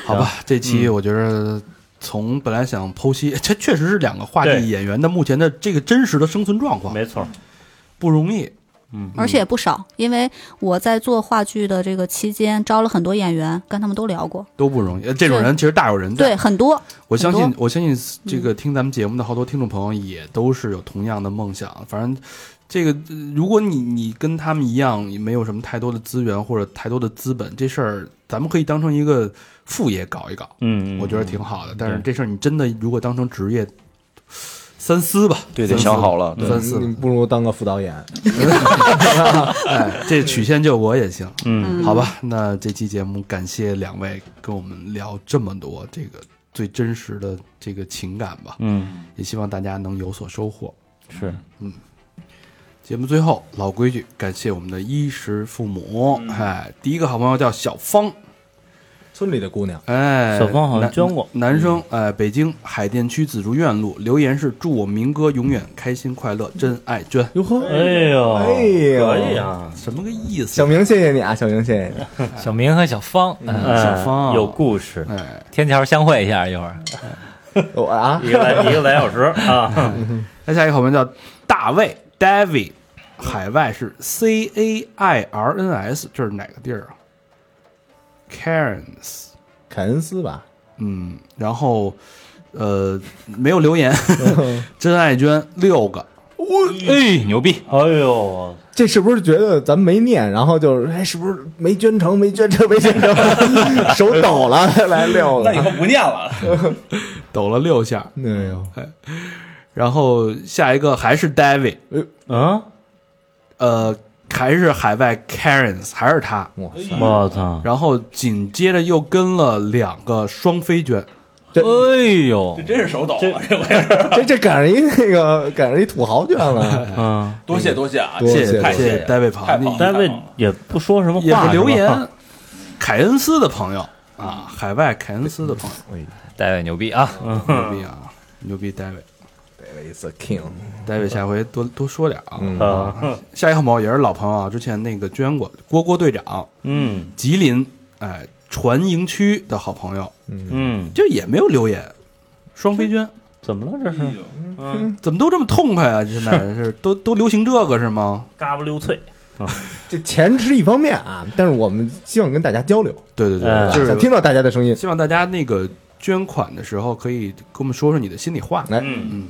好吧，这期嗯我觉得从本来想剖析，这确实是两个话对剧演员的目前的这个真实的生存状况，没错，不容易。嗯而且也不少，因为我在做话剧的这个期间，招了很多演员，跟他们都聊过，都不容易，呃这种人其实大有嗯人在。对，很多，嗯我相信很，我相信这个听咱们节目的好多听众朋友也都是有同样的梦想。反正这个，呃如果你你跟他们一样，没有什么太多的资源或者太多的资本，这事儿咱们可以当成一个副业搞一搞，嗯，我觉得挺好的。但是对这事儿你真的如果当成职业，三思吧，对，得三思想好了。对，三思吧嗯你，不如当个副导演。哎，这曲线救国也行。嗯，嗯，好，吧，那这期节目感谢两位跟我们聊这么多这个最真实的这个情感吧，嗯，也希望大家能有所收获。嗯是，节目最后老规矩，感谢我们的衣食父母。嗯哎，第一个好朋友叫小芳，村里的姑娘，哎，小芳好像捐过嗯男男生，哎，北京海淀区紫竹院路，留言是祝我明哥永远开心快乐，真爱娟，哟呵，哎呦，哎呦可以啊，什么个意思小？明谢谢你啊，小明谢谢你。小明和小芳，哎嗯，哎小芳啊有故事，哎，天桥相会一下，一会儿。我啊，一个来一个来小时啊，那下一个好朋友叫大卫 David，海外是 C A I R N S，这是哪个地儿啊？Cairns，凯恩斯吧，嗯， 然后呃没有留言，真爱娟六个，哎，牛逼！哎呦，这是不是觉得咱没念，然后就是哎，是不是没捐成，没捐成，没捐成， 手抖了来撂了那以。后不念了。抖了六下。哎呦，然后下一个还是 David，嗯，呃，还是海外 Karens，还是他。哇塞！我操！然后紧接着又跟了两个双飞娟，哎呦，真是手抖，啊这回这这赶上一那个赶上一土豪 圈了，嗯，多谢多谢啊！多谢谢太谢谢谢 David 庞，太棒了单位也不说什么话，也不留是吧言，凯恩斯的朋友啊，海外凯恩斯的朋友，大卫牛逼啊！牛逼啊，牛逼 David，David ，It's a king。下回多多说点啊。嗯啊，下一个好朋友也是老朋友啊，之前那个捐过，郭郭队长，嗯吉林哎船营区的好朋友，嗯，就也没有留言，双飞娟。怎么了这是？嗯，怎么都这么痛快啊？现在是都都流行这个是吗？嘎不溜脆，这钱是一方面啊，但是我们希望跟大家交流，对对对，哎就是想听到大家的声音。希望大家那个捐款的时候可以跟我们说说你的心里话，来，嗯，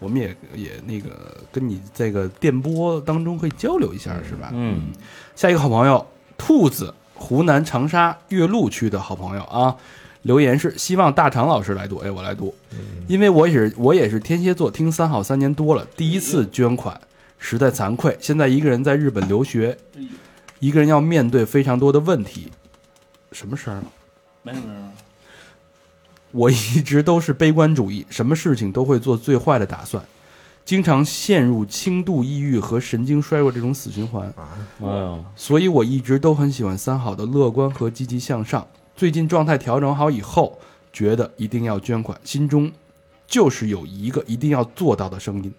我们也也那个跟你这个电波当中可以交流一下，是吧？嗯，下一个好朋友兔子，湖南长沙岳麓区的好朋友啊。留言是希望大肠老师来读，哎，我来读，因为我也是我也是天蝎座，听三好三年多了，第一次捐款，实在惭愧。现在一个人在日本留学，一个人要面对非常多的问题。什么声儿啊？没什么没什么，我一直都是悲观主义，什么事情都会做最坏的打算，经常陷入轻度抑郁和神经衰弱这种死循环。哎呦，所以我一直都很喜欢三好的乐观和积极向上。最近状态调整好以后，觉得一定要捐款，心中就是有一个一定要做到的声音。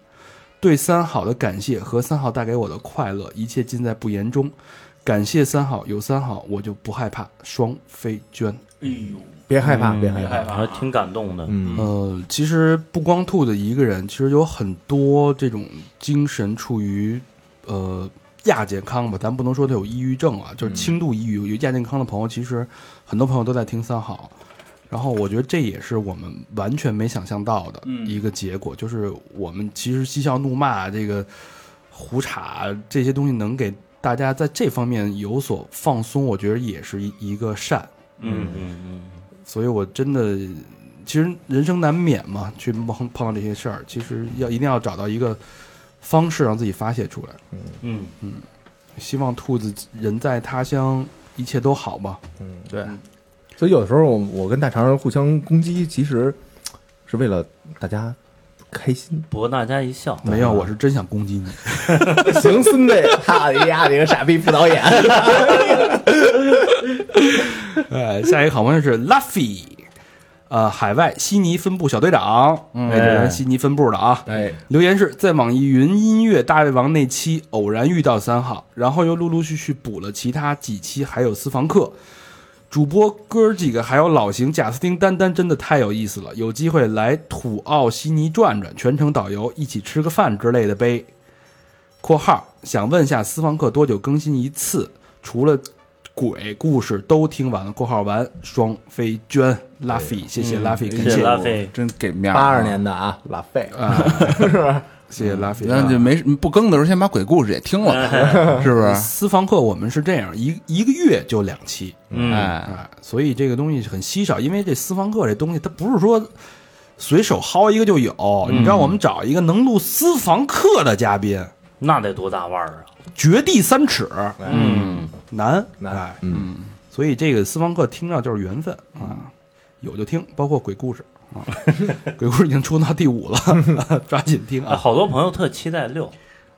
对三好的感谢和三好带给我的快乐，一切尽在不言中。感谢三好，有三好我就不害怕。双飞娟，哎呦，别害怕，嗯别害别害怕。怕还挺感动的，嗯，呃，其实不光兔子一个人，其实有很多这种精神处于呃亚健康吧，咱不能说他有抑郁症啊，嗯就是轻度抑郁、有亚健康的朋友，其实很多朋友都在听三好。然后我觉得这也是我们完全没想象到的嗯一个结果，就是我们其实嬉笑怒骂这个胡扯这些东西能给大家在这方面有所放松，我觉得也是一一个善。嗯嗯所以我真的，其实人生难免嘛，去碰碰到这些事儿，其实要一定要找到一个方式让自己发泄出来。嗯嗯，。希望兔子人在他乡，一切都好吧。嗯对，所以有的时候我我跟大肠互相攻击，其实是为了大家开心博大家一笑，没有，我是真想攻击你。 行，孙子， 哈你丫你个傻逼副导演，哎，下一个好朋友是 Luffy，呃，海外悉尼分部小队长，嗯，哎，这人悉尼分部的啊。哎，留言是在网易云音乐大胃王那期偶然遇到三好，然后又陆陆续续补了其他几期，还有私房课。主播哥几个还有老邢、贾斯汀、丹丹，真的太有意思了。有机会来土澳悉尼转转，全程导游，一起吃个饭之类的呗。（括号想问下私房课多久更新一次？除了鬼故事都听完了。）（括号完双飞娟拉菲，谢谢拉菲，感嗯谢谢拉菲真给面儿啊。八二年的啊，拉菲，啊，谢谢拉菲。那就没不更的时候，先把鬼故事也听了，是不 是？私房课我们是这样，一一个月就两期，嗯哎，啊，所以这个东西是很稀少，因为这私房课这东西它不是说随手薅一个就有，你知道我们找一个能录私房课的嘉宾，那得多大腕儿啊，掘地三尺嗯难，难哎嗯，所以这个私房课听着就是缘分啊，有就听，包括鬼故事啊，鬼故事已经出到第五了，抓紧听哎，啊，好多朋友特期待六，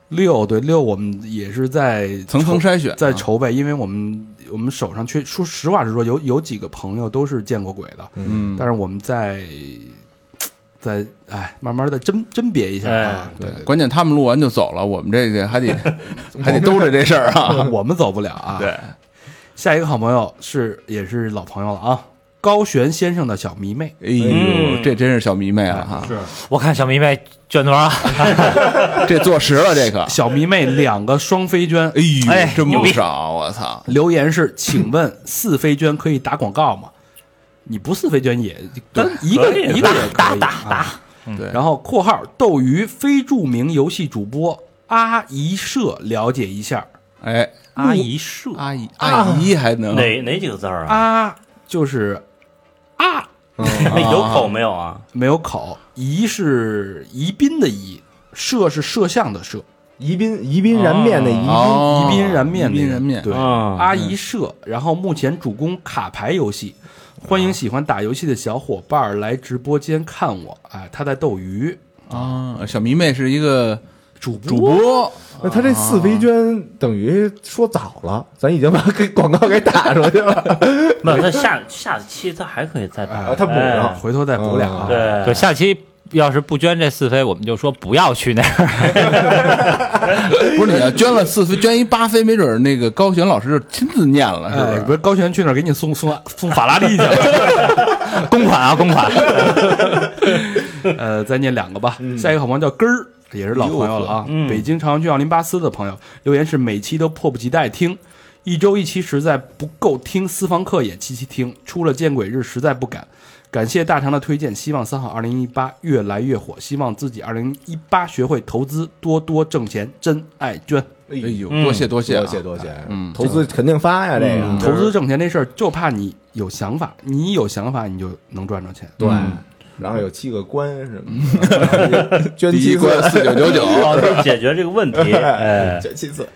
六对六我们也是在层层筛选，啊在筹备，因为我们我们手上确说实话实说，有有几个朋友都是见过鬼的，嗯，但是我们在在哎慢慢的甄甄别一下啊，对哎对，关键他们录完就走了，我们这 个还得还得兜着这事儿啊。我们走不了啊。对，下一个好朋友是也是老朋友了啊，高璇先生的小迷妹，哎嗯呦，这真是小迷妹了哈，我看小迷妹卷啊多少？这坐实了这个。小迷妹两个双飞娟哎哎呦，真牛不逼少，啊我操！留言是，请问四飞娟可以打广告吗？你不四飞娟也，但一个嗯可以嗯一个也可以打打打。对，然后括号斗鱼非著名游戏主播阿姨社了解一下，哎，阿姨社阿姨阿姨还能哪哪几个字儿啊？啊就是啊 有口没有啊？没有口，宜是宜宾的宜，社是摄像的摄，宜宾宜宾燃面的宜宾，哦宜宾燃面宜那宾个燃面对，啊，阿姨社，然后目前主攻卡牌游戏，欢啊迎喜欢打游戏的小伙伴儿来直播间看我。哎，他在斗鱼啊，小迷妹是一个主播主播，那他这四哦维娟等于说早了，咱已经把给广告给打出去了。不，他下下期他还可以再打哎，他补上哎回头再补俩啊。对，对，下期要是不捐这四飞，我们就说不要去那儿。哎不是你要捐了四分，捐一八分，没准儿那个高璇老师就亲自念了，哎，是不不是是？高璇去那儿给你送送送法拉利去了。公款啊，公款。呃，再念两个吧。下一个好朋友叫根儿，也是老朋友了啊。北京朝阳区奥林巴斯的朋友留言是每期都迫不及待听，一周一期实在不够听，私房课也期期听，出了见鬼日实在不敢。感谢大肠的推荐，希望三好二零一八越来越火，希望自己二零一八学会投资，多多挣钱，真爱捐。哎哎呦，多谢多谢啊多谢多谢，嗯投资肯定发呀，这个投资挣钱这事儿就怕你有想法，你有想法你就能赚着钱。嗯对，嗯然后有七个官什么 的，捐第一七关次，四 九九九，哦，就是解决这个 问题，哎，捐七次，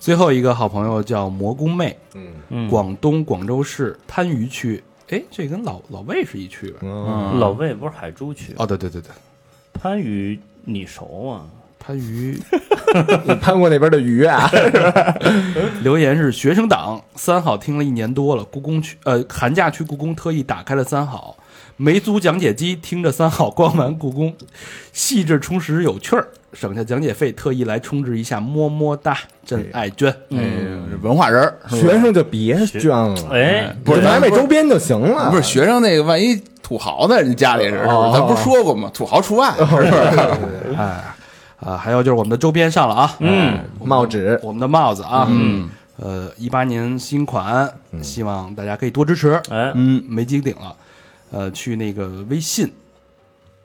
最后一个好朋友叫蘑菇妹，嗯嗯广东广州市番禺区，哎，这跟老老魏是一区吧？嗯，老魏不是海珠区，哦，对对对对，番禺你熟啊？番禺你攀嗯过那边的鱼啊？留言是学生党三好听了一年多了，故宫去呃寒假去故宫特意打开了三好，没租讲解机，听着三好逛完故宫，细致充实有趣儿，省下讲解费，特意来充值一下，么么哒，真爱娟，哎呦，文化人儿， 是不学是生就别捐了，哎，不是买买周边就行了。 不是学生那个，万一土豪在人家里是，是不哦是？咱不是说过吗？土豪除外，是不是？哎啊、还有就是我们的周边上了啊，嗯，帽纸，我们的帽子啊，嗯，呃，一八年新款，希望大家可以多支持。哎，嗯，没金顶了，呃，去那个微信、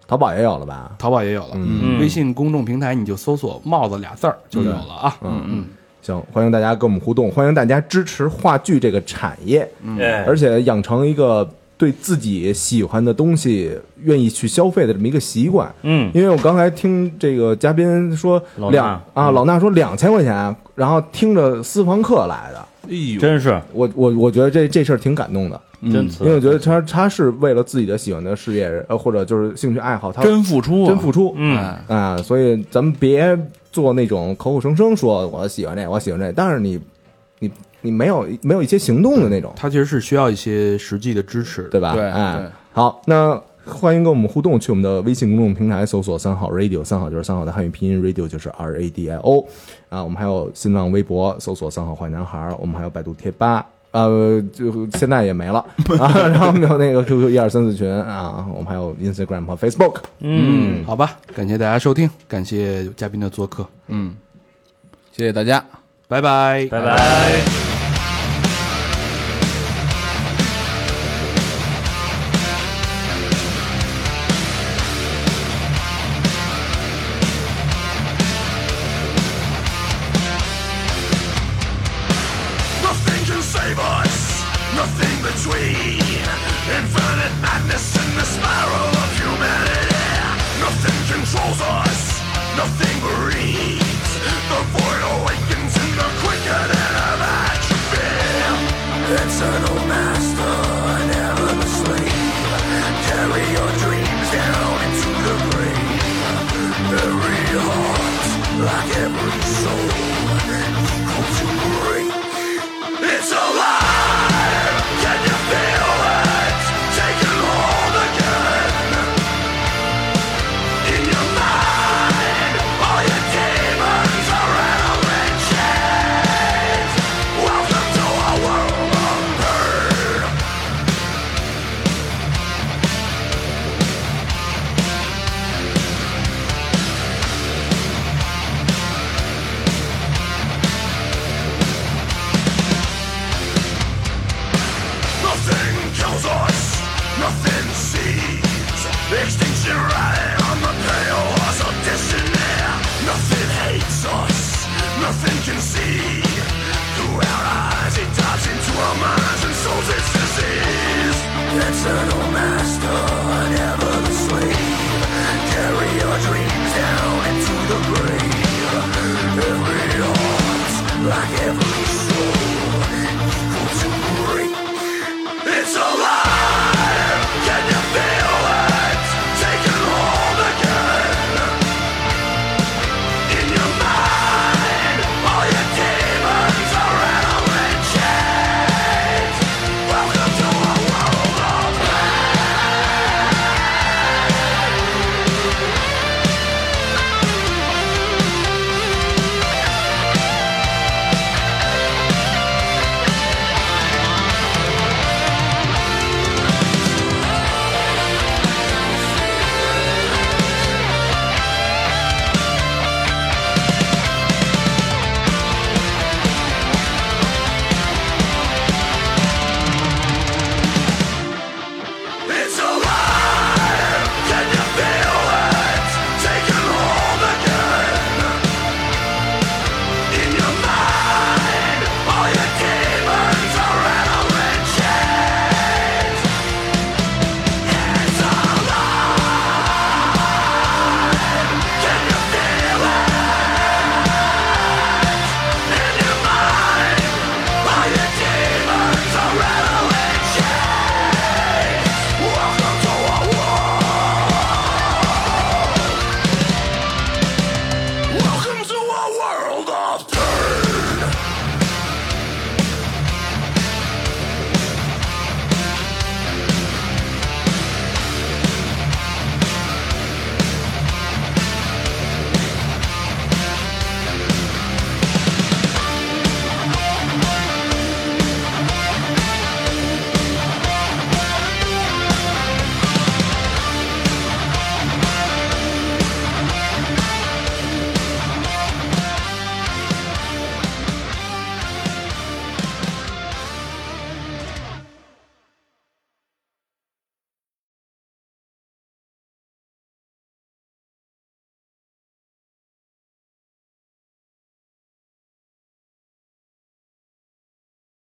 淘宝也有了吧？淘宝也有了，嗯微信公众平台你就搜索“帽子”俩字儿就有了啊。嗯嗯，行，欢迎大家跟我们互动，欢迎大家支持话剧这个产业，哎而且养成一个对自己喜欢的东西愿意去消费的这么一个习惯。嗯，因为我刚才听这个嘉宾说老两啊，老衲说两千块钱，然后听着私房课来的，哎呦，真是我我我觉得这这事儿挺感动的，真因为次，我觉得他他嗯是为了自己的喜欢的事业呃或者就是兴趣爱好，他真付出啊，真付出，嗯，啊，所以咱们别做那种口口声声说我喜欢这，我喜欢这，但是你你你没有没有一些行动的那种，它其实是需要一些实际的支持的。对吧？对哎对，好，那欢迎跟我们互动，去我们的微信公众平台搜索“三好 radio”，三好就是三好的汉语拼音，radio 就是 R A D I O 啊。我们还有新浪微博搜索“三好坏男孩儿”，我们还有百度贴吧。呃，就现在也没了 啊，然后我们有那个 QQ 一二三四群啊，我们还有 Instagram 和 Facebook，嗯，好吧，感谢大家收听，感谢嘉宾的做客，嗯，谢谢大家。拜拜。拜拜。 Nothing can save us, nothing between infinite madness in the spiral of humanity. Nothing controls us, nothing breathes. The void awakens in the quickening of atrophy. Eternal master, never the slave. Carry your dreams down into the grave. Every heart, like every soul, equal to great. It's alive! Can you feel it? Taking hold again In your mind All your demons are out of Welcome to our world of pain minds and souls, it's disease. Eternal master.